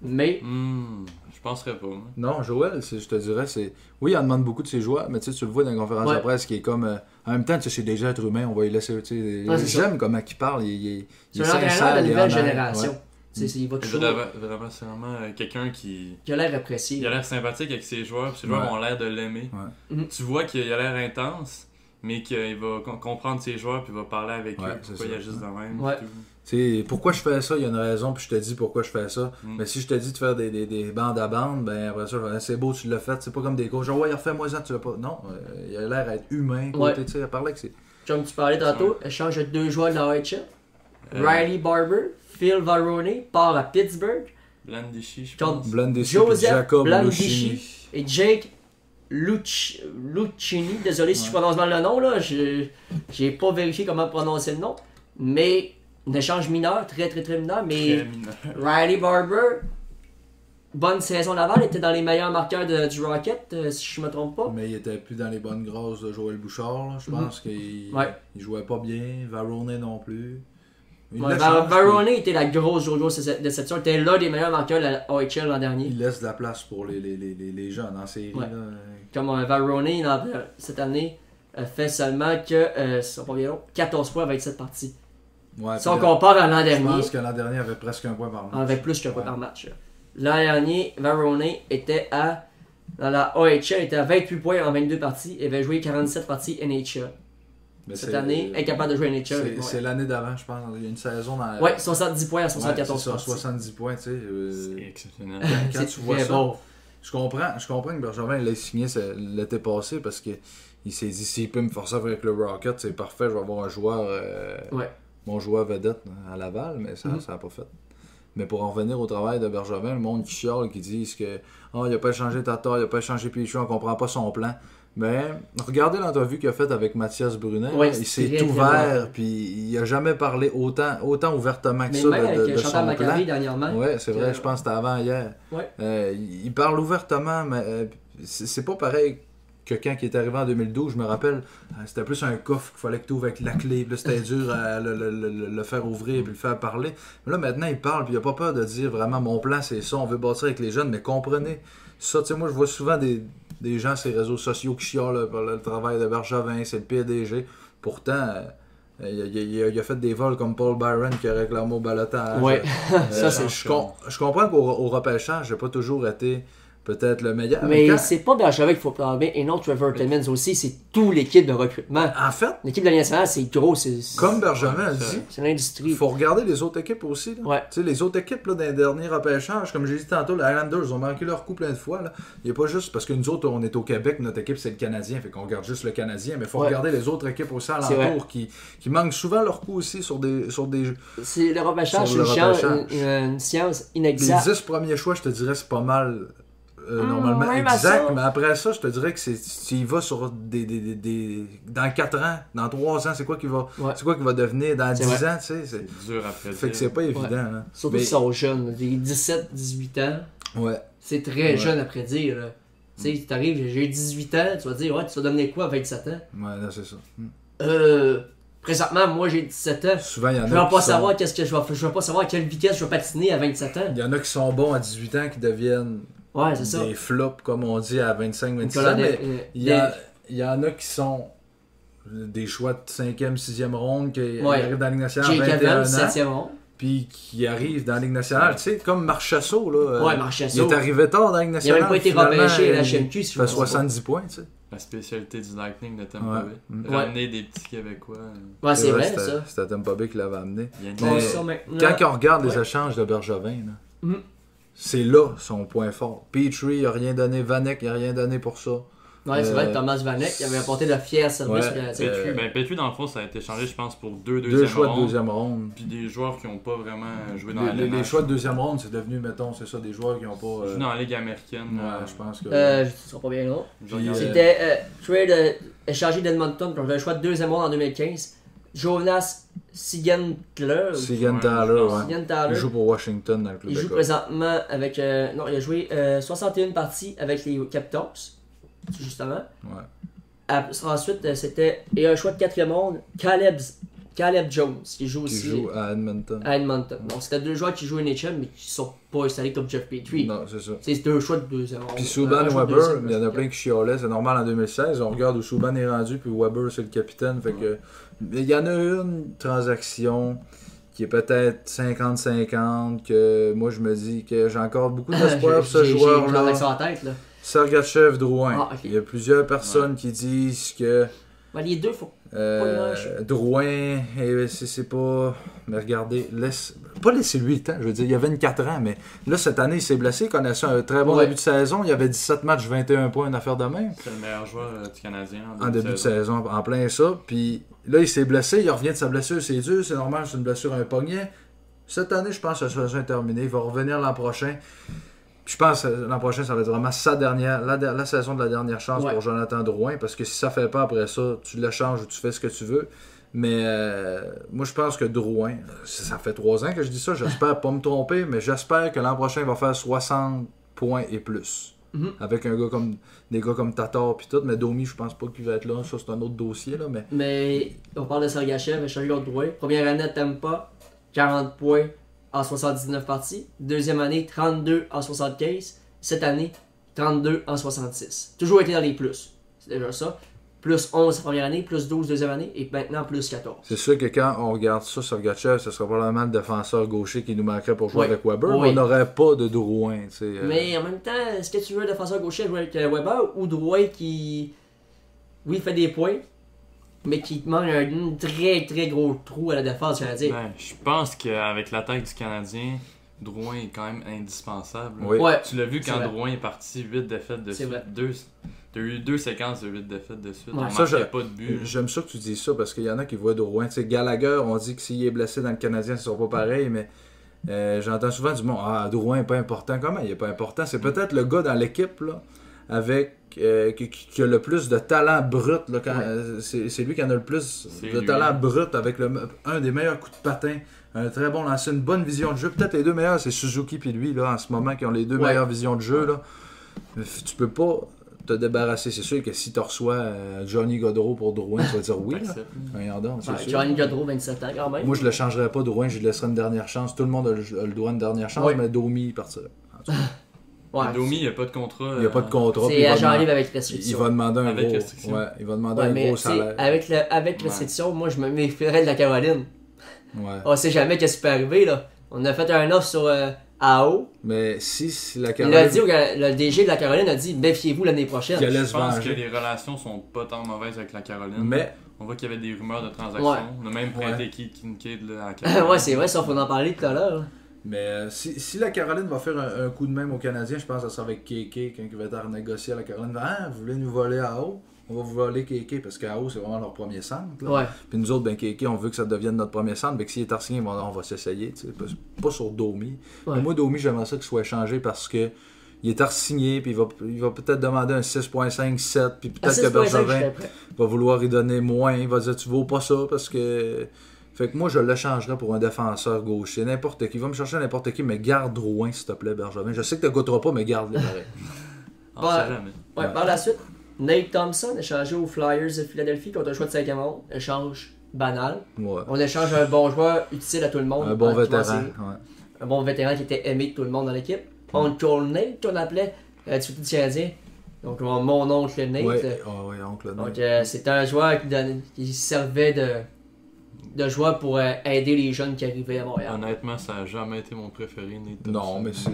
Speaker 3: Mais
Speaker 2: Hmm, je penserais pas. moi.
Speaker 1: Non, Joël, c'est- je te dirais, c'est. Oui, il en demande beaucoup de ses joueurs, mais tu sais, tu le vois dans les conférences
Speaker 3: Ouais.
Speaker 1: de presse qui est comme. euh, en même temps, tu sais, c'est des êtres humains, on va y laisser. Tu sais,
Speaker 3: Ouais, c'est
Speaker 1: J'aime comment il parle, il, il, il
Speaker 3: c'est un
Speaker 1: sincère,
Speaker 3: entraîneur de la
Speaker 1: il est
Speaker 3: nouvelle
Speaker 1: honnête,
Speaker 3: génération.
Speaker 1: ouais.
Speaker 3: Tu sais, c'est- Il va
Speaker 2: Je
Speaker 3: toujours.
Speaker 2: devrais- Vraiment, c'est vraiment euh, quelqu'un qui.
Speaker 3: Il a l'air
Speaker 2: Il
Speaker 3: apprécié.
Speaker 2: a l'air sympathique avec ses joueurs, puis ses joueurs
Speaker 1: Ouais.
Speaker 2: ont l'air de l'aimer.
Speaker 3: Ouais. Mhm.
Speaker 2: Tu vois qu'il a l'air intense, mais qu'il va com- comprendre ses joueurs, puis il va parler avec
Speaker 1: Ouais,
Speaker 2: eux,
Speaker 1: c'est
Speaker 2: pourquoi
Speaker 1: ça.
Speaker 2: il agissent de même.
Speaker 3: Ouais.
Speaker 2: et tout.
Speaker 1: Tu sais, pourquoi je fais ça, il y a une raison, puis je te dis pourquoi je fais ça.
Speaker 2: Mm.
Speaker 1: Mais si je te dis de faire des, des, des bandes à bandes, ben après ça, je vais dire, c'est beau, tu l'as fait. C'est pas comme des coachs, genre, ouais, refais-moi ça, tu l'as pas. Non, euh, il a l'air d'être humain,
Speaker 3: Ouais.
Speaker 1: côté, tu sais, il parlait que c'est.
Speaker 3: Comme tu parlais tantôt, échange de deux joueurs de la OHL.
Speaker 2: Euh,
Speaker 3: Riley Barber, Phil Varone part à Pittsburgh
Speaker 2: Blandishi, je
Speaker 3: Quand-
Speaker 2: pense.
Speaker 1: Blandeschi,
Speaker 3: Joseph
Speaker 1: puis Jacob
Speaker 3: Blandeschi.
Speaker 1: Lucchini.
Speaker 3: et Jake Lucci- Lucchini. Désolé si je prononce mal le nom, là. Je- J'ai pas vérifié comment prononcer le nom. Mais un échange mineur, très très très mineur. Mais
Speaker 2: Très mineur.
Speaker 3: Riley Barber, bonne saison Laval, était dans les meilleurs marqueurs de- du Rocket, euh, si je me trompe pas.
Speaker 1: Mais il était plus dans les bonnes grâces de Joël Bouchard. là. Je pense qu'il
Speaker 3: Mm-hmm. Ouais.
Speaker 1: il jouait pas bien. Varone non plus. Il
Speaker 3: Ouais,
Speaker 1: laisse
Speaker 3: Var-
Speaker 1: chance,
Speaker 3: Varone était la grosse grosse déce- déception. était l'un des meilleurs marqueurs de la OHL l'an
Speaker 1: puis
Speaker 3: dernier.
Speaker 1: Il laisse de la place pour les, les, les, les, les jeunes en série.
Speaker 3: Ouais.
Speaker 1: là.
Speaker 3: Comme euh, Varone, il en- euh, cette année, euh, fait seulement que euh, son premier rôle, 14 points à 27 parties.
Speaker 1: Ouais,
Speaker 3: Si on
Speaker 1: Ah, puis
Speaker 3: compare à l'an
Speaker 1: Je
Speaker 3: dernier,
Speaker 1: pense que l'an dernier, il avait presque un point par match.
Speaker 3: avec plus qu'un point
Speaker 1: Ouais.
Speaker 3: par match. là. L'an dernier, Varone était à. Dans la OHL, était à 28 points en 22 parties et avait joué 47 parties NHL.
Speaker 1: Mais
Speaker 3: Cette
Speaker 1: c'est- euh,
Speaker 3: année, incapable de jouer NHL.
Speaker 1: C'est
Speaker 3: ouais.
Speaker 1: c'est l'année d'avant, je pense. Il y a une saison dans.
Speaker 3: Euh, Ouais, 70 points à 74
Speaker 1: c'est ça,
Speaker 3: parties.
Speaker 1: 70 points, tu sais. euh,
Speaker 2: C'est exceptionnel.
Speaker 1: [LAUGHS]
Speaker 3: [LAUGHS]
Speaker 1: quand tu vois
Speaker 3: très
Speaker 1: ça,
Speaker 3: bon.
Speaker 1: Je comprends, je comprends que Bergevin l'ait signé ce- l'été passé parce que il s'est dit s'il peut me forcer avec le Rocket, c'est parfait, je vais avoir un joueur euh,
Speaker 3: Ouais.
Speaker 1: mon joueur vedette à Laval, mais ça n'a
Speaker 3: Mhm.
Speaker 1: pas fait. Mais pour en revenir au travail de Bergevin, le monde qui chiale, qui dit que oh, il a pas changé Tatar, il a pas changé Pichon, on comprend pas son plan. Mais regardez l'entrevue qu'il a faite avec Mathias Brunet,
Speaker 3: Ouais,
Speaker 1: il
Speaker 3: c'est
Speaker 1: s'est
Speaker 3: très, très
Speaker 1: ouvert, puis il a jamais parlé autant, autant ouvertement que
Speaker 3: Mais
Speaker 1: ça
Speaker 3: même
Speaker 1: de, de-
Speaker 3: avec
Speaker 1: de
Speaker 3: euh, Chantal
Speaker 1: son plan.
Speaker 3: Maccabi dernièrement.
Speaker 1: Ouais, c'est
Speaker 3: Que-
Speaker 1: vrai, je pense que c'était avant hier.
Speaker 3: Ouais.
Speaker 1: Euh, il il parle ouvertement, mais euh, c'est c'est pas pareil que quand il est arrivé en 2012, je me rappelle, euh, c'était plus un coffre qu'il fallait que tu ouvres avec la clé, puis là,
Speaker 3: [LAUGHS]
Speaker 1: c'était dur à le, le- le- le faire ouvrir puis le faire parler. Mais là maintenant il parle, puis il a pas peur de dire vraiment mon plan c'est ça, on veut bâtir avec les jeunes, mais comprenez ça, tu sais, moi je vois souvent des, des gens sur les réseaux sociaux qui chiolent par le travail de Bergevin, c'est le PDG. Pourtant, euh, il, a- il a- il a fait des vols comme Paul Byron qui a réclamé au balotage.
Speaker 3: Ouais.
Speaker 1: Euh,
Speaker 3: [LAUGHS] Ça, c'est
Speaker 1: je, com- je comprends qu'au au repêchage, j'ai pas toujours été peut-être le meilleur.
Speaker 3: Mais
Speaker 1: quand-
Speaker 3: c'est pas Bergevin qu'il faut blâmer et non Trevor Timmins aussi, c'est tout l'équipe de recrutement.
Speaker 1: en fait,
Speaker 3: L'équipe de la Ligue nationale, c'est gros, c'est c'est-
Speaker 1: comme Bergevin a
Speaker 2: Ouais, c'est
Speaker 1: dit,
Speaker 3: c'est
Speaker 1: il
Speaker 3: l'industrie.
Speaker 1: faut regarder les autres équipes aussi. là.
Speaker 3: Ouais.
Speaker 1: Tu sais, les autres équipes là, dans les derniers repêchages, comme j'ai dit tantôt, les Highlanders ont manqué leur coup plein de fois. Là. Il n'est pas juste parce que nous autres, on est au Québec, notre équipe c'est le Canadien, fait qu'on regarde juste le Canadien, mais il faut
Speaker 3: Ouais.
Speaker 1: regarder les autres équipes aussi
Speaker 3: C'est vrai.
Speaker 1: alentour qui, qui manquent souvent leur coup aussi sur des sur des,
Speaker 3: C'est le repêchage, c'est
Speaker 1: Sur
Speaker 3: une,
Speaker 1: le
Speaker 3: science-
Speaker 1: repêchage.
Speaker 3: une- une science
Speaker 1: les
Speaker 3: inexacte.
Speaker 1: 10 premiers choix, je te dirais c'est pas mal euh,
Speaker 3: Hmm,
Speaker 1: normalement
Speaker 3: même à
Speaker 1: exact,
Speaker 3: ça.
Speaker 1: mais après ça, je te dirais que c'est tu y vas sur des, des, des- des- dans 4 ans, dans 3 ans, c'est quoi qui va
Speaker 3: Ouais.
Speaker 1: c'est quoi qui va devenir dans
Speaker 3: C'est
Speaker 1: 10
Speaker 3: vrai.
Speaker 1: ans, tu sais, c'est-
Speaker 2: C'est dur après
Speaker 1: fait que c'est pas évident. hein.
Speaker 3: Surtout
Speaker 1: Mais-
Speaker 3: s'ils sont jeunes, des 17, 18 ans.
Speaker 1: ouais.
Speaker 3: C'est très
Speaker 1: Ouais.
Speaker 3: jeune à prédire. là. Tu sais, tu t'arrives, j'ai- j'ai 18 ans, tu vas dire, ouais, tu vas donner quoi à 27 ans?
Speaker 1: Ouais, là, c'est ça. Hmm.
Speaker 3: Euh, présentement, moi j'ai 17 ans.
Speaker 1: Souvent, il y en a
Speaker 3: Je veux
Speaker 1: qui
Speaker 3: pas
Speaker 1: sont-
Speaker 3: savoir qu'est-ce que je vais, je veux pas savoir à quelle vitesse je vais patiner à 27 ans.
Speaker 1: Il y en a qui sont bons à 18 ans qui deviennent
Speaker 3: Ouais, c'est ça.
Speaker 1: des flops, comme on dit, à 25, 26
Speaker 3: Nicolas
Speaker 1: ans.
Speaker 3: Des-
Speaker 1: Mais
Speaker 3: euh,
Speaker 1: il y, a-
Speaker 3: Des-
Speaker 1: il y en a qui sont des choix de 5e, 6e ronde, qui
Speaker 3: Ouais.
Speaker 1: arrivent dans la Ligue nationale
Speaker 3: Jake
Speaker 1: à 21
Speaker 3: Evans,
Speaker 1: ans,
Speaker 3: 7e rond.
Speaker 1: puis qui arrivent dans la Ligue nationale. Tu sais, comme Marchasseau, là. euh,
Speaker 3: Ouais, Marchessault.
Speaker 1: Il est arrivé tard dans la Ligue
Speaker 3: Il a
Speaker 1: nationale.
Speaker 3: même pas été
Speaker 1: finalement, euh,
Speaker 3: repêché à la
Speaker 1: il
Speaker 3: HMQ, si je me
Speaker 1: fait
Speaker 3: trompe pas.
Speaker 1: 70 points, tu sais.
Speaker 2: La spécialité du Lightning de Tampa
Speaker 1: Ouais.
Speaker 2: Bay.
Speaker 3: Ouais.
Speaker 2: Ramener des petits Québécois. euh,
Speaker 3: Ouais, Ah, c'est vrai,
Speaker 1: c'était-
Speaker 3: ça.
Speaker 1: C'était Tom Bobby qui l'avait amené.
Speaker 2: il y a une-
Speaker 1: Mais-
Speaker 3: Bon, ça maintenant.
Speaker 1: Quand on regarde les
Speaker 3: Ouais.
Speaker 1: échanges de Bergevin, là,
Speaker 3: Mhm.
Speaker 1: c'est là son point fort. Petrie, il n'a rien donné. Vanek, il n'a rien donné pour ça.
Speaker 3: Ouais, c'est vrai,
Speaker 1: Euh,
Speaker 3: Thomas Vanek qui avait apporté de fiers services
Speaker 1: Ouais,
Speaker 3: sur la- sur la-
Speaker 2: Petru,
Speaker 1: euh,
Speaker 2: ben, Petru, dans le fond, ça a été changé, je pense, pour deux
Speaker 1: Deux,
Speaker 2: deuxièmes
Speaker 1: choix de
Speaker 2: rondes,
Speaker 1: deuxième ronde.
Speaker 2: Puis des joueurs qui n'ont pas vraiment joué dans
Speaker 1: Les,
Speaker 2: la
Speaker 1: les- les
Speaker 2: LNH.
Speaker 1: choix de deuxième ronde, c'est devenu, mettons, c'est ça, des joueurs qui n'ont pas.
Speaker 2: Ils
Speaker 1: euh,
Speaker 2: jouent dans la Ligue américaine.
Speaker 1: ouais,
Speaker 2: euh,
Speaker 1: je pense que.
Speaker 3: Euh, je ne pas bien long.
Speaker 2: je regarde.
Speaker 1: Puis, euh,
Speaker 3: C'était euh, trade euh, échangé d'Edmonton pour le choix de deuxième ronde en 2015. Jonas Sigentler.
Speaker 1: Sigan Tyler,
Speaker 2: ouais, je pense.
Speaker 1: ouais. Il
Speaker 3: Sigenthaler.
Speaker 1: joue pour Washington dans le club
Speaker 3: Il joue
Speaker 1: d'école.
Speaker 3: présentement avec. euh, non, il a joué euh, 61 parties avec les Capitals. justement.
Speaker 1: Ouais.
Speaker 3: Ap- Ensuite, euh, c'était. Et un choix de quatrième ronde, Caleb, Caleb Jones, qui
Speaker 1: Qui
Speaker 3: joue aussi Ah,
Speaker 1: joue hein. à Edmonton.
Speaker 3: à Edmonton. Donc, c'était deux joueurs qui jouent NHL, mais qui sont pas installés comme Jeff Petrie.
Speaker 1: Non, c'est ça.
Speaker 3: Tu sais, C'est deux choix de deuxième ronde.
Speaker 1: Puis
Speaker 3: Un
Speaker 1: Souban
Speaker 3: choix de
Speaker 1: Weber,
Speaker 3: deuxième,
Speaker 1: il y en a
Speaker 3: un
Speaker 1: plein qui chiolaient, c'est normal en 2016. On regarde où Souban est rendu, puis Weber c'est le capitaine. Fait que il y en a une transaction qui est peut-être 50-50 que moi je me dis que j'ai encore beaucoup
Speaker 3: [COUGHS]
Speaker 1: d'espoir pour ce
Speaker 3: J'ai- j'ai- J'ai une
Speaker 1: joueur-là.
Speaker 3: transaction en tête, là.
Speaker 1: Sergachev Drouin.
Speaker 3: Ah, ok.
Speaker 1: Il y a plusieurs personnes qui disent que
Speaker 3: Ben, les deux, faut.
Speaker 1: euh,
Speaker 3: Pas
Speaker 1: Drouin, eh, c'est c'est pas. Mais regardez, laisse. Pas laissez-lui le temps, je veux dire, il y a 24 ans, mais là, cette année, il s'est blessé, il connaissait un très bon
Speaker 3: Ouais.
Speaker 1: début de saison. Il y avait 17 matchs, 21 points, une affaire de même.
Speaker 2: C'est le meilleur joueur euh, du Canadien
Speaker 1: En début de saison, en plein ça. Puis là, il s'est blessé, il revient de sa blessure, c'est dur, c'est normal, c'est une blessure à un poignet. Cette année, je pense que sa saison est terminée. Il va revenir l'an prochain. Puis Je pense que l'an prochain, ça va être vraiment sa dernière, la, der- la saison de la dernière chance
Speaker 3: Ouais.
Speaker 1: pour Jonathan Drouin. Parce que si ça fait pas après ça, tu le changes ou tu fais ce que tu veux. Mais euh, moi, je pense que Drouin, ça ça fait trois ans que je dis ça, j'espère pas me tromper, mais j'espère que l'an prochain, il va faire 60 points et plus.
Speaker 3: Mhm.
Speaker 1: Avec un gars comme des gars comme Tatar puis tout, mais Domi, je pense pas qu'il va être là. Ça, c'est un autre dossier, là, mais
Speaker 3: Mais on parle de Sergachev, échangé contre Drouin. Première année à Tampa, 40 points en 79 parties. Deuxième année, 32 en 75. Cette année, 32 en 66. Toujours été dans les plus. C'est déjà ça. Plus 11 première année, plus 12 deuxième année et maintenant plus 14.
Speaker 1: c'est sûr que quand on regarde ça sur Gatchev, ce sera probablement le défenseur gaucher qui nous manquerait pour jouer
Speaker 3: Oui.
Speaker 1: avec Weber.
Speaker 3: Oui.
Speaker 1: mais On n'aurait pas de Drouin, tu sais. euh,
Speaker 3: Mais en même temps, est-ce que tu veux un défenseur gaucher jouer avec euh, Weber ou Drouin qui, oui, fait des points, mais qui te manque un très très gros trou à la défense, j'allais dire.
Speaker 2: Ben, je pense qu'avec l'attaque du Canadien, Drouin est quand même indispensable.
Speaker 1: Oui.
Speaker 3: Ouais.
Speaker 2: Tu l'as vu
Speaker 3: C'est
Speaker 2: quand
Speaker 3: vrai.
Speaker 2: Drouin est parti, 8 défaites de
Speaker 3: C'est
Speaker 2: suite.
Speaker 3: vrai.
Speaker 2: Deux, t'as eu deux séquences de 8 défaites de suite.
Speaker 3: Ouais.
Speaker 2: On
Speaker 1: Ça,
Speaker 2: marquait
Speaker 1: je- Mm.
Speaker 2: pas de but.
Speaker 1: J'aime ça que tu dis ça parce qu'il y en a qui voient Drouin. Tu sais, Gallagher, on dit que s'il est blessé dans le Canadien, ce sera pas pareil, mais euh, j'entends souvent du monde Ah, Drouin est pas important. Comment il est pas important C'est peut-être le gars dans l'équipe là, avec euh, qui, qui- qui a le plus de talent brut. là, quand-
Speaker 3: Ouais.
Speaker 1: euh, c'est c'est lui qui en a le plus
Speaker 2: C'est
Speaker 1: de
Speaker 2: lui.
Speaker 1: talent brut avec le, me- un des meilleurs coups de patin. Un très bon lancer, une bonne vision de jeu. Peut-être les deux meilleurs, c'est Suzuki puis lui, là, en ce moment, qui ont les deux
Speaker 3: Ouais.
Speaker 1: meilleures visions de jeu. Là. Tu peux pas te débarrasser. C'est sûr que si tu reçois euh, Johnny Godreau pour Drouin, tu vas dire oui. là.
Speaker 2: T'acceptes.
Speaker 1: Voyons donc, c'est
Speaker 3: Ben, Ouais,
Speaker 1: sûr.
Speaker 3: Johnny Gaudreau, 27 ans quand même.
Speaker 1: Moi, je le changerais pas, Drouin, je lui laisserais une dernière chance. Tout le monde a le, a le droit à une dernière chance,
Speaker 3: Ouais.
Speaker 1: mais Domi, il partira.
Speaker 3: [LAUGHS] Ouais.
Speaker 2: Domi, il n'y a pas de contrat. euh,
Speaker 1: Il n'y a pas de contrat. puis
Speaker 3: C'est
Speaker 1: il va
Speaker 3: agent
Speaker 1: demander-
Speaker 3: libre avec
Speaker 1: Il
Speaker 3: restriction.
Speaker 1: va demander un
Speaker 2: Avec
Speaker 1: gros,
Speaker 2: restriction.
Speaker 1: ouais, il va demander
Speaker 3: Ouais,
Speaker 1: un
Speaker 3: mais
Speaker 1: gros
Speaker 3: tu sais,
Speaker 1: salaire.
Speaker 3: avec, le, avec
Speaker 2: Ouais.
Speaker 3: restriction, moi je me méfierais de la Caroline.
Speaker 1: Ouais.
Speaker 3: On sait jamais qu'est-ce qui peut arriver là. On a fait un offre sur euh, AO.
Speaker 1: Mais si, si la
Speaker 3: Il a
Speaker 1: Caroline
Speaker 3: dit, au gars- le DG de la Caroline a dit méfiez-vous l'année
Speaker 1: qui
Speaker 3: prochaine.
Speaker 1: allait
Speaker 2: Je
Speaker 1: se
Speaker 2: pense que
Speaker 1: venger,
Speaker 2: les relations sont pas tant mauvaises avec la Caroline.
Speaker 1: hein. mais
Speaker 2: On voit qu'il y avait des rumeurs de transactions.
Speaker 3: Ouais.
Speaker 2: On a même prêté
Speaker 1: Ouais.
Speaker 2: Keith Kincaid
Speaker 3: [LAUGHS]
Speaker 2: là, à la
Speaker 3: [LAUGHS]
Speaker 2: Caroline.
Speaker 3: ouais, c'est vrai, ça, faut en parler tout à l'heure.
Speaker 1: Mais euh, si, si la Caroline va faire un, un coup de même aux Canadiens, je pense que ça sera avec Kéké, quand il va être à renégocier à la Caroline. Ah, vous voulez nous voler à haut On va vous voler Kéké, parce qu'à haut, c'est vraiment leur premier centre. là.
Speaker 3: Ouais.
Speaker 1: Puis nous autres, ben Kéké, on veut que ça devienne notre premier centre. Mais que s'il est arsigné, on, on va s'essayer. tu sais. Pas, pas sur Domi.
Speaker 3: Ouais.
Speaker 1: Mais Moi, Domi, j'aimerais ça qu'il soit échangé parce que. Il est arsigné, puis il va, il va peut-être demander un 6.5, 7, puis
Speaker 3: À
Speaker 1: peut-être que
Speaker 3: 6.5,
Speaker 1: Bergevin
Speaker 3: j'étais prêt.
Speaker 1: va vouloir y donner moins. Il va dire tu vaux pas ça parce que. Fait que moi, je le changerais pour un défenseur gaucher. N'importe qui. Va me chercher n'importe qui, mais garde Drouin, s'il te plaît, Bergevin. Je sais que tu goûteras pas, mais
Speaker 3: [LAUGHS]
Speaker 1: garde-le pareil.
Speaker 2: On
Speaker 3: Ouais.
Speaker 2: sait jamais.
Speaker 3: Ouais, par la suite, Nate Thompson, échangé aux Flyers de Philadelphie contre un choix de 5 ronde. Échange banal.
Speaker 1: Ouais.
Speaker 3: On échange un bon joueur utile à tout le monde.
Speaker 1: Un bon
Speaker 3: en
Speaker 1: vétéran.
Speaker 3: troisième.
Speaker 1: ouais.
Speaker 3: un bon vétéran qui était aimé de tout le monde dans l'équipe. Oncle Nate, on appelait euh, du côté du Canadien. Donc mon- mon oncle Nate.
Speaker 1: Ouais, ah ouais, oncle Nate.
Speaker 3: Donc euh, c'était un joueur qui, donnait- qui servait de, de joueur pour euh, aider les jeunes qui arrivaient à Montréal.
Speaker 2: Honnêtement, ça n'a jamais été mon préféré. Nate Thompson.
Speaker 1: Non, mais c'est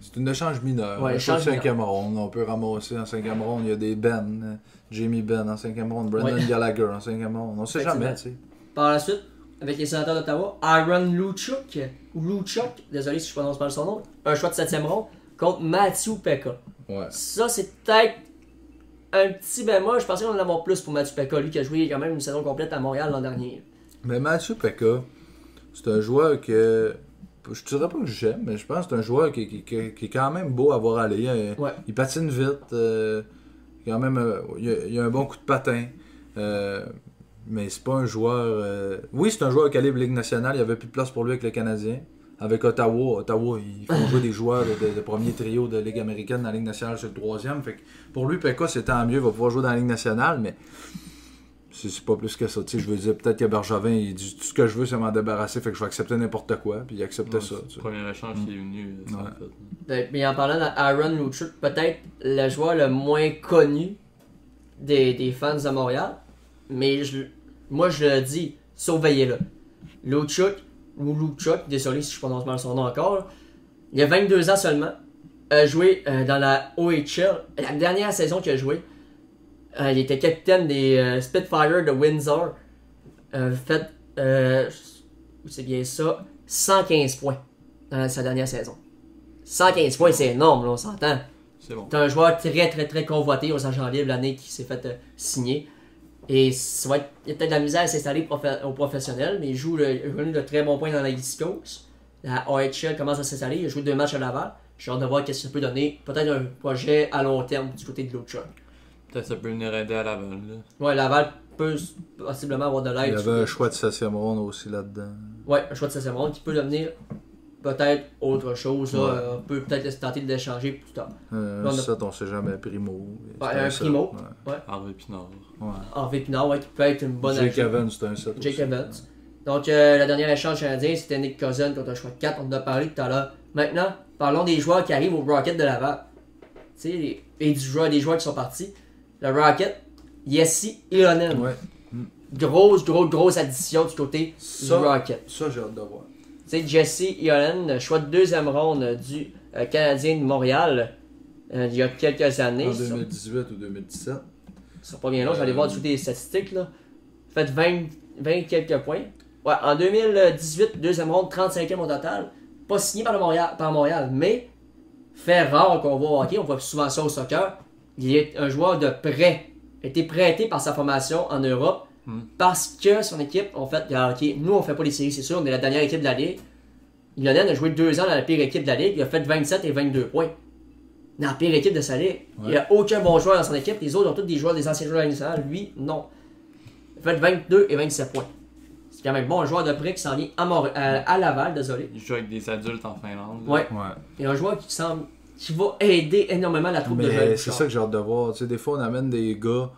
Speaker 1: c'est un échange mineur.
Speaker 3: Ouais,
Speaker 1: Ouais,
Speaker 3: échange
Speaker 1: cinquième ronde, on peut ramasser en cinquième ronde. Il y a des Ben, euh, Jamie Ben en cinquième ronde, Brandon
Speaker 3: Ouais. Ben.
Speaker 1: Gallagher en cinquième ronde. On sait
Speaker 3: Effectivement.
Speaker 1: jamais, tu sais.
Speaker 3: Par la suite, avec les sénateurs d'Ottawa, Aaron Luchuk, ou Luchuk, désolé si je prononce mal son nom, un choix de 7 rond contre Matthew Pekka.
Speaker 1: Ouais.
Speaker 3: Ça, c'est peut-être un petit bémol. Je pensais qu'on en avoir plus pour Matthew Pekka, lui qui a joué quand même une saison complète à Montréal l'an dernier.
Speaker 1: Mais Mathieu Pekka, c'est un joueur que. Je ne dirais pas que j'aime, mais je pense que c'est un joueur qui, qui- qui- qui est quand même beau à voir aller. Euh,
Speaker 3: Ouais.
Speaker 1: Il patine vite. euh, quand même, euh, il, a, il a un bon coup de patin. euh, mais c'est pas un joueur. euh, Oui, c'est un joueur au calibre Ligue nationale. Il n'y avait plus de place pour lui avec le Canadien. avec Ottawa. Ottawa, ils font jouer des joueurs de, de- de premier trio de Ligue américaine dans la Ligue nationale, c'est le troisième. Fait que pour lui, Pekka, c'est tant mieux, il va pouvoir jouer dans la Ligue nationale, mais c'est c'est pas plus que ça. Tu sais, je veux dire, peut-être que Bergevin, il dit tout ce que je veux, c'est m'en débarrasser, fait que je vais accepter n'importe quoi, puis il acceptait
Speaker 2: Ouais,
Speaker 1: ça.
Speaker 2: c'est
Speaker 1: tu
Speaker 2: le
Speaker 1: sais.
Speaker 2: premier échange qui est venu. euh, ça, en fait.
Speaker 3: Ben, Mais en parlant d'Aaron Luchuk, peut-être le joueur le moins connu des, des fans de Montréal. Mais je- moi, je le dis, surveillez-le. Luchuk, ou Luchuk, désolé si je prononce mal son nom encore, là, il a 22 ans seulement, a joué euh, dans la OHL. La dernière saison qu'il a joué, euh, il était capitaine des euh, Spitfire de Windsor. Euh, fait, euh, c'est bien ça, 115 points dans la- sa dernière saison. 115 points, c'est énorme, là, on s'entend.
Speaker 2: C'est bon.
Speaker 3: C'est un joueur très, très, très convoité aux agents libres l'année qui s'est fait euh, signer. Et ça va être, il a peut-être de la misère à s'installer profe- au professionnel, mais il joue le, il a connu de très bons points dans la East Coast. La AHL commence à s'installer, il a joué deux matchs à Laval. J'ai hâte de voir qu'est-ce que ça peut donner. Peut-être un projet à long terme du côté de l'autre choc.
Speaker 2: Peut-être ça peut venir aider à la balle. là.
Speaker 3: Ouais, Laval peut s- possiblement avoir de
Speaker 1: Il y
Speaker 3: l'aide.
Speaker 1: avait un choix de septième ronde aussi là-dedans.
Speaker 3: Ouais, un choix de septième ronde qui peut devenir peut-être autre chose. là.
Speaker 1: Ouais.
Speaker 3: Euh, On peut peut-être tenter de l'échanger plus tard.
Speaker 1: Euh,
Speaker 3: Non, non.
Speaker 1: ça, on sait jamais, Primo.
Speaker 3: Ouais,
Speaker 1: C'est
Speaker 3: un
Speaker 1: set,
Speaker 3: Primo.
Speaker 1: ouais.
Speaker 2: Harvey Pinard.
Speaker 1: Ouais.
Speaker 3: Harvey Pinard, ouais, qui peut être une bonne
Speaker 1: Jake
Speaker 3: ajout.
Speaker 1: Evans, c'est un set.
Speaker 3: Jake
Speaker 1: aussi.
Speaker 3: Evans. Donc, euh, le dernier échange canadien, c'était Nick Cousin contre un choix de 4. On en a parlé tout à l'heure. Maintenant, parlons des joueurs qui arrivent au Rocket de Laval. Tu sais, et du joueur, des joueurs qui sont partis. Le Rocket, Yessi Ilonen.
Speaker 1: Ouais.
Speaker 3: Grosse, grosse, grosse addition du côté
Speaker 1: Ça-
Speaker 3: du Rocket.
Speaker 1: Ça, j'ai hâte de voir.
Speaker 3: Tu sais, Jesse Yolen, choix de deuxième ronde du euh, Canadien de Montréal euh, il y a quelques années.
Speaker 1: En
Speaker 3: Ça-
Speaker 1: 2018 ou 2017.
Speaker 3: Ça sera pas bien long, j'allais voir du côté des statistiques. Là. Faites 20, 20 quelques points. Ouais, en 2018, deuxième ronde, 35e au total. Pas signé par, le Montréal, par Montréal, mais fait rare qu'on voit au hockey, on voit souvent ça au soccer. Il est un joueur de prêt, a été prêté par sa formation en Europe parce que son équipe, en fait, il a- ok, nous on fait pas les séries, c'est sûr, on est la dernière équipe de la Ligue. Lionel a joué deux ans dans la pire équipe de la Ligue, il a fait 27 et 22 points. Dans la pire équipe de sa Ligue. Il n'y a aucun bon joueur dans son équipe, les autres ont tous des joueurs, des anciens joueurs de la Ligue nationale, lui, non. Il a fait 22 et 27 points. C'est quand même bon, un joueur de prêt qui s'en vient à, Mont- à- à Laval, désolé.
Speaker 2: Il joue avec des adultes en Finlande. là.
Speaker 3: Ouais,
Speaker 1: Ouais.
Speaker 3: et un joueur qui semble qui va aider énormément la troupe de jeunes.
Speaker 1: Mais c'est ça que j'ai hâte de voir. Tu sais, des fois, on amène des gars,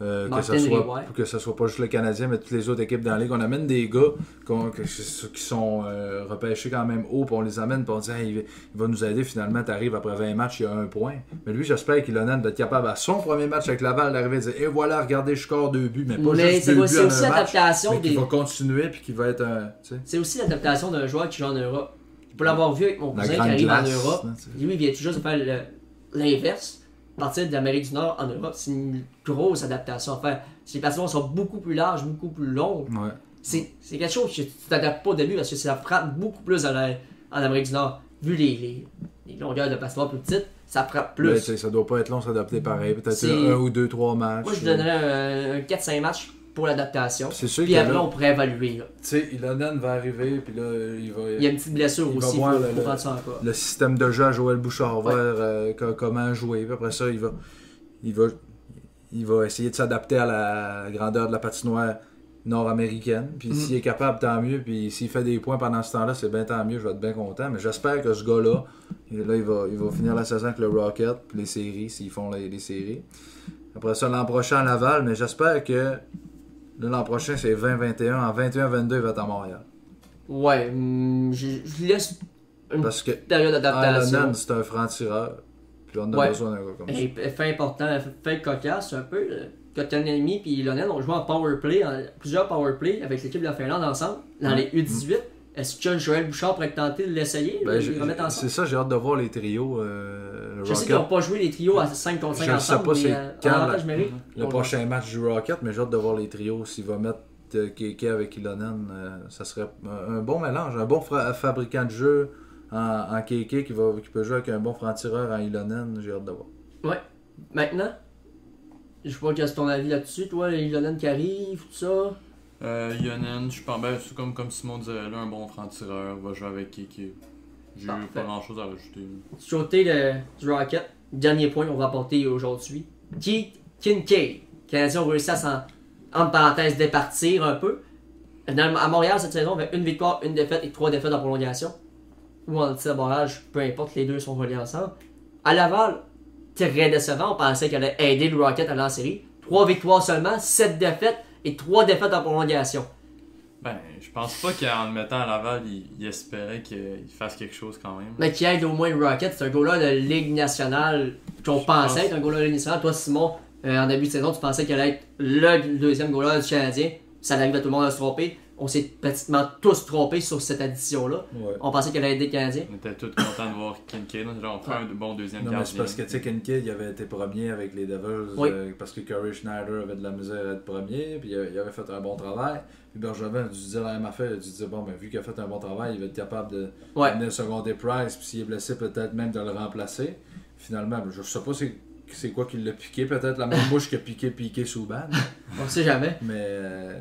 Speaker 1: euh, que, ce
Speaker 3: Martin
Speaker 1: soit,
Speaker 3: Riwai.
Speaker 1: que ce soit pas juste le Canadien, mais toutes les autres équipes dans la ligue, on amène des gars qu'on- que- qui sont euh, repêchés quand même haut, puis on les amène, puis on dit Hey, il, va- il va nous aider. Finalement, t'arrives après 20 matchs, il y a un point. Mais lui, j'espère qu'il en a d'être capable à son premier match avec Laval d'arriver et de dire Et voilà, regardez, je score deux buts, mais pas
Speaker 3: Mais
Speaker 1: juste
Speaker 3: c'est
Speaker 1: deux buts
Speaker 3: aussi,
Speaker 1: en
Speaker 3: aussi
Speaker 1: un match,
Speaker 3: l'adaptation
Speaker 1: mais qui
Speaker 3: des-
Speaker 1: va continuer, puis qui va être un. tu sais.
Speaker 3: C'est aussi l'adaptation d'un joueur qui joue en Europe. Pour l'avoir vu avec mon
Speaker 1: La
Speaker 3: cousin qui
Speaker 1: grande
Speaker 3: arrive en
Speaker 1: glace,
Speaker 3: Europe,
Speaker 1: hein, tu
Speaker 3: lui, il vient tout juste de faire le- l'inverse. Partir de l'Amérique du Nord en Europe, c'est une grosse adaptation à faire. Les plateformes sont beaucoup plus larges, beaucoup plus longues.
Speaker 1: Ouais.
Speaker 3: C'est c'est quelque chose que tu t'adaptes pas au début parce que ça frappe beaucoup plus en, la- en Amérique du Nord. Vu les, les- les longueurs de passeport plus petites, ça frappe plus.
Speaker 1: Mais, tu sais, ça doit pas être long de s'adapter pareil. Peut-être
Speaker 3: C'est-
Speaker 1: un ou deux, trois matchs.
Speaker 3: Moi, je
Speaker 1: ou-
Speaker 3: donnerais un, un 4-5 matchs pour l'adaptation.
Speaker 1: C'est sûr
Speaker 3: Puis
Speaker 1: que
Speaker 3: après,
Speaker 1: là-
Speaker 3: on pourrait évaluer. là.
Speaker 1: Tu sais, Ilonen va arriver, puis là, euh, il va.
Speaker 3: Il y a une petite blessure
Speaker 1: Il va
Speaker 3: aussi, il faut,
Speaker 1: voir le-
Speaker 3: faut
Speaker 1: le-
Speaker 3: prendre ça en compte.
Speaker 1: Le système de jeu à Joël Bouchard,
Speaker 3: Ouais.
Speaker 1: voir euh, co- comment jouer. Puis après ça, il va, il va, il va essayer de s'adapter à la grandeur de la patinoire nord-américaine. Puis s'il est capable, tant mieux. Puis s'il fait des points pendant ce temps-là, c'est bien tant mieux. Je vais être bien content. Mais j'espère que ce gars-là, il- là, il va, il va finir la saison avec le Rocket, puis les séries, s'ils font les, les séries. Après ça, l'an prochain à Laval, mais j'espère que là, l'an prochain, c'est 20-21. En 21-22, il va être à Montréal.
Speaker 3: Ouais, hum, je, je laisse une
Speaker 1: Parce que
Speaker 3: période d'adaptation.
Speaker 1: Ilonen, Ah, c'est un franc-tireur. Puis on a
Speaker 3: Ouais.
Speaker 1: besoin d'un gars comme ça.
Speaker 3: Et et fait important, fait cocasse un peu. là. Kotkaniemi puis Lonen ont joué en power play, en- plusieurs power play avec l'équipe de la Finlande ensemble, dans les U18. Est-ce que Joël Bouchard pourrait tenter de l'essayer,
Speaker 1: Mm. Ben,
Speaker 3: de
Speaker 1: j'ai-
Speaker 3: les remettre
Speaker 1: c'est
Speaker 3: ensemble?
Speaker 1: ça, j'ai hâte de voir les trios. euh, le
Speaker 3: Je sais qu'ils n'ont
Speaker 1: Rocket.
Speaker 3: pas joué les trios à 5 contre 5
Speaker 1: Je ne sais
Speaker 3: ensemble,
Speaker 1: pas
Speaker 3: mais
Speaker 1: c'est
Speaker 3: euh,
Speaker 1: quand,
Speaker 3: en
Speaker 1: là. Mm.
Speaker 3: avantage numérique,
Speaker 1: Le
Speaker 3: on-
Speaker 1: prochain match du Rocket, mais j'ai hâte de voir les trios. S'il va mettre euh, Keke avec Ilonen, euh, ça serait un, un bon mélange, un bon fra- fabricant de jeu en, en Keke qui, va, qui peut jouer avec un bon franc-tireur en Ilonen. J'ai hâte de voir.
Speaker 3: Ouais. Maintenant, je vois que c'est ton avis là-dessus, toi, les Lonen qui arrive, tout ça.
Speaker 2: Euh, Yonen, je pense, ben, c'est comme, comme Simon dirait, là, un bon franc-tireur, va jouer avec Kiki. J'ai eu
Speaker 3: Parfait.
Speaker 2: pas grand-chose à rajouter.
Speaker 3: Du côté de- du Rocket, dernier point qu'on va apporter aujourd'hui. Keith Kincaid. Les Canadiens ont réussi à s'en, en parenthèse, départir un peu. Dans- à Montréal, cette saison, avec une victoire, une défaite et trois défaites en prolongation. ou en tir barrage, peu importe, les deux sont reliés ensemble. À Laval, très décevant, on pensait qu'elle allait aider le Rocket à aller en série. Trois victoires seulement, sept défaites et trois défaites en prolongation.
Speaker 2: Ben, je pense pas qu'en le mettant à Laval, il, il espérait qu'il fasse quelque chose quand même.
Speaker 3: Mais qui aide au moins le Rocket, c'est un goal-là de Ligue nationale qu'on
Speaker 2: Je
Speaker 3: pensait
Speaker 2: pense-
Speaker 3: être un goal-là de Ligue nationale. Toi, Simon, euh, en début de saison, tu pensais qu'il allait être le deuxième goal-là du Canadien. Ça arrive à tout le monde à se tromper. On s'est pratiquement tous trompés sur cette addition-là.
Speaker 1: Ouais.
Speaker 3: On pensait qu'elle allait aider le Canadien.
Speaker 2: On était tous contents de voir Kincaid. Genre, on prend un bon deuxième
Speaker 1: Non, mais c'est
Speaker 2: gardien.
Speaker 1: parce que, tu sais, Kincaid, il avait été premier avec les Devils,
Speaker 3: Oui.
Speaker 1: euh, parce que Curry Schneider avait de la misère à être premier, puis il avait- il avait fait un bon travail. Puis Bergevin a dû dire à MFA, il a dû dire, bon, mais vu qu'il a fait un bon travail, il va être capable de
Speaker 3: Ouais.
Speaker 1: venir seconder Price, puis s'il est blessé, peut-être même de le remplacer. Finalement, ben, je sais pas c'est, c'est quoi qui l'a piqué, peut-être la
Speaker 3: [LAUGHS]
Speaker 1: même bouche que piqué, piqué sous
Speaker 3: On sait jamais.
Speaker 1: Mais euh,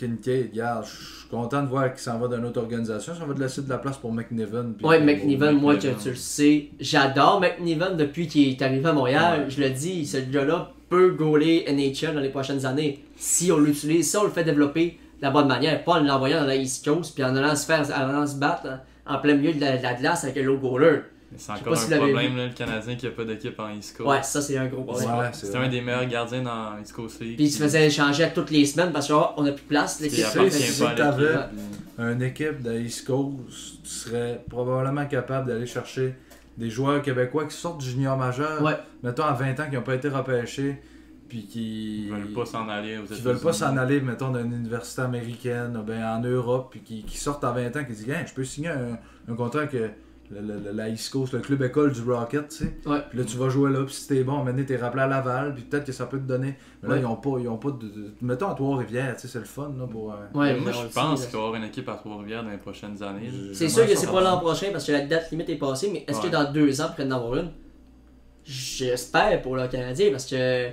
Speaker 1: Kincaid, regarde, je suis content de voir qu'il s'en va d'une autre organisation. Ça va te laisser de la place pour McNiven. puis euh,
Speaker 3: Ouais,
Speaker 1: pour-
Speaker 3: McNiven, moi, que
Speaker 2: McNiven.
Speaker 3: tu le sais, j'adore McNiven depuis qu'il est arrivé à Montréal. Je le dis, ce gars-là peut gauler NHL dans les prochaines années si on l'utilise, si on le fait développer de la bonne manière, pas en l'envoyant dans la East Coast puis en allant se, faire, en allant se battre hein, en plein milieu de la, de la glace avec l'autre goaler.
Speaker 2: C'est
Speaker 3: Je sais
Speaker 2: encore
Speaker 3: pas si
Speaker 2: un
Speaker 3: vous l'avez
Speaker 2: problème, là, le Canadien qui a pas d'équipe en East Coast.
Speaker 3: Ouais, ça, c'est un gros problème.
Speaker 1: Ouais, c'est
Speaker 2: C'était
Speaker 1: vrai.
Speaker 2: un des meilleurs gardiens dans East Coast League.
Speaker 3: Puis il se faisait échanger à toutes les semaines parce qu'on a plus de place.
Speaker 2: Puis il
Speaker 3: l'équipe
Speaker 1: sais,
Speaker 2: appartient
Speaker 1: si
Speaker 2: pas à
Speaker 1: t'avais-
Speaker 2: l'équipe.
Speaker 1: une équipe de East Coast, tu serais probablement capable d'aller chercher des joueurs québécois qui sortent du junior majeur,
Speaker 3: Ouais.
Speaker 1: mettons à 20 ans, qui n'ont pas été repêchés, puis qui
Speaker 2: Ils veulent pas s'en aller aux
Speaker 1: qui veulent pas
Speaker 2: États-Unis.
Speaker 1: s'en aller, mettons, d'une université américaine, ben, en Europe, puis qui, qui sortent à 20 ans, qui disent Hey, je peux signer un, un contrat avec euh, le- le- le- la East Coast, le club école du Rocket, tu sais.
Speaker 3: Ouais.
Speaker 1: Puis là, tu vas jouer là, puis si t'es bon, maintenant t'es rappelé à Laval, puis peut-être que ça peut te donner. Mais là,
Speaker 3: Ouais.
Speaker 1: ils ont pas, ils ont pas de, de- Mettons à Trois-Rivières, tu sais, c'est le fun, là, pour. euh,
Speaker 3: Ouais, on
Speaker 2: Moi, je
Speaker 3: le
Speaker 2: pense
Speaker 3: sait,
Speaker 2: qu'il va y avoir une équipe à Trois-Rivières dans les prochaines années. là.
Speaker 1: j'aimerais
Speaker 3: C'est sûr que
Speaker 1: ça
Speaker 3: c'est pas
Speaker 1: voir.
Speaker 3: l'an prochain parce que la date limite est passée, mais est-ce que
Speaker 2: Ouais.
Speaker 3: dans deux ans, près d'en avoir une J'espère pour le Canadien parce que,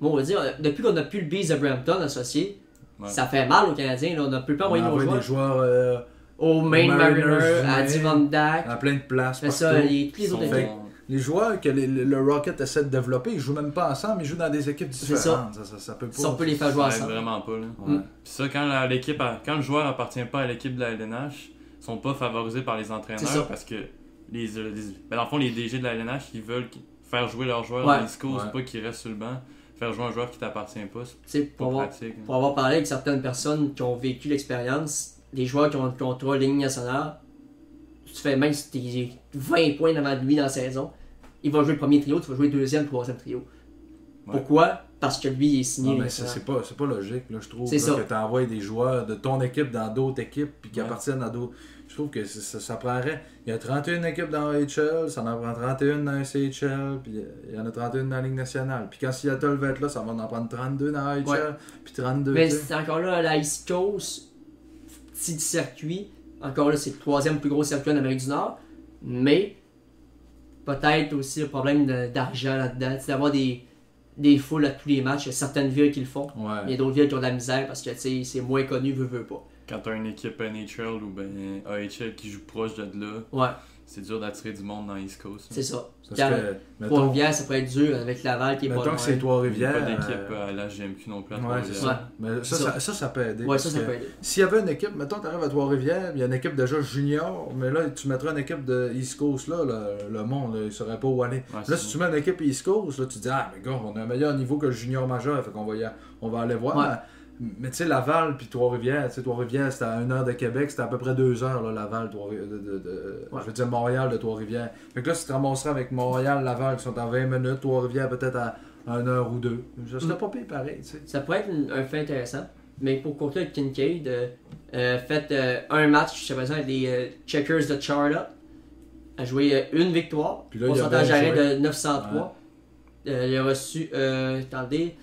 Speaker 3: bon, on va dire, depuis qu'on a plus le Bees de Brampton associé,
Speaker 2: Ouais.
Speaker 3: ça fait mal aux Canadiens. Là, on a plus pas
Speaker 1: On
Speaker 3: envoyé nos
Speaker 1: envoie
Speaker 3: joueurs
Speaker 1: des joueurs. euh,
Speaker 3: au Maine
Speaker 1: Mariners,
Speaker 3: Mariner, à
Speaker 1: Maine.
Speaker 3: Divandac,
Speaker 1: à plein de places.
Speaker 3: mais
Speaker 1: partout.
Speaker 3: ça, les, tous
Speaker 2: Ils
Speaker 3: les
Speaker 2: sont-
Speaker 3: autres
Speaker 1: Fait-
Speaker 3: équipes.
Speaker 1: Les joueurs que les- le, le Rocket essaie de développer, ils jouent même pas ensemble, ils jouent dans des équipes
Speaker 3: C'est ça.
Speaker 1: différentes. Ça, ça, ça peut pas.
Speaker 3: Si on peut les faire jouer
Speaker 2: Ça aide
Speaker 3: ensemble. Mm.
Speaker 2: vraiment pas. Là.
Speaker 1: Ouais.
Speaker 2: Puis ça, quand, la- l'équipe a- quand le joueur appartient pas à l'équipe de la LNH, ils sont pas favorisés par les
Speaker 3: C'est ça.
Speaker 2: entraîneurs parce que les, les- ben, dans le fond, les DG de la LNH, ils veulent qu- faire jouer leurs joueurs
Speaker 3: Ouais.
Speaker 2: dans les schools,
Speaker 1: Ouais.
Speaker 2: pas qu'ils restent sur le banc. Faire jouer un joueur qui t'appartient pas,
Speaker 3: Tu
Speaker 2: c'est
Speaker 3: sais,
Speaker 2: pas
Speaker 3: pour avoir,
Speaker 2: pratique. hein. là.
Speaker 3: pour avoir parlé avec certaines personnes qui ont vécu l'expérience, des joueurs qui ont le contrat ligne nationale, tu fais même si t'es 20 points devant lui dans la saison, il va jouer le premier trio, tu vas jouer le deuxième, troisième trio.
Speaker 2: Ouais.
Speaker 3: Pourquoi Parce que lui, il est signé.
Speaker 1: Non, Ah, mais
Speaker 3: ligne
Speaker 1: ben, ça,
Speaker 3: nationale.
Speaker 1: c'est pas, c'est pas logique, là, je trouve.
Speaker 3: C'est
Speaker 1: là,
Speaker 3: ça.
Speaker 1: Que tu envoies des joueurs de ton équipe dans d'autres équipes puis qui
Speaker 2: Ouais.
Speaker 1: appartiennent à d'autres. Je trouve que c'est- ça, ça prendrait. Il y a 31 équipes dans HL, ça en prend 31 dans SHL, puis il y en a 31 dans la Ligue nationale. Puis quand Seattle va être là, ça va en prendre 32 dans HL,
Speaker 3: Ouais.
Speaker 1: puis 32.
Speaker 3: mais
Speaker 1: tu sais.
Speaker 3: c'est encore là, la East Coast, petit circuit. Encore là, c'est le troisième plus gros circuit en Amérique du Nord. Mais peut-être aussi le problème de- d'argent là-dedans. C'est d'avoir des, des foules à tous les matchs. Il y a certaines villes qui le font. Il y
Speaker 1: Ouais.
Speaker 3: a d'autres villes qui ont de la misère parce que tu sais, c'est moins connu, veut, veut pas.
Speaker 2: Quand t'as une équipe NHL ou ben AHL qui joue proche de là,
Speaker 3: Ouais,
Speaker 2: c'est dur d'attirer du monde dans East Coast. hein.
Speaker 3: c'est ça.
Speaker 1: Parce
Speaker 3: Quand
Speaker 1: que, mettons,
Speaker 3: Trois-Rivières, ça pourrait être dur avec Laval qui est
Speaker 1: mettons
Speaker 3: pas
Speaker 1: que c'est
Speaker 3: loin.
Speaker 2: Il n'y a
Speaker 1: Trois-Rivières.
Speaker 2: pas d'équipe
Speaker 1: euh,
Speaker 2: à la GMQ non plus. à
Speaker 1: Ouais,
Speaker 2: Trois-Rivières.
Speaker 1: c'est
Speaker 3: Ouais.
Speaker 1: ça. Mais ça,
Speaker 3: C'est ça.
Speaker 1: ça, ça, ça peut aider.
Speaker 3: Ouais, ça,
Speaker 1: parce
Speaker 3: ça
Speaker 1: que-
Speaker 3: peut aider.
Speaker 1: S'il y avait une équipe, mettons, t'arrives à Trois-Rivières, il y a une équipe déjà junior, mais là, tu mettrais une équipe de East Coast, là, le, le monde, là, il saurait pas où aller.
Speaker 2: Ouais,
Speaker 1: là,
Speaker 2: c'est
Speaker 1: si tu mets une équipe East Coast, là, tu dis, ah, mais gars, on a un meilleur niveau que le junior majeur, fait qu'on va, y a- on va aller voir.
Speaker 3: Ouais.
Speaker 1: Mais, mais tu sais, Laval, puis Trois-Rivières, tu sais, Trois-Rivières, c'était à une heure de Québec, c'était à peu près deux heures, là, Laval, Trois- de, de- de-
Speaker 3: Ouais.
Speaker 1: je veux dire Montréal de Trois-Rivières. Fait que là, si tu te ramasserais avec Montréal, Laval, qui sont à 20 minutes, Trois-Rivières peut-être à une heure ou deux. Ça serait
Speaker 3: Mm.
Speaker 1: pas pire pareil, tu sais.
Speaker 3: Ça pourrait être une- un fait intéressant. Mais pour conclure avec Kincaid, euh, euh, faites euh, un match, je sais pas, avec les euh, Checkers de Charlotte. A joué euh, une victoire.
Speaker 1: Puis là, il a
Speaker 3: Pourcentage
Speaker 1: bien
Speaker 3: d'arrêt
Speaker 1: joué.
Speaker 3: de 903. Euh, il a reçu, euh, attendez,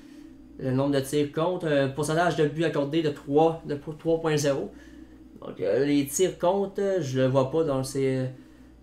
Speaker 3: le nombre de tirs contre. euh, pourcentage de but accordé de 3, de 3.0. Donc euh, les tirs contre, euh, je le vois pas dans ses.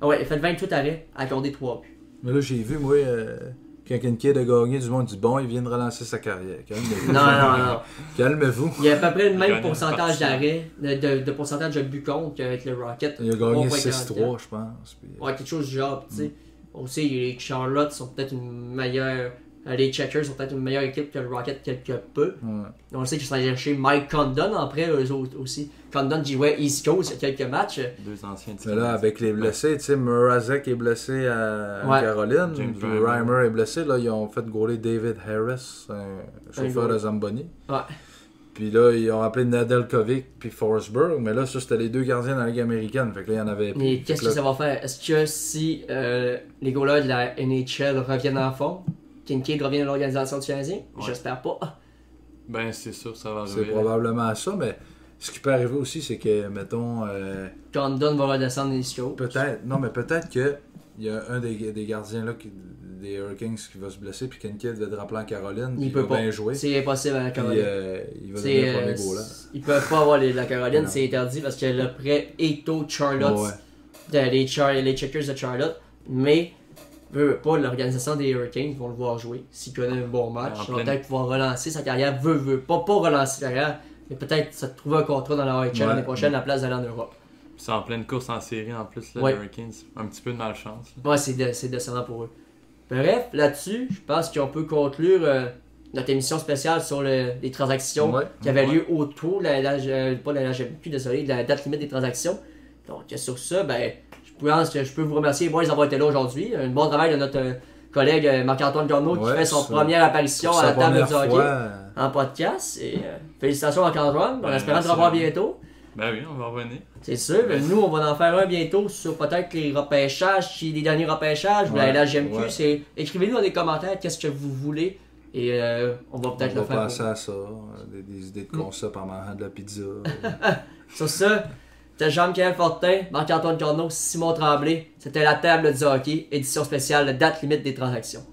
Speaker 3: Ah ouais, il a fait 28 arrêts, accordé 3 buts.
Speaker 1: Mais là, j'ai vu, moi, euh, quand Kincaid a gagné, du monde dit bon, il vient de relancer sa carrière. Calmez-vous.
Speaker 3: Non, non, non.
Speaker 1: Calmez-vous.
Speaker 3: Il y a à peu près le
Speaker 2: Il a
Speaker 3: même
Speaker 2: gagné
Speaker 3: pourcentage
Speaker 2: une partie.
Speaker 3: d'arrêt, de, de- de pourcentage de but contre qu'avec le Rocket.
Speaker 1: Il a gagné Mm.
Speaker 3: 3,44.
Speaker 1: 6-3, je pense. puis-
Speaker 3: Ouais, quelque chose du genre, tu sais. Aussi, les Charlotte sont peut-être une meilleure Euh, Les Checkers sont peut-être une meilleure équipe que le Rocket quelque peu.
Speaker 1: euh, Ouais.
Speaker 3: On sait qu'ils sont allés chercher Mike Condon après, eux autres aussi. Condon qui jouait East Coast il y a quelques matchs.
Speaker 2: Deux anciens
Speaker 1: Mais là,
Speaker 3: ben,
Speaker 1: avec les blessés, tu sais, Mrazek est blessé à à
Speaker 3: Ouais.
Speaker 1: Caroline,
Speaker 2: James
Speaker 1: puis
Speaker 2: Reimer.
Speaker 1: Reimer est blessé. Là, ils ont fait gauler David Harris, un chauffeur
Speaker 3: gros.
Speaker 1: de Zamboni.
Speaker 3: Ouais.
Speaker 1: Puis là, ils ont appelé Nadelkovic puis Forsberg, mais là, ça, c'était les deux gardiens dans la Ligue américaine. Fait que là, il y en avait plus.
Speaker 3: Mais
Speaker 1: Fait
Speaker 3: qu'est-ce
Speaker 1: là,
Speaker 3: que ça va faire? Est-ce que si euh, les gars-là de la NHL reviennent en fond, Kincaid revient à l'organisation du Canadien?
Speaker 2: Ouais.
Speaker 3: J'espère pas.
Speaker 2: Ben, c'est sûr, ça va
Speaker 1: C'est
Speaker 2: arriver.
Speaker 1: probablement ça, mais ce qui peut arriver aussi, c'est que, mettons, euh,
Speaker 3: Condon va redescendre les Coast.
Speaker 1: peut-être, non, mais peut-être que il y a un des, des gardiens là, qui- des Hurricanes qui va se blesser, puis Kincaid va être rappelé en Caroline, puis
Speaker 3: Il
Speaker 1: il
Speaker 3: peut
Speaker 1: va
Speaker 3: pas.
Speaker 1: bien jouer.
Speaker 3: C'est impossible à la
Speaker 1: Puis,
Speaker 3: Caroline.
Speaker 1: euh, il va
Speaker 3: C'est,
Speaker 1: devenir premier
Speaker 3: euh,
Speaker 1: goal, là.
Speaker 3: ils peuvent pas avoir les, la Caroline,
Speaker 1: Non.
Speaker 3: c'est interdit parce que le prêt Eto Charlotte,
Speaker 1: Ouais.
Speaker 3: de- les, Char- les Checkers de Charlotte, mais veut, veut pas l'organisation des Hurricanes vont le voir jouer. S'il connaît un bon match,
Speaker 2: En
Speaker 3: il va
Speaker 2: pleine-
Speaker 3: peut-être pouvoir relancer sa carrière, veut, veut pas, pas relancer sa carrière, mais peut-être se trouver un contrat dans la RHL
Speaker 1: Ouais.
Speaker 3: l'année prochaine à la place d'aller en Europe.
Speaker 2: C'est en pleine course en série en plus, là,
Speaker 3: Ouais.
Speaker 2: les Hurricanes. Un petit peu de malchance. là.
Speaker 3: Ouais, c'est dé- c'est décevant pour eux. Bref, là-dessus, je pense qu'on peut conclure euh, notre émission spéciale sur le- les transactions
Speaker 1: Ouais.
Speaker 3: qui avait
Speaker 2: Ouais.
Speaker 3: lieu autour de la, la- euh, pas de la LGBTQ, désolé, de la date limite des transactions. Donc, euh, sur ça, ben, je pense que je peux vous remercier, les boys, d'avoir été là aujourd'hui. Un bon travail de notre euh, collègue euh, Marc-Antoine Garneau qui
Speaker 1: Ouais,
Speaker 3: fait son
Speaker 1: ça-
Speaker 3: première apparition
Speaker 1: Pour
Speaker 3: à
Speaker 1: sa
Speaker 3: la table
Speaker 1: première
Speaker 3: du
Speaker 1: fois,
Speaker 3: hockey
Speaker 1: euh,
Speaker 3: en podcast. Et, euh, félicitations, Marc-Antoine. On
Speaker 2: Ben,
Speaker 3: espère te
Speaker 2: merci.
Speaker 3: revoir bientôt.
Speaker 2: Ben oui, on va revenir.
Speaker 3: C'est sûr, mais nous on va en faire un bientôt sur peut-être les repêchages, si- les derniers repêchages ou la
Speaker 1: Ouais,
Speaker 3: LHMQ.
Speaker 1: ouais.
Speaker 3: c'est- Écrivez-nous dans les commentaires qu'est-ce que vous voulez et euh, on va peut-être
Speaker 1: On
Speaker 3: le
Speaker 1: va
Speaker 3: faire. pour
Speaker 1: penser à ça, euh, des, des idées de concept en mangeant de la pizza. euh.
Speaker 3: vous. Sur ça, c'était Jean-Michel Fortin, Marc-Antoine Corneau, Simon Tremblay. C'était la table du hockey, édition spéciale, date limite des transactions.